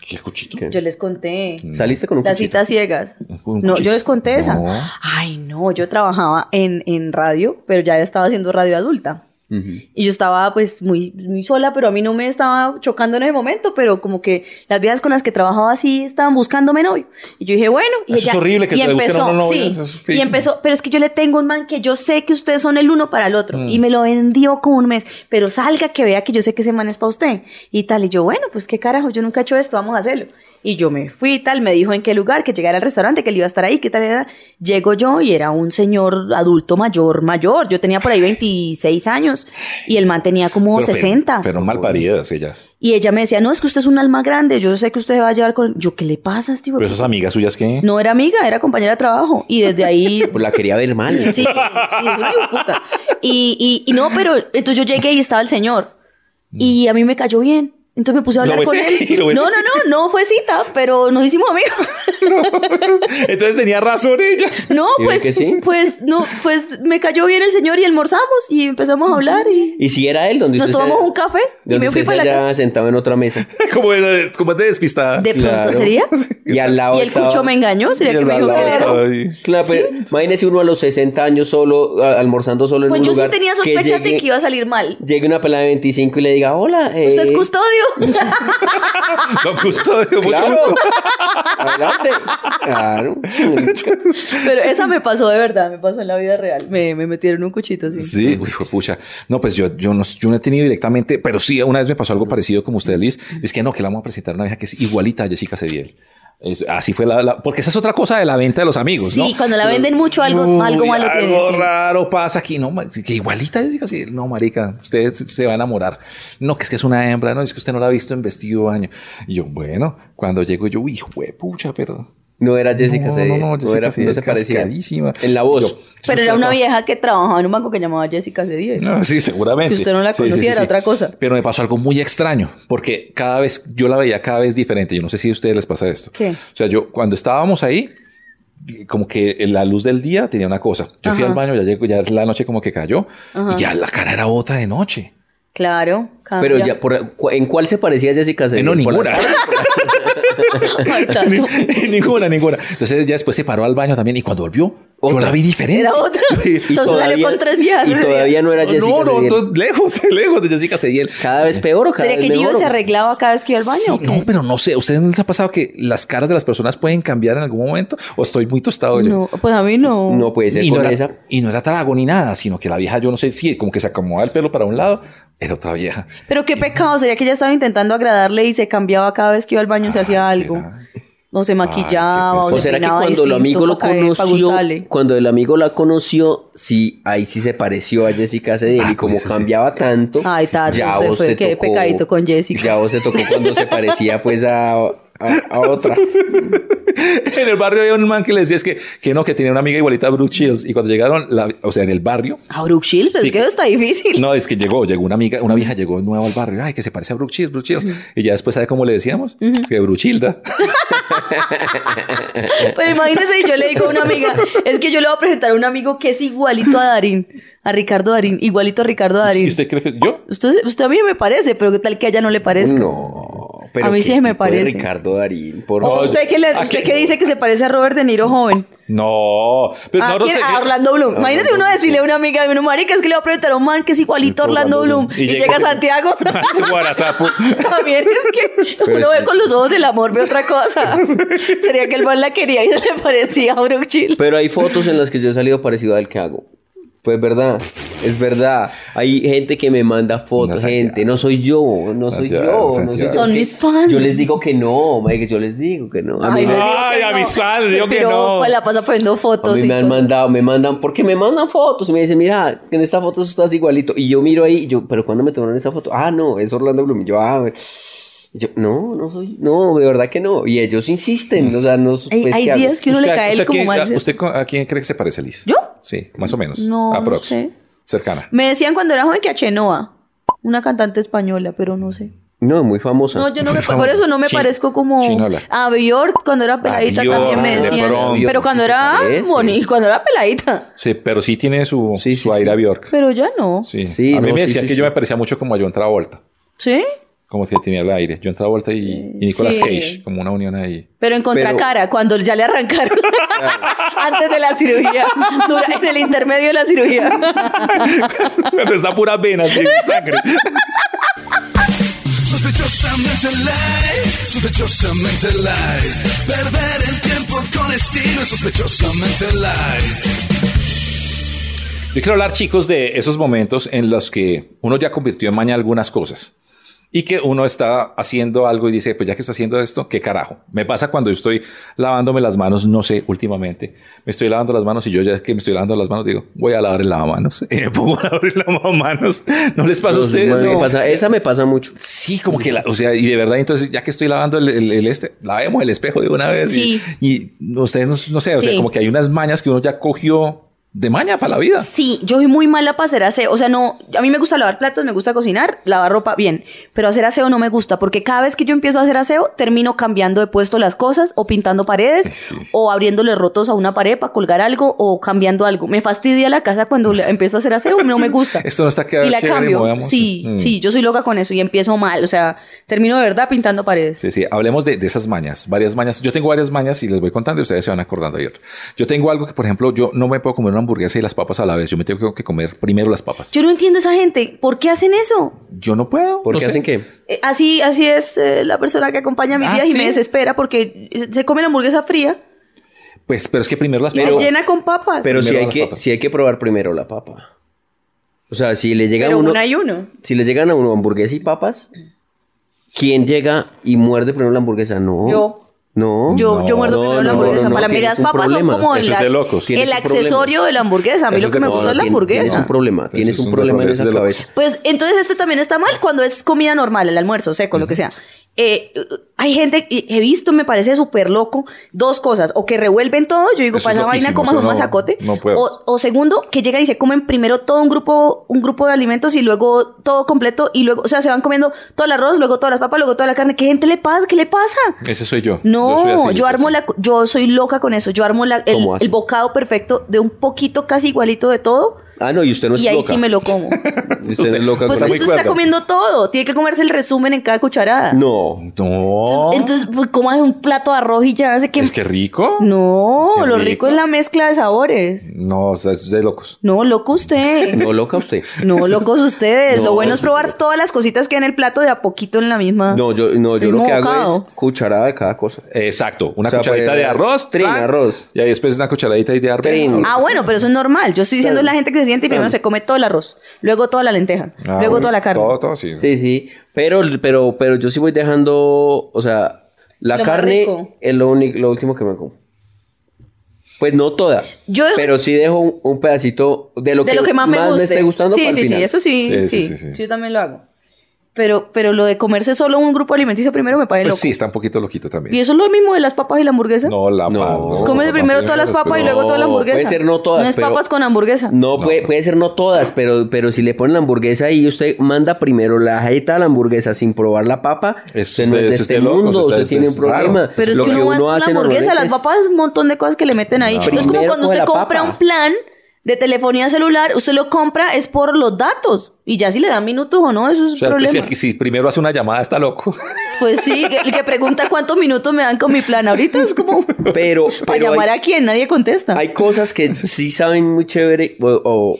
Speaker 2: ¿Qué cuchito?
Speaker 3: ¿Qué?
Speaker 1: Yo les conté.
Speaker 3: ¿Saliste con un
Speaker 1: Las
Speaker 3: cuchito?
Speaker 1: citas ciegas.
Speaker 2: Un
Speaker 1: No,
Speaker 2: cuchito.
Speaker 1: yo les conté esa.
Speaker 2: No.
Speaker 1: Ay, no, yo trabajaba en, en radio, pero ya estaba haciendo radio adulta. Y yo estaba pues muy, muy sola, pero a mí no me estaba chocando en ese momento, pero como que las viejas con las que trabajaba sí estaban buscándome novio. Y yo dije, bueno, y
Speaker 2: Eso es
Speaker 1: ella-
Speaker 2: horrible que
Speaker 1: y
Speaker 2: te busquen a
Speaker 1: empezó,
Speaker 2: uno novio,
Speaker 1: sí,
Speaker 2: eso es
Speaker 1: y
Speaker 2: feísimo.
Speaker 1: empezó, pero es que yo le tengo un man que yo sé que ustedes son el uno para el otro
Speaker 2: Mm.
Speaker 1: y me lo vendió como un mes, pero salga que vea que yo sé que ese man es para usted y tal, y yo, bueno, pues qué carajo, yo nunca he hecho esto, vamos a hacerlo. Y yo me fui y tal, me dijo en qué lugar, que llegara al restaurante, que él iba a estar ahí, que tal era. Llego yo y era un señor adulto mayor, mayor. Yo tenía por ahí 26 años y el man tenía como
Speaker 2: Pero fe-
Speaker 1: 60.
Speaker 2: Pero mal paridas ellas.
Speaker 1: Y ella me decía, no, es que usted es un alma grande, yo sé que usted se va a llevar con... Yo, ¿qué le pasa a este hijo de
Speaker 2: Pero esas amigas suyas que
Speaker 1: puta?". No era amiga, era compañera de trabajo. Y desde ahí...
Speaker 3: Pues la quería ver mal.
Speaker 1: sí, sí, es una hijo de puta. Y, y, y no, pero entonces yo llegué y estaba el señor. Y
Speaker 3: Mm.
Speaker 1: a mí me cayó bien. Entonces me puse a
Speaker 2: Lo
Speaker 1: hablar con
Speaker 2: besé,
Speaker 1: él.
Speaker 2: lo besé.
Speaker 1: No, no, no, no fue cita, pero nos hicimos amigos.
Speaker 2: Entonces tenía razón ella.
Speaker 1: No,
Speaker 3: ¿Y ven
Speaker 1: pues,
Speaker 3: que sí?
Speaker 1: pues, no, pues me cayó bien el señor y almorzamos y empezamos a
Speaker 3: ¿Ah,
Speaker 1: hablar y
Speaker 3: Y si era él donde
Speaker 1: nos
Speaker 3: usted se-
Speaker 1: tomamos un café y
Speaker 3: donde
Speaker 1: me fui
Speaker 3: usted
Speaker 1: para la
Speaker 3: eh, se haya
Speaker 1: casa.
Speaker 3: sentado en otra mesa.
Speaker 2: como, era- como es de despistada.
Speaker 1: De pronto
Speaker 3: Claro.
Speaker 1: sería.
Speaker 3: Y al lado
Speaker 1: Y el
Speaker 3: estaba-
Speaker 1: cucho me engañó, sería
Speaker 3: Y
Speaker 1: que
Speaker 3: al
Speaker 1: me dijo
Speaker 3: lado
Speaker 1: que él era.
Speaker 2: estaba ahí.
Speaker 3: Claro, pues, imagínese uno a los 60 años solo, a- almorzando solo en
Speaker 1: Pues
Speaker 3: un
Speaker 1: yo sí
Speaker 3: lugar.
Speaker 1: tenía sospechas de
Speaker 3: llegue-
Speaker 1: que iba a salir mal.
Speaker 3: Llegue una pelada de 25 y le diga, hola. eh,
Speaker 1: Usted es custodio.
Speaker 2: Don Custodio, mucho
Speaker 3: Claro.
Speaker 2: gusto.
Speaker 3: Adelante. Claro.
Speaker 1: Pero esa me pasó de verdad, me pasó en la vida real. Me, me metieron un cuchito así.
Speaker 2: Sí, uy, fue pucha. No, pues yo, yo, no, yo no he tenido directamente, pero sí, una vez me pasó algo parecido como usted, Liz. Es que no, que la vamos a presentar a una vieja que es igualita a Jessica Cediel. Es- así fue la, la- Porque esa es otra cosa de la venta de los
Speaker 3: pues,
Speaker 2: amigos, ¿no?
Speaker 1: Sí, cuando la venden mucho, algo, algo
Speaker 2: Uy,
Speaker 1: malo tiene.
Speaker 2: algo
Speaker 1: sí.
Speaker 2: raro pasa aquí, no, ma- que igualita Jessica Cediel. No, marica, usted se- se va a enamorar. No, que es que es una hembra, no, es que usted no la ha visto en vestido de baño. Y yo, bueno, cuando llego yo, uy, pucha, pero...
Speaker 3: No era Jessica
Speaker 2: no,
Speaker 3: Cedier,
Speaker 2: no, no, Jessica
Speaker 3: era,
Speaker 2: Cedier,
Speaker 3: no se parecía.
Speaker 2: cascadísima.
Speaker 3: En la voz.
Speaker 2: Yo,
Speaker 1: Pero era una vieja que trabajaba en un banco que llamaba Jessica Cedier.
Speaker 2: No, sí, seguramente.
Speaker 1: Que usted no la
Speaker 2: Sí, sí, sí,
Speaker 1: conociera,
Speaker 2: sí.
Speaker 1: otra cosa.
Speaker 2: Pero me pasó algo muy extraño, porque cada vez, yo la veía cada vez diferente. Yo no sé si a ustedes les pasa esto.
Speaker 1: ¿Qué?
Speaker 2: O sea, yo cuando estábamos ahí, como que en la luz del día tenía una cosa. Yo fui
Speaker 1: Ajá.
Speaker 2: al baño, ya llegó, ya la noche como que cayó,
Speaker 1: Ajá.
Speaker 2: y ya la cara era otra de noche.
Speaker 1: Claro, cambia.
Speaker 3: Pero ya, por- cu- ¿en cuál se parecía Jessica Cedier?
Speaker 2: Eh, no,
Speaker 3: Por
Speaker 2: ninguna.
Speaker 3: la
Speaker 1: Ay, tanto.
Speaker 2: ninguna, ninguna. Entonces ya después se paró al baño también, y cuando volvió, yo
Speaker 3: Otra.
Speaker 2: la vi diferente.
Speaker 1: Era otra.
Speaker 3: Y
Speaker 1: Solo salió
Speaker 3: todavía-
Speaker 1: con tres viejas.
Speaker 3: Y
Speaker 1: ese
Speaker 3: todavía
Speaker 1: día.
Speaker 3: no era Jessica
Speaker 2: No, no,
Speaker 3: Cedier.
Speaker 2: no, lejos, lejos de Jessica Cediel.
Speaker 3: Cada vez peor o cada
Speaker 1: ¿Sería
Speaker 3: vez
Speaker 1: que yo
Speaker 3: mejor.
Speaker 1: se arreglaba cada vez que iba al baño?
Speaker 2: Sí,
Speaker 1: o qué?
Speaker 2: no, pero no sé. ¿A ¿Ustedes no les ha pasado que las caras de las personas pueden cambiar en algún momento? ¿O estoy muy tostado yo?
Speaker 1: No, pues a mí no.
Speaker 3: No puede ser
Speaker 2: y, no
Speaker 3: con
Speaker 2: era,
Speaker 3: esa.
Speaker 2: y no era trago ni nada, sino que la vieja, yo no sé si como que se acomodaba el pelo para un lado, era otra vieja.
Speaker 3: Ah,
Speaker 1: Pero qué pecado, sería que ella estaba intentando agradarle y se cambiaba cada vez que iba al baño, se hacía
Speaker 2: Ay,
Speaker 1: algo.
Speaker 2: Ah, será.
Speaker 1: O se maquillaba, o se
Speaker 3: O será que
Speaker 1: peinaba
Speaker 3: cuando el amigo lo conoció,
Speaker 1: gustarle.
Speaker 3: cuando el amigo la conoció, sí, ahí sí se pareció a Jessica Cediel y como cambiaba tanto,
Speaker 1: Ay, Tato, se fue,
Speaker 3: te
Speaker 1: qué pecadito con Jessica.
Speaker 3: Ya vos te tocó cuando se parecía pues a, a, a otra.
Speaker 2: en el barrio había un man que le decía es que, que no, que tenía una amiga igualita a Brooke Shields. Y cuando llegaron, la- o sea, en el barrio,
Speaker 1: A Brooke Shields, pero
Speaker 2: Sí.
Speaker 1: es que eso está difícil.
Speaker 2: no, es que llegó, llegó una amiga, una vieja llegó nueva al barrio. Ay, que se parece a Brooke Shields, Brooke Shields. Y ya después, ¿sabe cómo le decíamos? Es que Bruchilda.
Speaker 1: Pero Pues imagínese, yo le digo a una amiga, es que yo le voy a presentar a un amigo que es igualito a Darín, a Ricardo Darín, igualito a Ricardo
Speaker 2: ¿Y
Speaker 1: Darín.
Speaker 2: usted cree que yo?
Speaker 1: Usted, usted a mí me parece, pero ¿qué tal que a ella no le parezca?
Speaker 3: No, pero
Speaker 1: A mí
Speaker 3: qué
Speaker 1: sí me
Speaker 3: tipo de
Speaker 1: parece.
Speaker 3: Ricardo Darín, por
Speaker 1: ¿O
Speaker 3: favor.
Speaker 1: usted que,
Speaker 2: ¿a
Speaker 1: usted
Speaker 2: qué?
Speaker 1: que dice que se parece a Robert De Niro joven?
Speaker 2: No. Pero
Speaker 1: ¿A,
Speaker 2: no, no
Speaker 1: Ah, quién?
Speaker 2: sé,
Speaker 1: A
Speaker 2: mira,
Speaker 1: Orlando Bloom. Imagínese uno decirle a una amiga, bueno, marica, es que le voy a preguntar a un man que es igualito a Orlando Bloom. Y, llega, a Santiago.
Speaker 2: Guarazapo.
Speaker 1: También es que uno ve con los ojos del amor, ve otra cosa. Sería que el man la quería y se le parecía a Brooke Shields.
Speaker 3: Pero hay fotos en las que yo he salido parecido al que hago. Pues verdad, es verdad. Hay gente que me manda fotos,
Speaker 2: No, Santiago.
Speaker 3: gente. No soy yo, no soy
Speaker 2: Santiago,
Speaker 3: yo. No soy
Speaker 2: Santiago.
Speaker 3: yo.
Speaker 1: Son
Speaker 3: Es que
Speaker 1: mis fans.
Speaker 3: Yo les digo que no, marica, yo les digo que no. A mí,
Speaker 1: Ay,
Speaker 3: me-
Speaker 2: Ay, a mis fans, digo que
Speaker 1: Pero
Speaker 2: no.
Speaker 1: pues, la pasa poniendo
Speaker 3: a
Speaker 1: fotos.
Speaker 3: mí
Speaker 1: y
Speaker 3: me han
Speaker 1: cosas.
Speaker 3: mandado, me mandan, porque me mandan fotos y me dicen, mira, en esta foto estás igualito. Y yo miro ahí, y yo, pero ¿cuándo me tomaron esa foto? Ah, no, es Orlando Bloom. Y yo, ah, y yo, no, no soy, no, de verdad que no. Y ellos insisten, o sea, no
Speaker 1: Hay-
Speaker 3: pues,
Speaker 1: hay
Speaker 3: ¿qué hago?
Speaker 1: días que uno le
Speaker 2: ¿Usted a-
Speaker 1: cae
Speaker 2: usted
Speaker 1: el
Speaker 2: a
Speaker 1: como
Speaker 2: quién-
Speaker 1: mal.
Speaker 2: a- ¿Usted co- a quién cree que se parece, Liz?
Speaker 1: ¿Yo?
Speaker 2: Sí, más o menos.
Speaker 1: No, no
Speaker 2: Aprox.
Speaker 1: sé.
Speaker 2: Cercana.
Speaker 1: Me decían cuando era joven que a Chenoa, una cantante española, pero no sé.
Speaker 3: No, muy famosa.
Speaker 1: No, yo no
Speaker 2: Muy
Speaker 1: me,
Speaker 2: famosa.
Speaker 1: por eso no me
Speaker 2: Chin-
Speaker 1: parezco como
Speaker 2: chinola.
Speaker 1: a Bjork cuando era peladita
Speaker 2: Bjork,
Speaker 1: también me
Speaker 2: de
Speaker 1: decían.
Speaker 2: pronto.
Speaker 1: Pero cuando
Speaker 3: Sí se
Speaker 1: era
Speaker 3: parece.
Speaker 1: bonita, cuando era peladita.
Speaker 2: Sí, pero sí tiene su,
Speaker 3: Sí, sí,
Speaker 2: su aire a Bjork.
Speaker 1: Pero ya no. ¿Sí?
Speaker 2: Sí.
Speaker 3: Sí,
Speaker 2: a mí
Speaker 3: no,
Speaker 2: me
Speaker 3: sí,
Speaker 2: decía
Speaker 3: sí,
Speaker 2: que
Speaker 3: sí.
Speaker 2: yo me parecía mucho como a John Travolta. Como que tenía el aire. John Travolta y, y Nicolas
Speaker 1: Sí.
Speaker 2: Cage. Como una unión ahí.
Speaker 1: Pero en contracara, cuando ya le arrancaron antes de la cirugía, dura- en el intermedio de la cirugía.
Speaker 2: Pero está pura vena, así, sangre.
Speaker 6: Sospechosamente light, sospechosamente light. Perder el tiempo con estilo es sospechosamente light.
Speaker 2: Yo quiero hablar, chicos, de esos momentos en los que uno ya convirtió en maña algunas cosas y que uno está haciendo algo y dice, pues ya que estoy haciendo esto, ¿qué carajo? Me pasa cuando estoy lavándome las manos, no sé, últimamente, me estoy lavando las manos y yo ya que me estoy lavando las manos digo, voy a lavar el lavamanos y me pongo a lavar el lavamanos. ¿No les pasa a ustedes?
Speaker 3: Bueno,
Speaker 2: No.
Speaker 3: me pasa- esa me pasa mucho.
Speaker 2: Sí, como que, la, o sea, y de verdad, entonces, ya que estoy lavando el, el- el este, lavemos el espejo de una vez. y-
Speaker 1: Sí.
Speaker 2: Y, ustedes, no, no sé, o sea,
Speaker 1: Sí.
Speaker 2: como que hay unas mañas que uno ya cogió de maña para la vida.
Speaker 1: Sí, yo soy muy mala para hacer aseo. O sea, no, a mí me gusta lavar platos, me gusta cocinar, lavar ropa, bien. Pero hacer aseo no me gusta, porque cada vez que yo empiezo a hacer aseo, termino cambiando de puesto las cosas, o pintando paredes, o abriéndole rotos a una pared para colgar algo, o cambiando algo. Me fastidia la casa cuando le- empiezo a hacer aseo, no me gusta.
Speaker 2: Esto no está quedando
Speaker 1: Y la
Speaker 2: chévere,
Speaker 1: cambio.
Speaker 2: movamos.
Speaker 1: Sí,
Speaker 2: Mm.
Speaker 1: sí, yo soy loca con eso y empiezo mal. O sea, termino de verdad pintando paredes.
Speaker 2: Sí, sí, hablemos de, de esas mañas, varias mañas. Yo tengo varias mañas y les voy contando y ustedes se van acordando de otro. Yo tengo algo que, por ejemplo, yo no me puedo comer una hamburguesa y las papas a la vez. Yo me tengo que comer primero las papas. Yo,
Speaker 1: Yo no entiendo esa gente. ¿Por qué hacen eso?
Speaker 2: no puedo.
Speaker 3: ¿Por
Speaker 2: no
Speaker 3: qué
Speaker 2: sé.
Speaker 3: hacen qué?
Speaker 1: Eh, Así, así es eh, la persona que acompaña a mis
Speaker 2: Ah,
Speaker 1: días y
Speaker 2: ¿sí?
Speaker 1: me desespera porque se come la hamburguesa fría
Speaker 2: Pues, pero es que primero las
Speaker 1: y
Speaker 2: papas.
Speaker 1: se llena con papas.
Speaker 3: Pero si
Speaker 2: Primero
Speaker 3: hay,
Speaker 2: las
Speaker 3: que,
Speaker 2: papas.
Speaker 3: si hay que probar primero la papa. O sea, si le llega a
Speaker 1: Pero
Speaker 3: uno,
Speaker 1: una y uno.
Speaker 3: si le llegan a uno hamburguesa y papas, ¿quién llega y muerde primero la hamburguesa? No.
Speaker 1: Yo.
Speaker 3: No.
Speaker 1: Yo,
Speaker 2: No,
Speaker 1: yo muerdo primero la
Speaker 2: no,
Speaker 1: hamburguesa.
Speaker 2: no,
Speaker 1: Para
Speaker 2: no,
Speaker 1: mí
Speaker 3: tienes
Speaker 1: las
Speaker 3: un
Speaker 1: papas
Speaker 3: problema.
Speaker 1: son como el,
Speaker 2: Eso es de locos.
Speaker 1: el
Speaker 3: Tienes un
Speaker 1: accesorio
Speaker 3: problema.
Speaker 1: de la hamburguesa. A mí
Speaker 2: Eso
Speaker 1: lo
Speaker 2: es
Speaker 1: que
Speaker 2: de-
Speaker 1: me
Speaker 2: no,
Speaker 1: gusta
Speaker 2: no,
Speaker 1: es la
Speaker 3: Tien- Tienes
Speaker 1: hamburguesa.
Speaker 3: un problema,
Speaker 2: Eso
Speaker 3: tienes
Speaker 2: es
Speaker 3: un
Speaker 2: un
Speaker 3: problema en
Speaker 2: problema, es
Speaker 3: esa
Speaker 2: de locos.
Speaker 3: cabeza.
Speaker 1: Pues entonces este también está mal cuando es comida normal, el almuerzo, seco, lo que sea. Eh, eh, hay gente, y he visto, me parece súper loco, dos cosas. O que revuelven todo, yo digo,
Speaker 2: Eso
Speaker 1: para
Speaker 2: es
Speaker 1: esa vaina
Speaker 2: loquísimo,
Speaker 1: comas
Speaker 2: eso
Speaker 1: un
Speaker 2: no-
Speaker 1: mazacote.
Speaker 2: no puedo.
Speaker 1: O, o segundo, que llegan y se comen primero todo un grupo, un grupo de alimentos y luego todo completo y luego, o sea, se van comiendo todo el arroz, luego todas las papas, luego toda la carne. ¿Qué gente le pasa? ¿Qué le pasa?
Speaker 2: Ese soy yo.
Speaker 1: No,
Speaker 2: soy así,
Speaker 1: yo,
Speaker 2: soy
Speaker 1: armo
Speaker 2: así.
Speaker 1: la, yo soy loca con eso. Yo armo la- el,
Speaker 3: ¿Cómo así?
Speaker 1: el bocado perfecto de un poquito casi igualito de todo
Speaker 3: Ah, no, y usted no es
Speaker 1: y ahí
Speaker 3: loca.
Speaker 1: sí me lo como.
Speaker 3: Usted no es loca.
Speaker 2: Pues
Speaker 1: Pues
Speaker 2: Está
Speaker 1: que
Speaker 2: muy
Speaker 1: usted está
Speaker 2: cuerdo.
Speaker 1: comiendo todo. Tiene que comerse el resumen en cada cucharada.
Speaker 3: No.
Speaker 2: No.
Speaker 1: Entonces, pues, comas un plato de arroz y ya sé que.
Speaker 2: es que rico.
Speaker 1: No,
Speaker 2: Qué
Speaker 1: lo rico.
Speaker 2: rico.
Speaker 1: es la mezcla de sabores.
Speaker 2: No, o sea, es de locos.
Speaker 1: No, loco usted.
Speaker 3: No loca usted.
Speaker 1: No, locos ustedes.
Speaker 3: No.
Speaker 1: Lo bueno es probar todas las cositas que hay en el plato de a poquito en la misma.
Speaker 3: No, yo, no, yo
Speaker 1: El
Speaker 3: lo que hago
Speaker 1: bocado.
Speaker 3: es cucharada de cada cosa.
Speaker 2: Exacto. Una
Speaker 3: O sea,
Speaker 2: cucharadita
Speaker 3: pues,
Speaker 2: de arroz.
Speaker 3: trin,
Speaker 2: ¡tac!
Speaker 3: arroz.
Speaker 2: Y ahí después una cucharadita ahí de arroz.
Speaker 3: Trin.
Speaker 1: Ah, bueno, pero eso es normal. Yo estoy diciendo
Speaker 3: Claro.
Speaker 1: la gente que se siente y primero
Speaker 3: Claro.
Speaker 1: se come todo el arroz, luego toda la lenteja,
Speaker 2: Ah,
Speaker 1: luego
Speaker 2: bueno,
Speaker 1: toda la carne.
Speaker 2: Todo, todo, sí.
Speaker 3: Sí, sí. Pero, pero, pero yo sí voy dejando, o sea, La
Speaker 1: Lo más
Speaker 3: carne
Speaker 1: rico.
Speaker 3: es lo, único, lo último que me como. Pues no toda,
Speaker 1: Yo-
Speaker 3: pero sí dejo un, un pedacito de lo,
Speaker 1: de
Speaker 3: que,
Speaker 1: lo que más, me guste.
Speaker 3: esté gustando.
Speaker 1: Sí,
Speaker 3: para el
Speaker 1: sí,
Speaker 3: final.
Speaker 1: sí, eso sí,
Speaker 2: Sí,
Speaker 1: sí,
Speaker 2: sí, sí, sí.
Speaker 1: Yo también lo hago. Pero, pero lo de comerse solo un grupo alimenticio primero me parece
Speaker 2: Pues
Speaker 1: loco.
Speaker 2: sí, está un poquito loquito también.
Speaker 1: ¿Y eso es lo mismo de las papas y la hamburguesa?
Speaker 2: No, la
Speaker 3: No.
Speaker 2: papa,
Speaker 3: Pues
Speaker 1: Comes
Speaker 2: la
Speaker 1: primero
Speaker 2: papa,
Speaker 1: todas las
Speaker 2: pero-
Speaker 1: papas y luego toda la
Speaker 3: No,
Speaker 1: hamburguesa.
Speaker 3: puede ser no todas,
Speaker 1: No es
Speaker 3: pero-
Speaker 1: papas con hamburguesa.
Speaker 3: No, pues. puede, puede ser no todas, pero, pero si le ponen la hamburguesa y usted manda primero la jeta a la hamburguesa sin probar la papa,
Speaker 2: Eso
Speaker 3: usted no
Speaker 2: es-
Speaker 3: es de
Speaker 2: eso
Speaker 3: este
Speaker 2: es de locos,
Speaker 3: mundo,
Speaker 2: usted
Speaker 3: usted
Speaker 2: es-
Speaker 3: tiene
Speaker 2: es
Speaker 3: un problema.
Speaker 2: raro.
Speaker 1: Pero es
Speaker 3: Lo
Speaker 1: que uno va
Speaker 3: uno
Speaker 1: con la
Speaker 3: hace
Speaker 1: hamburguesa, las
Speaker 3: normalmente es-
Speaker 1: papas, un montón de cosas que le meten ahí.
Speaker 2: No.
Speaker 1: No, es como
Speaker 3: Primero
Speaker 1: cuando
Speaker 3: coge
Speaker 1: usted
Speaker 3: la
Speaker 1: compra
Speaker 3: papa.
Speaker 1: un plan de telefonía celular, usted lo compra es por los datos. Y ya si le dan minutos o no, eso es
Speaker 2: O sea,
Speaker 3: pues
Speaker 2: pues,
Speaker 1: problema.
Speaker 2: si, el que- si primero hace una llamada está loco.
Speaker 1: Pues sí, que- el que pregunta cuántos minutos me dan con mi plan ahorita es como...
Speaker 3: Pero,
Speaker 1: ¿Para
Speaker 3: pero
Speaker 1: llamar
Speaker 3: hay-
Speaker 1: a quién? Nadie contesta.
Speaker 3: Hay cosas que sí saben muy chévere o, o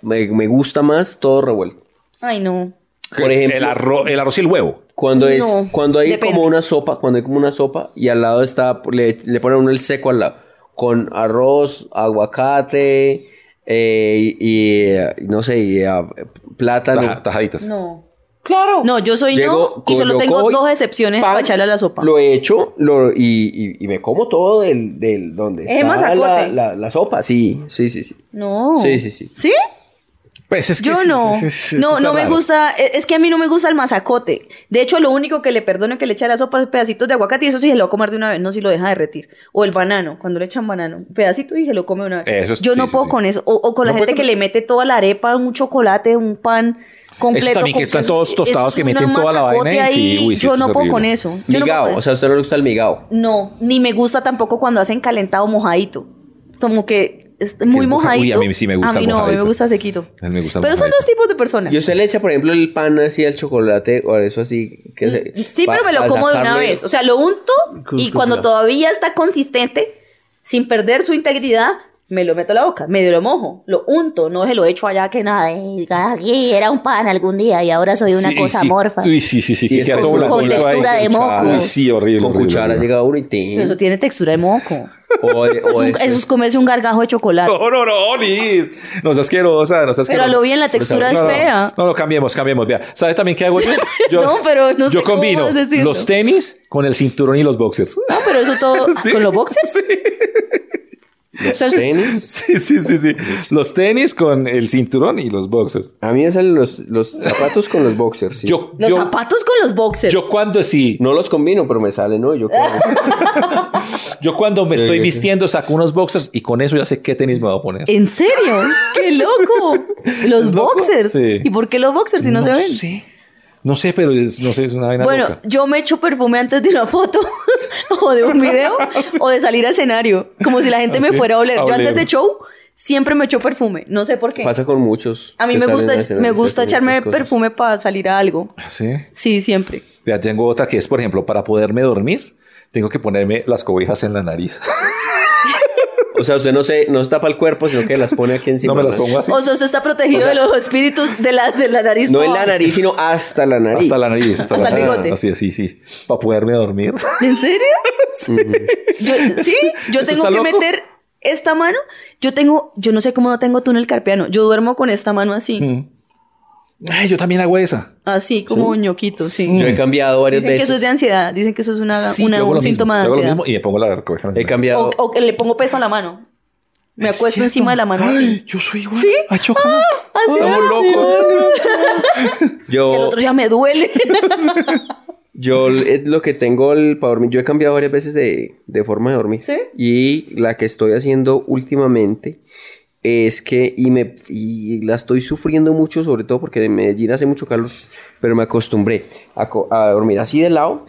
Speaker 3: me, me gusta más todo revuelto.
Speaker 1: Ay, no.
Speaker 3: Por
Speaker 2: el,
Speaker 3: ejemplo,
Speaker 2: arroz, el arroz y el huevo.
Speaker 3: cuando es
Speaker 1: No,
Speaker 3: cuando hay
Speaker 1: depende.
Speaker 3: como una sopa, cuando hay como una sopa y al lado está le, le ponen uno el seco al lado con arroz, aguacate eh, y eh, no sé, y, ah, plátano.
Speaker 2: Taja- tajaditas.
Speaker 1: No.
Speaker 3: Claro.
Speaker 1: No, yo soy no y solo tengo dos excepciones
Speaker 3: para
Speaker 1: para echarle a la sopa.
Speaker 3: Lo he hecho lo, y, y- y me como todo del, del donde
Speaker 1: Es
Speaker 3: está la,
Speaker 1: mazacote.
Speaker 3: la, la sopa. Sí, sí, sí, sí.
Speaker 1: No.
Speaker 3: Sí, sí, sí.
Speaker 1: ¿Sí?
Speaker 2: Pues es que
Speaker 1: Yo
Speaker 2: sí,
Speaker 1: no.
Speaker 2: sí, sí, sí,
Speaker 1: no,
Speaker 2: está
Speaker 1: no me
Speaker 2: raro.
Speaker 1: gusta. e, Es es que a mí no me gusta el mazacote. De hecho, lo único que le perdono que le eche a la sopa es pedacitos de aguacate y eso sí se lo va a comer de una vez, no si lo deja derretir. O el banano, cuando le echan banano. Un pedacito y se lo come de una vez.
Speaker 2: Eso es-
Speaker 1: Yo
Speaker 2: sí,
Speaker 1: no
Speaker 2: sí,
Speaker 1: puedo
Speaker 2: sí.
Speaker 1: con eso. O, o con la
Speaker 2: No puede
Speaker 1: gente que
Speaker 2: con
Speaker 1: le mete toda la arepa, un chocolate, un pan completo.
Speaker 2: también
Speaker 1: con
Speaker 2: que están
Speaker 1: queso.
Speaker 2: todos tostados
Speaker 1: Es
Speaker 2: que meten
Speaker 1: una
Speaker 2: toda la vaina
Speaker 1: mazacote
Speaker 2: y sí,
Speaker 1: ahí.
Speaker 2: uy, sí,
Speaker 1: Yo
Speaker 2: eso
Speaker 1: no
Speaker 2: es
Speaker 1: puedo con
Speaker 2: horrible.
Speaker 1: eso. Yo no puedo
Speaker 3: Migao,
Speaker 1: con
Speaker 3: o sea, a usted no le gusta el migao.
Speaker 1: No, ni me gusta tampoco cuando hacen calentado mojadito. Como que es muy
Speaker 2: es moja-
Speaker 1: mojadito.
Speaker 2: Uy, a mí sí me gusta
Speaker 1: A mí
Speaker 2: el
Speaker 1: no, a mí me
Speaker 2: mojadito.
Speaker 1: gusta sequito.
Speaker 2: A mí me gusta el
Speaker 1: pero son
Speaker 2: mojadito.
Speaker 1: dos tipos de personas.
Speaker 3: Y usted le echa, por ejemplo, el pan así al chocolate o eso así. Que se-
Speaker 1: Mm, Sí,
Speaker 3: pa-
Speaker 1: pero me lo
Speaker 3: pa
Speaker 1: como de una
Speaker 3: sacarle-
Speaker 1: vez. O sea, lo unto
Speaker 3: Cu-
Speaker 1: y
Speaker 3: cu-
Speaker 1: cuando
Speaker 3: cu-
Speaker 1: todavía está consistente, sin perder su integridad, me lo meto a la boca, medio lo mojo, lo unto, no se lo echo allá que nada.
Speaker 5: Ay, aquí era un pan algún día y ahora soy una
Speaker 2: Sí,
Speaker 5: cosa
Speaker 2: sí.
Speaker 5: morfa.
Speaker 2: Uy, sí, sí, sí.
Speaker 3: Y
Speaker 2: que queda
Speaker 3: después
Speaker 2: todo
Speaker 3: uno
Speaker 5: con
Speaker 2: blanquito ahí.
Speaker 5: textura de moco.
Speaker 2: Uy, sí, horrible.
Speaker 3: Con
Speaker 2: horrible,
Speaker 3: cuchara
Speaker 2: horrible.
Speaker 3: llega uno y tin.
Speaker 1: Eso tiene textura de moco.
Speaker 3: O de- o
Speaker 1: Es un-
Speaker 3: de-
Speaker 1: eso es comerse un gargajo de chocolate.
Speaker 2: No, no, no, Liz. No seas asquerosa, no seas
Speaker 1: Pero a lo bien la textura es
Speaker 2: no, no,
Speaker 1: fea.
Speaker 2: No, no, cambiemos, cambiemos. Vea, ¿sabes también qué hago yo? Yo-
Speaker 1: No, pero no sé
Speaker 2: Yo
Speaker 1: cómo
Speaker 2: combino
Speaker 1: vas a decirlo.
Speaker 2: los tenis con el cinturón y los boxers.
Speaker 1: No, pero eso todo
Speaker 2: Sí.
Speaker 1: con los boxers. O sea,
Speaker 3: los
Speaker 1: usted-
Speaker 3: tenis.
Speaker 2: Sí, sí, sí, sí. Los tenis con el cinturón y los boxers.
Speaker 3: A mí me salen los, los zapatos con los boxers. sí.
Speaker 2: Yo,
Speaker 1: los
Speaker 2: yo,
Speaker 1: zapatos con los boxers.
Speaker 2: yo cuando sí,
Speaker 3: no los combino, pero me salen, ¿no? Yo creo.
Speaker 2: yo cuando me
Speaker 3: Sí,
Speaker 2: estoy
Speaker 3: sí.
Speaker 2: vistiendo saco unos boxers y con eso ya sé qué tenis me voy a poner.
Speaker 1: ¿En serio? ¡Qué loco! Los
Speaker 2: ¿Es loco?
Speaker 1: boxers.
Speaker 2: Sí.
Speaker 1: ¿Y por qué los boxers si no, se ven?
Speaker 2: Sé. No sé, pero es- no sé, es una vaina
Speaker 1: Bueno,
Speaker 2: loca.
Speaker 1: yo me echo perfume antes de una foto o de un video o de salir a escenario, como si la gente
Speaker 2: Ok,
Speaker 1: me fuera a oler.
Speaker 2: a
Speaker 1: Yo antes
Speaker 2: oler.
Speaker 1: de show siempre me echo perfume, no sé por qué.
Speaker 3: Pasa con muchos.
Speaker 1: a mí
Speaker 3: que
Speaker 1: me
Speaker 3: salen
Speaker 1: gusta
Speaker 3: a hacer-
Speaker 1: me
Speaker 3: hacer
Speaker 1: gusta
Speaker 3: estas
Speaker 1: echarme
Speaker 3: cosas.
Speaker 1: perfume para salir a algo.
Speaker 2: Sí.
Speaker 1: Sí, siempre.
Speaker 2: Ya tengo otra que es, por ejemplo, para poderme dormir, tengo que ponerme las cobijas en la nariz.
Speaker 3: O sea, usted no se, no se tapa el cuerpo, sino que las pone aquí encima.
Speaker 2: no me las pongo así.
Speaker 1: O sea, usted está protegido de los espíritus de la, de la nariz.
Speaker 3: No
Speaker 1: para
Speaker 3: en la
Speaker 1: abajo.
Speaker 3: nariz, sino hasta la nariz.
Speaker 2: Hasta la nariz. Hasta,
Speaker 1: Hasta
Speaker 2: la
Speaker 1: el
Speaker 2: nariz.
Speaker 1: bigote.
Speaker 2: Así, así, sí. Para poderme dormir.
Speaker 1: ¿En serio? Yo, sí, yo
Speaker 2: ¿Eso
Speaker 1: tengo
Speaker 2: está
Speaker 1: que
Speaker 2: loco?
Speaker 1: meter esta mano. Yo tengo, yo no sé cómo no tengo túnel carpiano. Yo duermo con esta mano así,
Speaker 2: Mm. Ay, yo también hago esa.
Speaker 1: así como ñoquito, sí.
Speaker 3: Yo he cambiado varias
Speaker 1: Dicen que eso es
Speaker 3: veces.
Speaker 1: de ansiedad, dicen que eso es una,
Speaker 2: Sí,
Speaker 1: Ah, una-
Speaker 2: yo hago
Speaker 1: un
Speaker 2: lo mismo,
Speaker 1: síntoma
Speaker 2: yo hago
Speaker 1: de
Speaker 2: lo
Speaker 1: ansiedad.
Speaker 2: mismo y me pongo la cobija en la
Speaker 3: He
Speaker 2: nariz.
Speaker 3: cambiado.
Speaker 1: O, o que le pongo peso a la mano. Me acuesto encima de la mano así.
Speaker 2: Yo soy igual.
Speaker 1: ¿Sí? Ah.
Speaker 2: Ay, chocamos.
Speaker 1: así
Speaker 2: Estamos
Speaker 1: es.
Speaker 2: locos.
Speaker 1: Y
Speaker 3: Yo,
Speaker 1: el otro ya me duele.
Speaker 2: Ah,
Speaker 1: Ah,
Speaker 3: Yo eh, lo que tengo el- para dormir, yo he cambiado varias veces de, de forma de dormir.
Speaker 1: ¿Sí?
Speaker 3: Y la que estoy haciendo últimamente es que, y, me, y la estoy sufriendo mucho, sobre todo porque en Medellín hace mucho calor, pero me acostumbré a, co- a dormir así de lado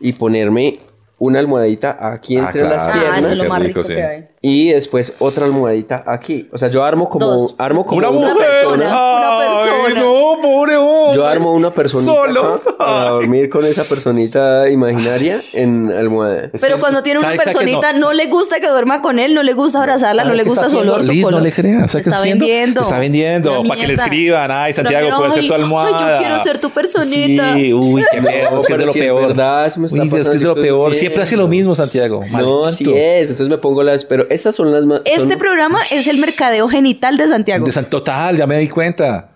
Speaker 3: y ponerme una almohadita aquí
Speaker 2: Ah,
Speaker 3: entre las
Speaker 2: claro.
Speaker 1: ah,
Speaker 3: piernas.
Speaker 1: eso es lo
Speaker 2: Qué
Speaker 1: más
Speaker 2: rico,
Speaker 1: rico
Speaker 2: sí.
Speaker 1: que hay.
Speaker 3: Y después otra almohadita aquí. O sea, yo armo como,
Speaker 1: Dos.
Speaker 3: armo como
Speaker 2: una,
Speaker 3: una,
Speaker 2: mujer.
Speaker 3: persona.
Speaker 1: Una persona.
Speaker 2: Ay, no, pobre hombre.
Speaker 3: Yo armo una personita
Speaker 2: Solo.
Speaker 3: acá para dormir con esa personita imaginaria en almohada.
Speaker 1: Pero cuando tiene una
Speaker 2: ¿Sabe- sabe que
Speaker 1: personita, no, le gusta que duerma con él, no le gusta abrazarla, no le gusta su olor, su
Speaker 2: Liz,
Speaker 1: color.
Speaker 2: no le creas. ¿Sabes qué
Speaker 1: está
Speaker 2: haciendo?
Speaker 1: vendiendo.
Speaker 2: Está vendiendo.
Speaker 1: Una
Speaker 2: Para que le
Speaker 1: mierda.
Speaker 2: escriban. Ay,
Speaker 1: Pero
Speaker 2: Santiago,
Speaker 1: mira,
Speaker 2: puede ser
Speaker 1: ay,
Speaker 2: tu almohada.
Speaker 1: Ay, yo quiero ser tu personita.
Speaker 2: Sí, uy, qué miedo.
Speaker 3: No,
Speaker 2: Es que es de
Speaker 3: pero
Speaker 2: lo
Speaker 3: si es
Speaker 2: peor.
Speaker 3: verdad, se me está
Speaker 2: Uy, es que es de
Speaker 3: pasando
Speaker 2: lo
Speaker 3: esto
Speaker 2: peor.
Speaker 3: bien.
Speaker 2: Siempre hace lo mismo, Santiago.
Speaker 3: No, así es. Entonces me pongo las. Pero estas son las más.
Speaker 1: Este
Speaker 3: son-
Speaker 1: programa es el mercadeo genital de Santiago.
Speaker 2: De San- Total, ya me di cuenta.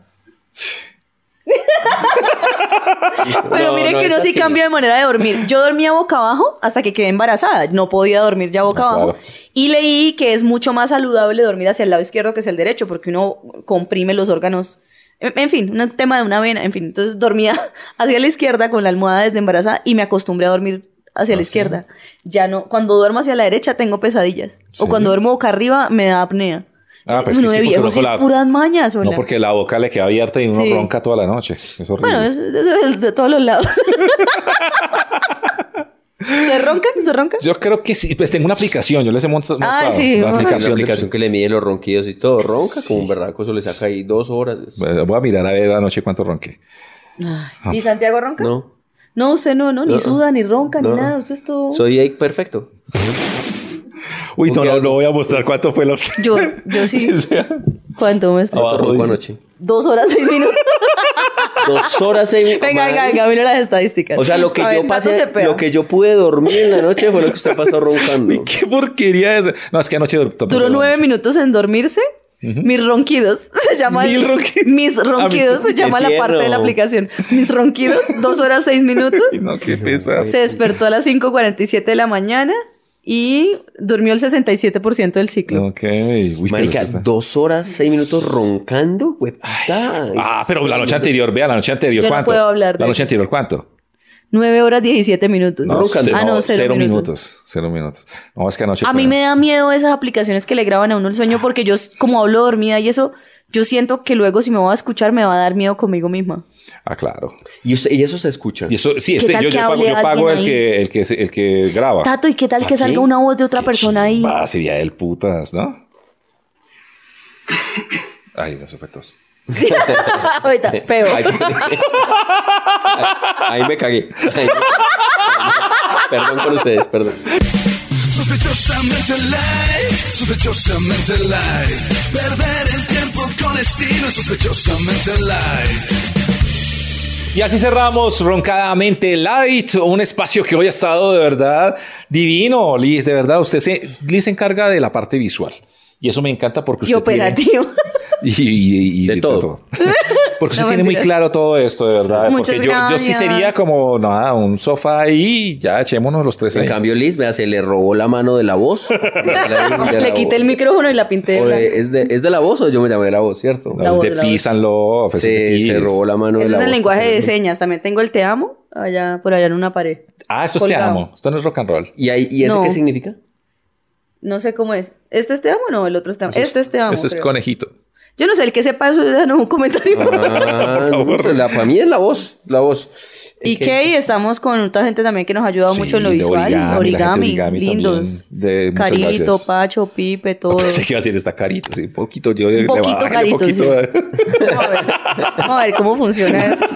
Speaker 1: Pero
Speaker 3: No,
Speaker 1: mire
Speaker 3: no
Speaker 1: que
Speaker 3: es
Speaker 1: uno sí
Speaker 3: así.
Speaker 1: cambió de manera de dormir. Yo dormía boca abajo hasta que quedé embarazada. No podía dormir ya boca
Speaker 2: Ah,
Speaker 1: abajo.
Speaker 2: claro.
Speaker 1: Y leí que es mucho más saludable dormir hacia el lado izquierdo que hacia el derecho porque uno comprime los órganos. En en fin, un tema de una vena. En fin, entonces dormía hacia la izquierda con la almohada desde embarazada y me acostumbré a dormir hacia
Speaker 2: Ah,
Speaker 1: la izquierda. Ya no, cuando duermo hacia la derecha tengo pesadillas. O
Speaker 2: Sí.
Speaker 1: cuando duermo boca arriba me da apnea.
Speaker 2: Ah, pues
Speaker 1: uno
Speaker 2: que
Speaker 1: de
Speaker 2: sí, porque
Speaker 1: viejo
Speaker 2: uno
Speaker 1: sí
Speaker 2: con
Speaker 1: es
Speaker 2: la-
Speaker 1: puras mañas.
Speaker 2: No,
Speaker 1: hola.
Speaker 2: porque la boca le queda abierta y uno
Speaker 1: Sí.
Speaker 2: ronca toda la noche. Es horrible.
Speaker 3: Mm.
Speaker 1: Bueno, eso, eso es de todos los lados. ¿Se roncan? ¿Se roncan?
Speaker 2: Yo creo que sí, pues tengo una aplicación, yo les he monst- mostrado.
Speaker 1: Ah, sí,
Speaker 2: una
Speaker 1: ajá.
Speaker 2: aplicación.
Speaker 3: Una
Speaker 2: de-
Speaker 3: aplicación que le mide los ronquidos y todo. Ronca como un berraco, eso le saca ahí dos horas. pues,
Speaker 2: Bueno, Voy a mirar a ver anoche cuánto ronqué.
Speaker 1: ¿Y Santiago ronca? No,
Speaker 3: Ah. No.
Speaker 1: usted no, no, ni
Speaker 3: No.
Speaker 1: suda, ni ronca,
Speaker 3: No.
Speaker 1: ni nada. Usted es todo.
Speaker 3: Soy ahí perfecto.
Speaker 2: Uy, no,
Speaker 3: Porque
Speaker 2: no,
Speaker 3: algo-
Speaker 2: no voy a mostrar cuánto fue lo
Speaker 1: Yo, yo sí.
Speaker 2: O sea,
Speaker 1: ¿Cuánto muestra?
Speaker 2: Abajo
Speaker 3: ¿Cuánto ronco
Speaker 2: dice.
Speaker 3: anoche?
Speaker 1: Dos horas, seis minutos.
Speaker 3: Dos horas seis minutos.
Speaker 1: venga, venga, venga, mira las estadísticas.
Speaker 3: O sea, lo que
Speaker 1: A ver,
Speaker 3: yo
Speaker 1: dato
Speaker 3: pasé,
Speaker 1: Cepeda.
Speaker 3: lo que yo pude dormir en la noche fue lo que usted pasó roncando.
Speaker 2: qué porquería es. No, es que anoche dur-
Speaker 1: Duró nueve minutos en dormirse. Mis ronquidos se llama el-
Speaker 2: Mil ronqui-
Speaker 1: mis ronquidos
Speaker 2: Ah,
Speaker 1: se
Speaker 2: mis-
Speaker 1: llama
Speaker 3: qué
Speaker 1: la parte de la
Speaker 3: tierno.
Speaker 1: aplicación. Mis ronquidos, dos horas seis minutos.
Speaker 2: No, qué pesado.
Speaker 1: Se despertó a las 5.47 de la mañana y durmió el 67% del ciclo.
Speaker 2: Ok, uy, pero
Speaker 3: Marica,
Speaker 2: eso está-
Speaker 3: dos horas seis minutos roncando, güey. puta.
Speaker 2: Ah, pero la noche anterior, vea, la noche anterior,
Speaker 1: Yo no
Speaker 2: ¿cuánto?
Speaker 1: puedo hablar de
Speaker 2: La
Speaker 1: eso.
Speaker 2: noche anterior, ¿cuánto?
Speaker 1: 9 horas 17 minutos.
Speaker 2: No,
Speaker 3: Roncando.
Speaker 2: ce-
Speaker 1: ah, no,
Speaker 2: no,
Speaker 1: cero, minutos.
Speaker 2: minutos. Cero minutos. No, es que anoche.
Speaker 1: A
Speaker 2: fue-
Speaker 1: mí me da miedo esas aplicaciones que le graban a uno el sueño porque yo, como hablo dormida y eso, yo siento que luego si me voy a escuchar me va a dar miedo conmigo misma.
Speaker 2: Ah, claro.
Speaker 3: Y, usted- y eso se escucha.
Speaker 2: Y eso, sí,
Speaker 1: ¿Qué
Speaker 2: este,
Speaker 1: tal
Speaker 2: yo,
Speaker 1: que
Speaker 2: yo pago,
Speaker 1: hable
Speaker 2: yo pago el,
Speaker 1: alguien ahí?
Speaker 2: que, el, que, se- el que graba.
Speaker 1: Tato, ¿y qué tal que
Speaker 3: ¿Ah,
Speaker 1: salga
Speaker 3: sí?
Speaker 1: una voz de otra persona ahí?
Speaker 2: Va, sería del putas, ¿no? Ay, no, eso fue tos.
Speaker 1: Ahorita, peo.
Speaker 3: Ahí, ahí me cagué. Ahí me cagué. Perdón por ustedes, perdón.
Speaker 6: Sospechosamente light, sospechosamente light. Perder el tiempo con estilo, sospechosamente light.
Speaker 2: Y así cerramos Roncadamente Light, un espacio que hoy ha estado de verdad divino, Liz. De verdad, usted se, Liz se encarga de la parte visual. Y eso me encanta porque
Speaker 1: Y
Speaker 2: usted tiene-
Speaker 1: operativo.
Speaker 2: Y, y- y-
Speaker 3: De
Speaker 2: y
Speaker 3: todo.
Speaker 2: Porque usted
Speaker 1: No,
Speaker 2: tiene muy
Speaker 1: mentiras.
Speaker 2: claro todo esto, de verdad.
Speaker 1: Muchas
Speaker 2: porque yo, yo sí
Speaker 1: gracias.
Speaker 2: sería como, nada, un sofá ahí, ya echémonos los tres
Speaker 3: En
Speaker 2: ahí.
Speaker 3: cambio, Liz, vea, se le robó la mano de la voz.
Speaker 1: le quité el micrófono y la pinté. de
Speaker 3: O
Speaker 1: blanco.
Speaker 3: de- ¿Es de, ¿Es de la voz o yo me llamé la voz, cierto?
Speaker 2: No,
Speaker 1: La
Speaker 2: es
Speaker 1: voz,
Speaker 2: de
Speaker 1: la voz.
Speaker 2: písanlo, pues, es de
Speaker 3: Se, se
Speaker 2: pis.
Speaker 3: robó la mano de
Speaker 1: Eso
Speaker 3: la
Speaker 1: es el
Speaker 3: voz.
Speaker 1: lenguaje de señas. También tengo el te amo allá por allá en una pared.
Speaker 2: Ah, eso es te
Speaker 1: Colgado.
Speaker 2: amo. Esto no es rock and roll.
Speaker 3: ¿Y, ahí- y eso
Speaker 1: No.
Speaker 3: qué significa?
Speaker 1: No sé cómo es. ¿Este es te amo o no? El otro es te amo. Este es te amo.
Speaker 2: Esto es
Speaker 1: creo.
Speaker 2: conejito.
Speaker 1: Yo no sé, el que sepa eso, déjanos un comentario.
Speaker 3: Ah, no, pues la, para mí es la voz, la voz.
Speaker 1: y Key, estamos con otra gente también que nos ha ayudado
Speaker 2: Sí,
Speaker 1: mucho en lo
Speaker 2: de
Speaker 1: visual.
Speaker 2: origami, la
Speaker 1: Origami,
Speaker 2: gente de origami
Speaker 1: lindos.
Speaker 2: también, de- muchas
Speaker 1: Carito,
Speaker 2: gracias.
Speaker 1: Pacho, Pipe, todo.
Speaker 2: Pensé que iba a decir está carito, sí, poquito yo le- le
Speaker 1: poquito
Speaker 2: bajé,
Speaker 1: carito, sí.
Speaker 2: poquito.
Speaker 1: Vamos a ver. Vamos a ver cómo funciona esto.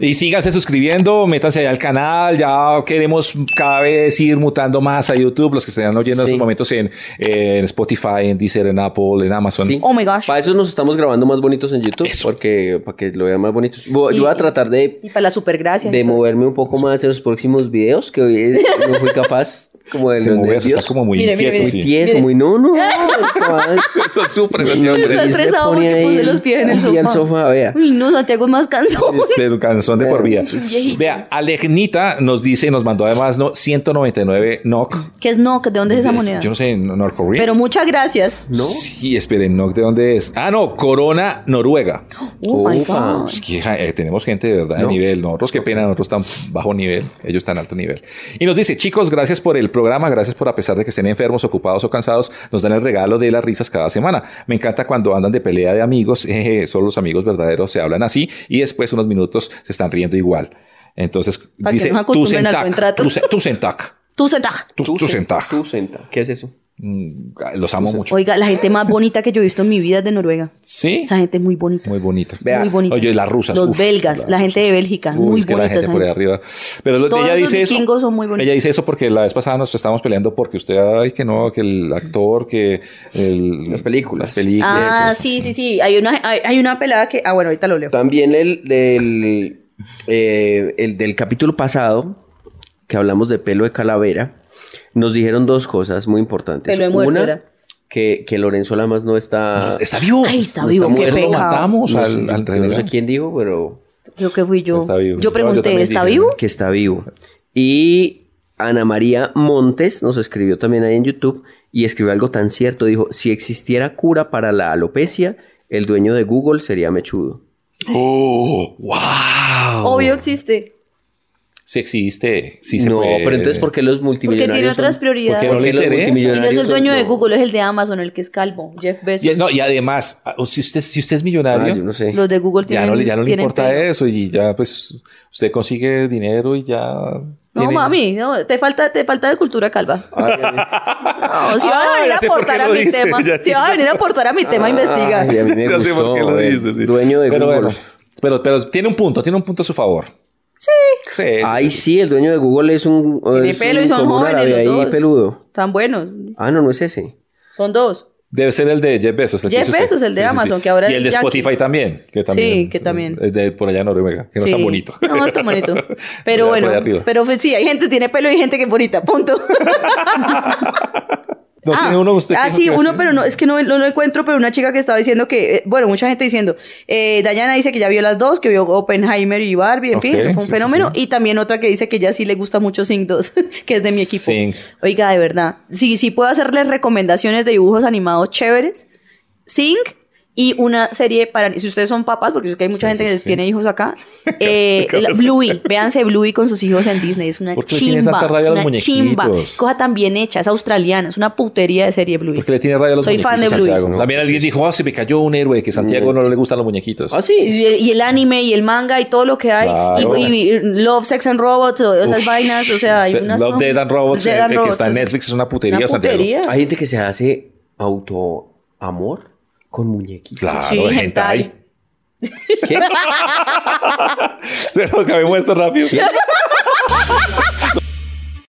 Speaker 2: Y síganse suscribiendo, métanse allá al canal, ya queremos cada vez ir mutando más a YouTube, los que estén oyendo en
Speaker 3: Sí.
Speaker 2: estos momentos en, eh, en Spotify, en Deezer, en Apple, en Amazon.
Speaker 3: Sí.
Speaker 1: Oh my gosh.
Speaker 3: Para eso nos estamos grabando más bonitos en YouTube.
Speaker 2: Eso.
Speaker 3: Porque para que lo vean más bonitos. Bo-
Speaker 1: Y-
Speaker 3: Yo voy a tratar de,
Speaker 1: Y para la supergracia.
Speaker 3: de
Speaker 1: entonces.
Speaker 3: moverme un poco más en los próximos videos. Que hoy eh, no fui capaz como de
Speaker 2: Te
Speaker 3: los
Speaker 2: moverse,
Speaker 3: nervios.
Speaker 2: está como muy
Speaker 1: Mire, mire,
Speaker 2: inquieto,
Speaker 3: muy
Speaker 1: mire.
Speaker 2: sí.
Speaker 3: tieso,
Speaker 1: Mire.
Speaker 3: muy no, no. cabal.
Speaker 2: Eso sufre, ese
Speaker 3: No,
Speaker 2: hombre.
Speaker 1: Está
Speaker 3: Liz me
Speaker 1: estresado
Speaker 3: pone
Speaker 1: porque
Speaker 3: ahí
Speaker 1: puse los pies en el
Speaker 3: Y al
Speaker 1: sofá.
Speaker 3: sofá, vea.
Speaker 1: Uy, no, Santiago es más cansón.
Speaker 2: Espero un canzón de por vida.
Speaker 1: Viejito.
Speaker 2: Vea, Alegnita nos dice y nos mandó además no, 199 NOC.
Speaker 1: ¿Qué es no? ¿De dónde es esa
Speaker 2: Es-
Speaker 1: moneda?
Speaker 2: Yo no sé, en Norcorea.
Speaker 1: Pero muchas gracias.
Speaker 2: ¿No? Sí, esperen, NOC de dónde es. Ah, no, Corona, Noruega.
Speaker 1: Oh my
Speaker 3: Ufa.
Speaker 1: God.
Speaker 2: Es que, ja, eh, tenemos gente de verdad de nivel. Nosotros, qué pena, nosotros tan bajo nivel, ellos tan alto nivel. Y nos dice, chicos, gracias por el programa, gracias por, a pesar de que estén enfermos, ocupados o cansados, nos dan el regalo de las risas cada semana. Me encanta cuando andan de pelea de amigos, jeje, solo los amigos verdaderos se hablan así y después unos minutos se están riendo igual. Entonces,
Speaker 1: Pa' que
Speaker 2: dice,
Speaker 1: nos
Speaker 2: tú
Speaker 1: acostumbren al buen
Speaker 2: sentac,
Speaker 1: trato".
Speaker 2: tú sen- tú sentac,
Speaker 1: Tú sentaja.
Speaker 2: tú- tú sentac.
Speaker 3: Tú senta. ¿Qué es eso?
Speaker 2: Mm, Los amo mucho.
Speaker 1: Oiga, la gente más bonita que yo he visto en mi vida es de Noruega.
Speaker 2: Sí,
Speaker 1: Esa gente es muy bonita.
Speaker 2: muy bonito.
Speaker 1: muy bonita.
Speaker 2: Oye, las rusas.
Speaker 1: Los
Speaker 2: uf,
Speaker 1: belgas,
Speaker 2: las
Speaker 1: la gente de Bélgica.
Speaker 2: Uy,
Speaker 1: muy
Speaker 2: es que
Speaker 1: bonita
Speaker 2: la gente
Speaker 1: esa
Speaker 2: por ahí
Speaker 1: gente.
Speaker 2: arriba. Pero lo-
Speaker 1: Todos
Speaker 2: ella
Speaker 1: esos
Speaker 2: dice eso.
Speaker 1: vikingos son muy bonitos.
Speaker 2: Ella dice eso porque la vez pasada nos estábamos peleando porque usted, ay, que no, que el actor, que el-
Speaker 3: Las películas.
Speaker 2: las películas.
Speaker 1: Ah,
Speaker 2: eso.
Speaker 1: sí, sí, sí. Hay una, hay, hay una pelada que. Ah, bueno, ahorita lo leo.
Speaker 3: También el del, eh, el del capítulo pasado, que hablamos de pelo de calavera, nos dijeron dos cosas muy importantes.
Speaker 1: Pelo de muerto
Speaker 3: Una,
Speaker 1: era.
Speaker 3: que, que Lorenzo Lamas no está...
Speaker 2: Está vivo.
Speaker 1: Ay, está
Speaker 3: no
Speaker 1: vivo, qué
Speaker 3: muerto.
Speaker 2: Lo
Speaker 1: pecado.
Speaker 2: matamos
Speaker 3: No
Speaker 2: Pues al,
Speaker 3: sé,
Speaker 2: al
Speaker 3: yo no sé
Speaker 2: reverendo.
Speaker 3: quién dijo, pero...
Speaker 1: Creo que fui yo.
Speaker 2: Está vivo.
Speaker 1: Yo
Speaker 2: No, yo
Speaker 1: pregunté,
Speaker 2: también
Speaker 1: ¿está
Speaker 2: dije,
Speaker 1: vivo?
Speaker 3: que está vivo. Y Ana María Montes nos escribió también ahí en YouTube y escribió algo tan cierto. Dijo, si existiera cura para la alopecia, el dueño de Google sería mechudo.
Speaker 2: ¡Oh! ¡Wow!
Speaker 1: Obvio existe.
Speaker 2: Sí existe. Sí se
Speaker 3: no,
Speaker 2: puede.
Speaker 3: pero entonces ¿por qué los
Speaker 1: Porque
Speaker 3: multimillonarios?
Speaker 1: tiene otras
Speaker 3: son-
Speaker 1: prioridades.
Speaker 2: ¿Por qué pues, no le
Speaker 3: porque los
Speaker 2: interesa?
Speaker 1: Y no es el
Speaker 3: multimillonarios
Speaker 1: dueño
Speaker 3: son-
Speaker 1: de
Speaker 3: no.
Speaker 1: Google, es el de Amazon, el que es calvo, Jeff
Speaker 2: Y,
Speaker 1: Bezos.
Speaker 2: no, y además, ah, si usted, si usted es
Speaker 3: Ah,
Speaker 2: millonario,
Speaker 3: yo no sé.
Speaker 1: Los de Google
Speaker 2: ya
Speaker 1: tienen
Speaker 2: no, le- ya no le
Speaker 1: tienen
Speaker 2: importa
Speaker 1: pelo.
Speaker 2: eso y ya pues usted consigue dinero y ya...
Speaker 1: No,
Speaker 2: tiene-
Speaker 1: mami, no, te falta, te falta de cultura calva.
Speaker 3: Ay, ay,
Speaker 1: No, si
Speaker 2: Ah,
Speaker 1: va a venir
Speaker 2: ya
Speaker 1: a
Speaker 2: sé por qué
Speaker 1: aportar a
Speaker 2: lo
Speaker 1: mi
Speaker 2: dice,
Speaker 1: tema,
Speaker 2: ya
Speaker 1: si
Speaker 2: sé. Ah,
Speaker 1: va a venir a aportar a mi tema, investiga.
Speaker 3: a mí me
Speaker 2: Ya sé
Speaker 3: gustó,
Speaker 2: por qué lo
Speaker 3: eh,
Speaker 2: dice, sí.
Speaker 3: Dueño de
Speaker 2: pero
Speaker 3: Google.
Speaker 2: bueno, pero, pero tiene un punto, tiene un punto a su favor. Sí. Sí.
Speaker 3: Ay, sí, el dueño de Google es un...
Speaker 1: Tiene
Speaker 3: es
Speaker 1: pelo
Speaker 3: un-
Speaker 1: y son
Speaker 3: como un
Speaker 1: jóvenes
Speaker 3: árabe
Speaker 1: los
Speaker 3: ahí
Speaker 1: dos.
Speaker 3: peludo.
Speaker 1: Tan buenos,
Speaker 3: Ah, no, no es ese.
Speaker 1: son dos.
Speaker 2: Debe ser el de Jeff Bezos. el que
Speaker 1: Jeff
Speaker 2: hizo este. usted.
Speaker 1: Bezos, el de Amazon, que ahora
Speaker 2: Y el
Speaker 1: es
Speaker 2: de
Speaker 1: yankee.
Speaker 2: Spotify también. Que también
Speaker 1: Sí, que también.
Speaker 2: Es de por allá en Noruega, que no
Speaker 1: Sí.
Speaker 2: es tan bonito.
Speaker 1: No, no es tan bonito.
Speaker 2: Por allá-
Speaker 1: Pero
Speaker 2: por
Speaker 1: bueno,
Speaker 2: allá arriba.
Speaker 1: pero pues, sí, hay gente que tiene pelo y gente que es bonita, punto.
Speaker 2: No
Speaker 1: ah,
Speaker 2: tiene uno usted.
Speaker 1: ah,
Speaker 2: que no
Speaker 1: sí,
Speaker 2: quiere
Speaker 1: uno,
Speaker 2: hacer?
Speaker 1: pero no, es que no, no lo encuentro, pero una chica que estaba diciendo que, eh, bueno, mucha gente diciendo, eh, Dayana dice que ya vio las dos, que vio Oppenheimer y Barbie, en
Speaker 2: Ok,
Speaker 1: fin, eso fue un
Speaker 2: sí, sí,
Speaker 1: fenómeno.
Speaker 2: sí.
Speaker 1: Y también otra que dice que ya sí le gusta mucho Sing 2, que es de mi equipo.
Speaker 2: Sing.
Speaker 1: Oiga, de verdad, sí, sí puedo hacerles recomendaciones de dibujos animados chéveres. Sing y una serie para si ustedes son papás porque yo sé que hay mucha gente que tiene hijos acá eh, la- Bluey véanse Bluey con sus hijos en Disney es una
Speaker 2: ¿Por qué le tiene
Speaker 1: chimba
Speaker 2: tanta rabia
Speaker 1: es
Speaker 2: a los
Speaker 1: una chimba
Speaker 2: muñequitos?
Speaker 1: cosa tan bien hecha es australiana es una putería de serie Bluey
Speaker 2: Porque le tiene rabia a los
Speaker 1: Soy
Speaker 2: muñequitos.
Speaker 1: fan de
Speaker 2: Santiago.
Speaker 1: Bluey.
Speaker 2: No, También alguien dijo, ah, se me cayó un héroe, que Santiago no le gustan los muñequitos.
Speaker 3: Ah, sí.
Speaker 1: y el, y el anime y el manga y todo lo que hay
Speaker 2: Claro.
Speaker 1: y, y- y Love Sex and Robots o esas
Speaker 2: Uf.
Speaker 1: vainas o sea hay
Speaker 2: Love,
Speaker 1: unas
Speaker 2: Dead and Robots,
Speaker 1: Dead
Speaker 2: eh,
Speaker 1: and
Speaker 2: que
Speaker 1: Robots,
Speaker 2: está en
Speaker 1: o sea,
Speaker 2: Netflix, es una putería,
Speaker 1: una putería
Speaker 2: Santiago.
Speaker 3: Hay gente que se hace autoamor con muñequitos.
Speaker 2: Claro,
Speaker 1: Sí,
Speaker 2: gente
Speaker 1: hentai.
Speaker 2: ahí. Se lo acabé muestra rápido.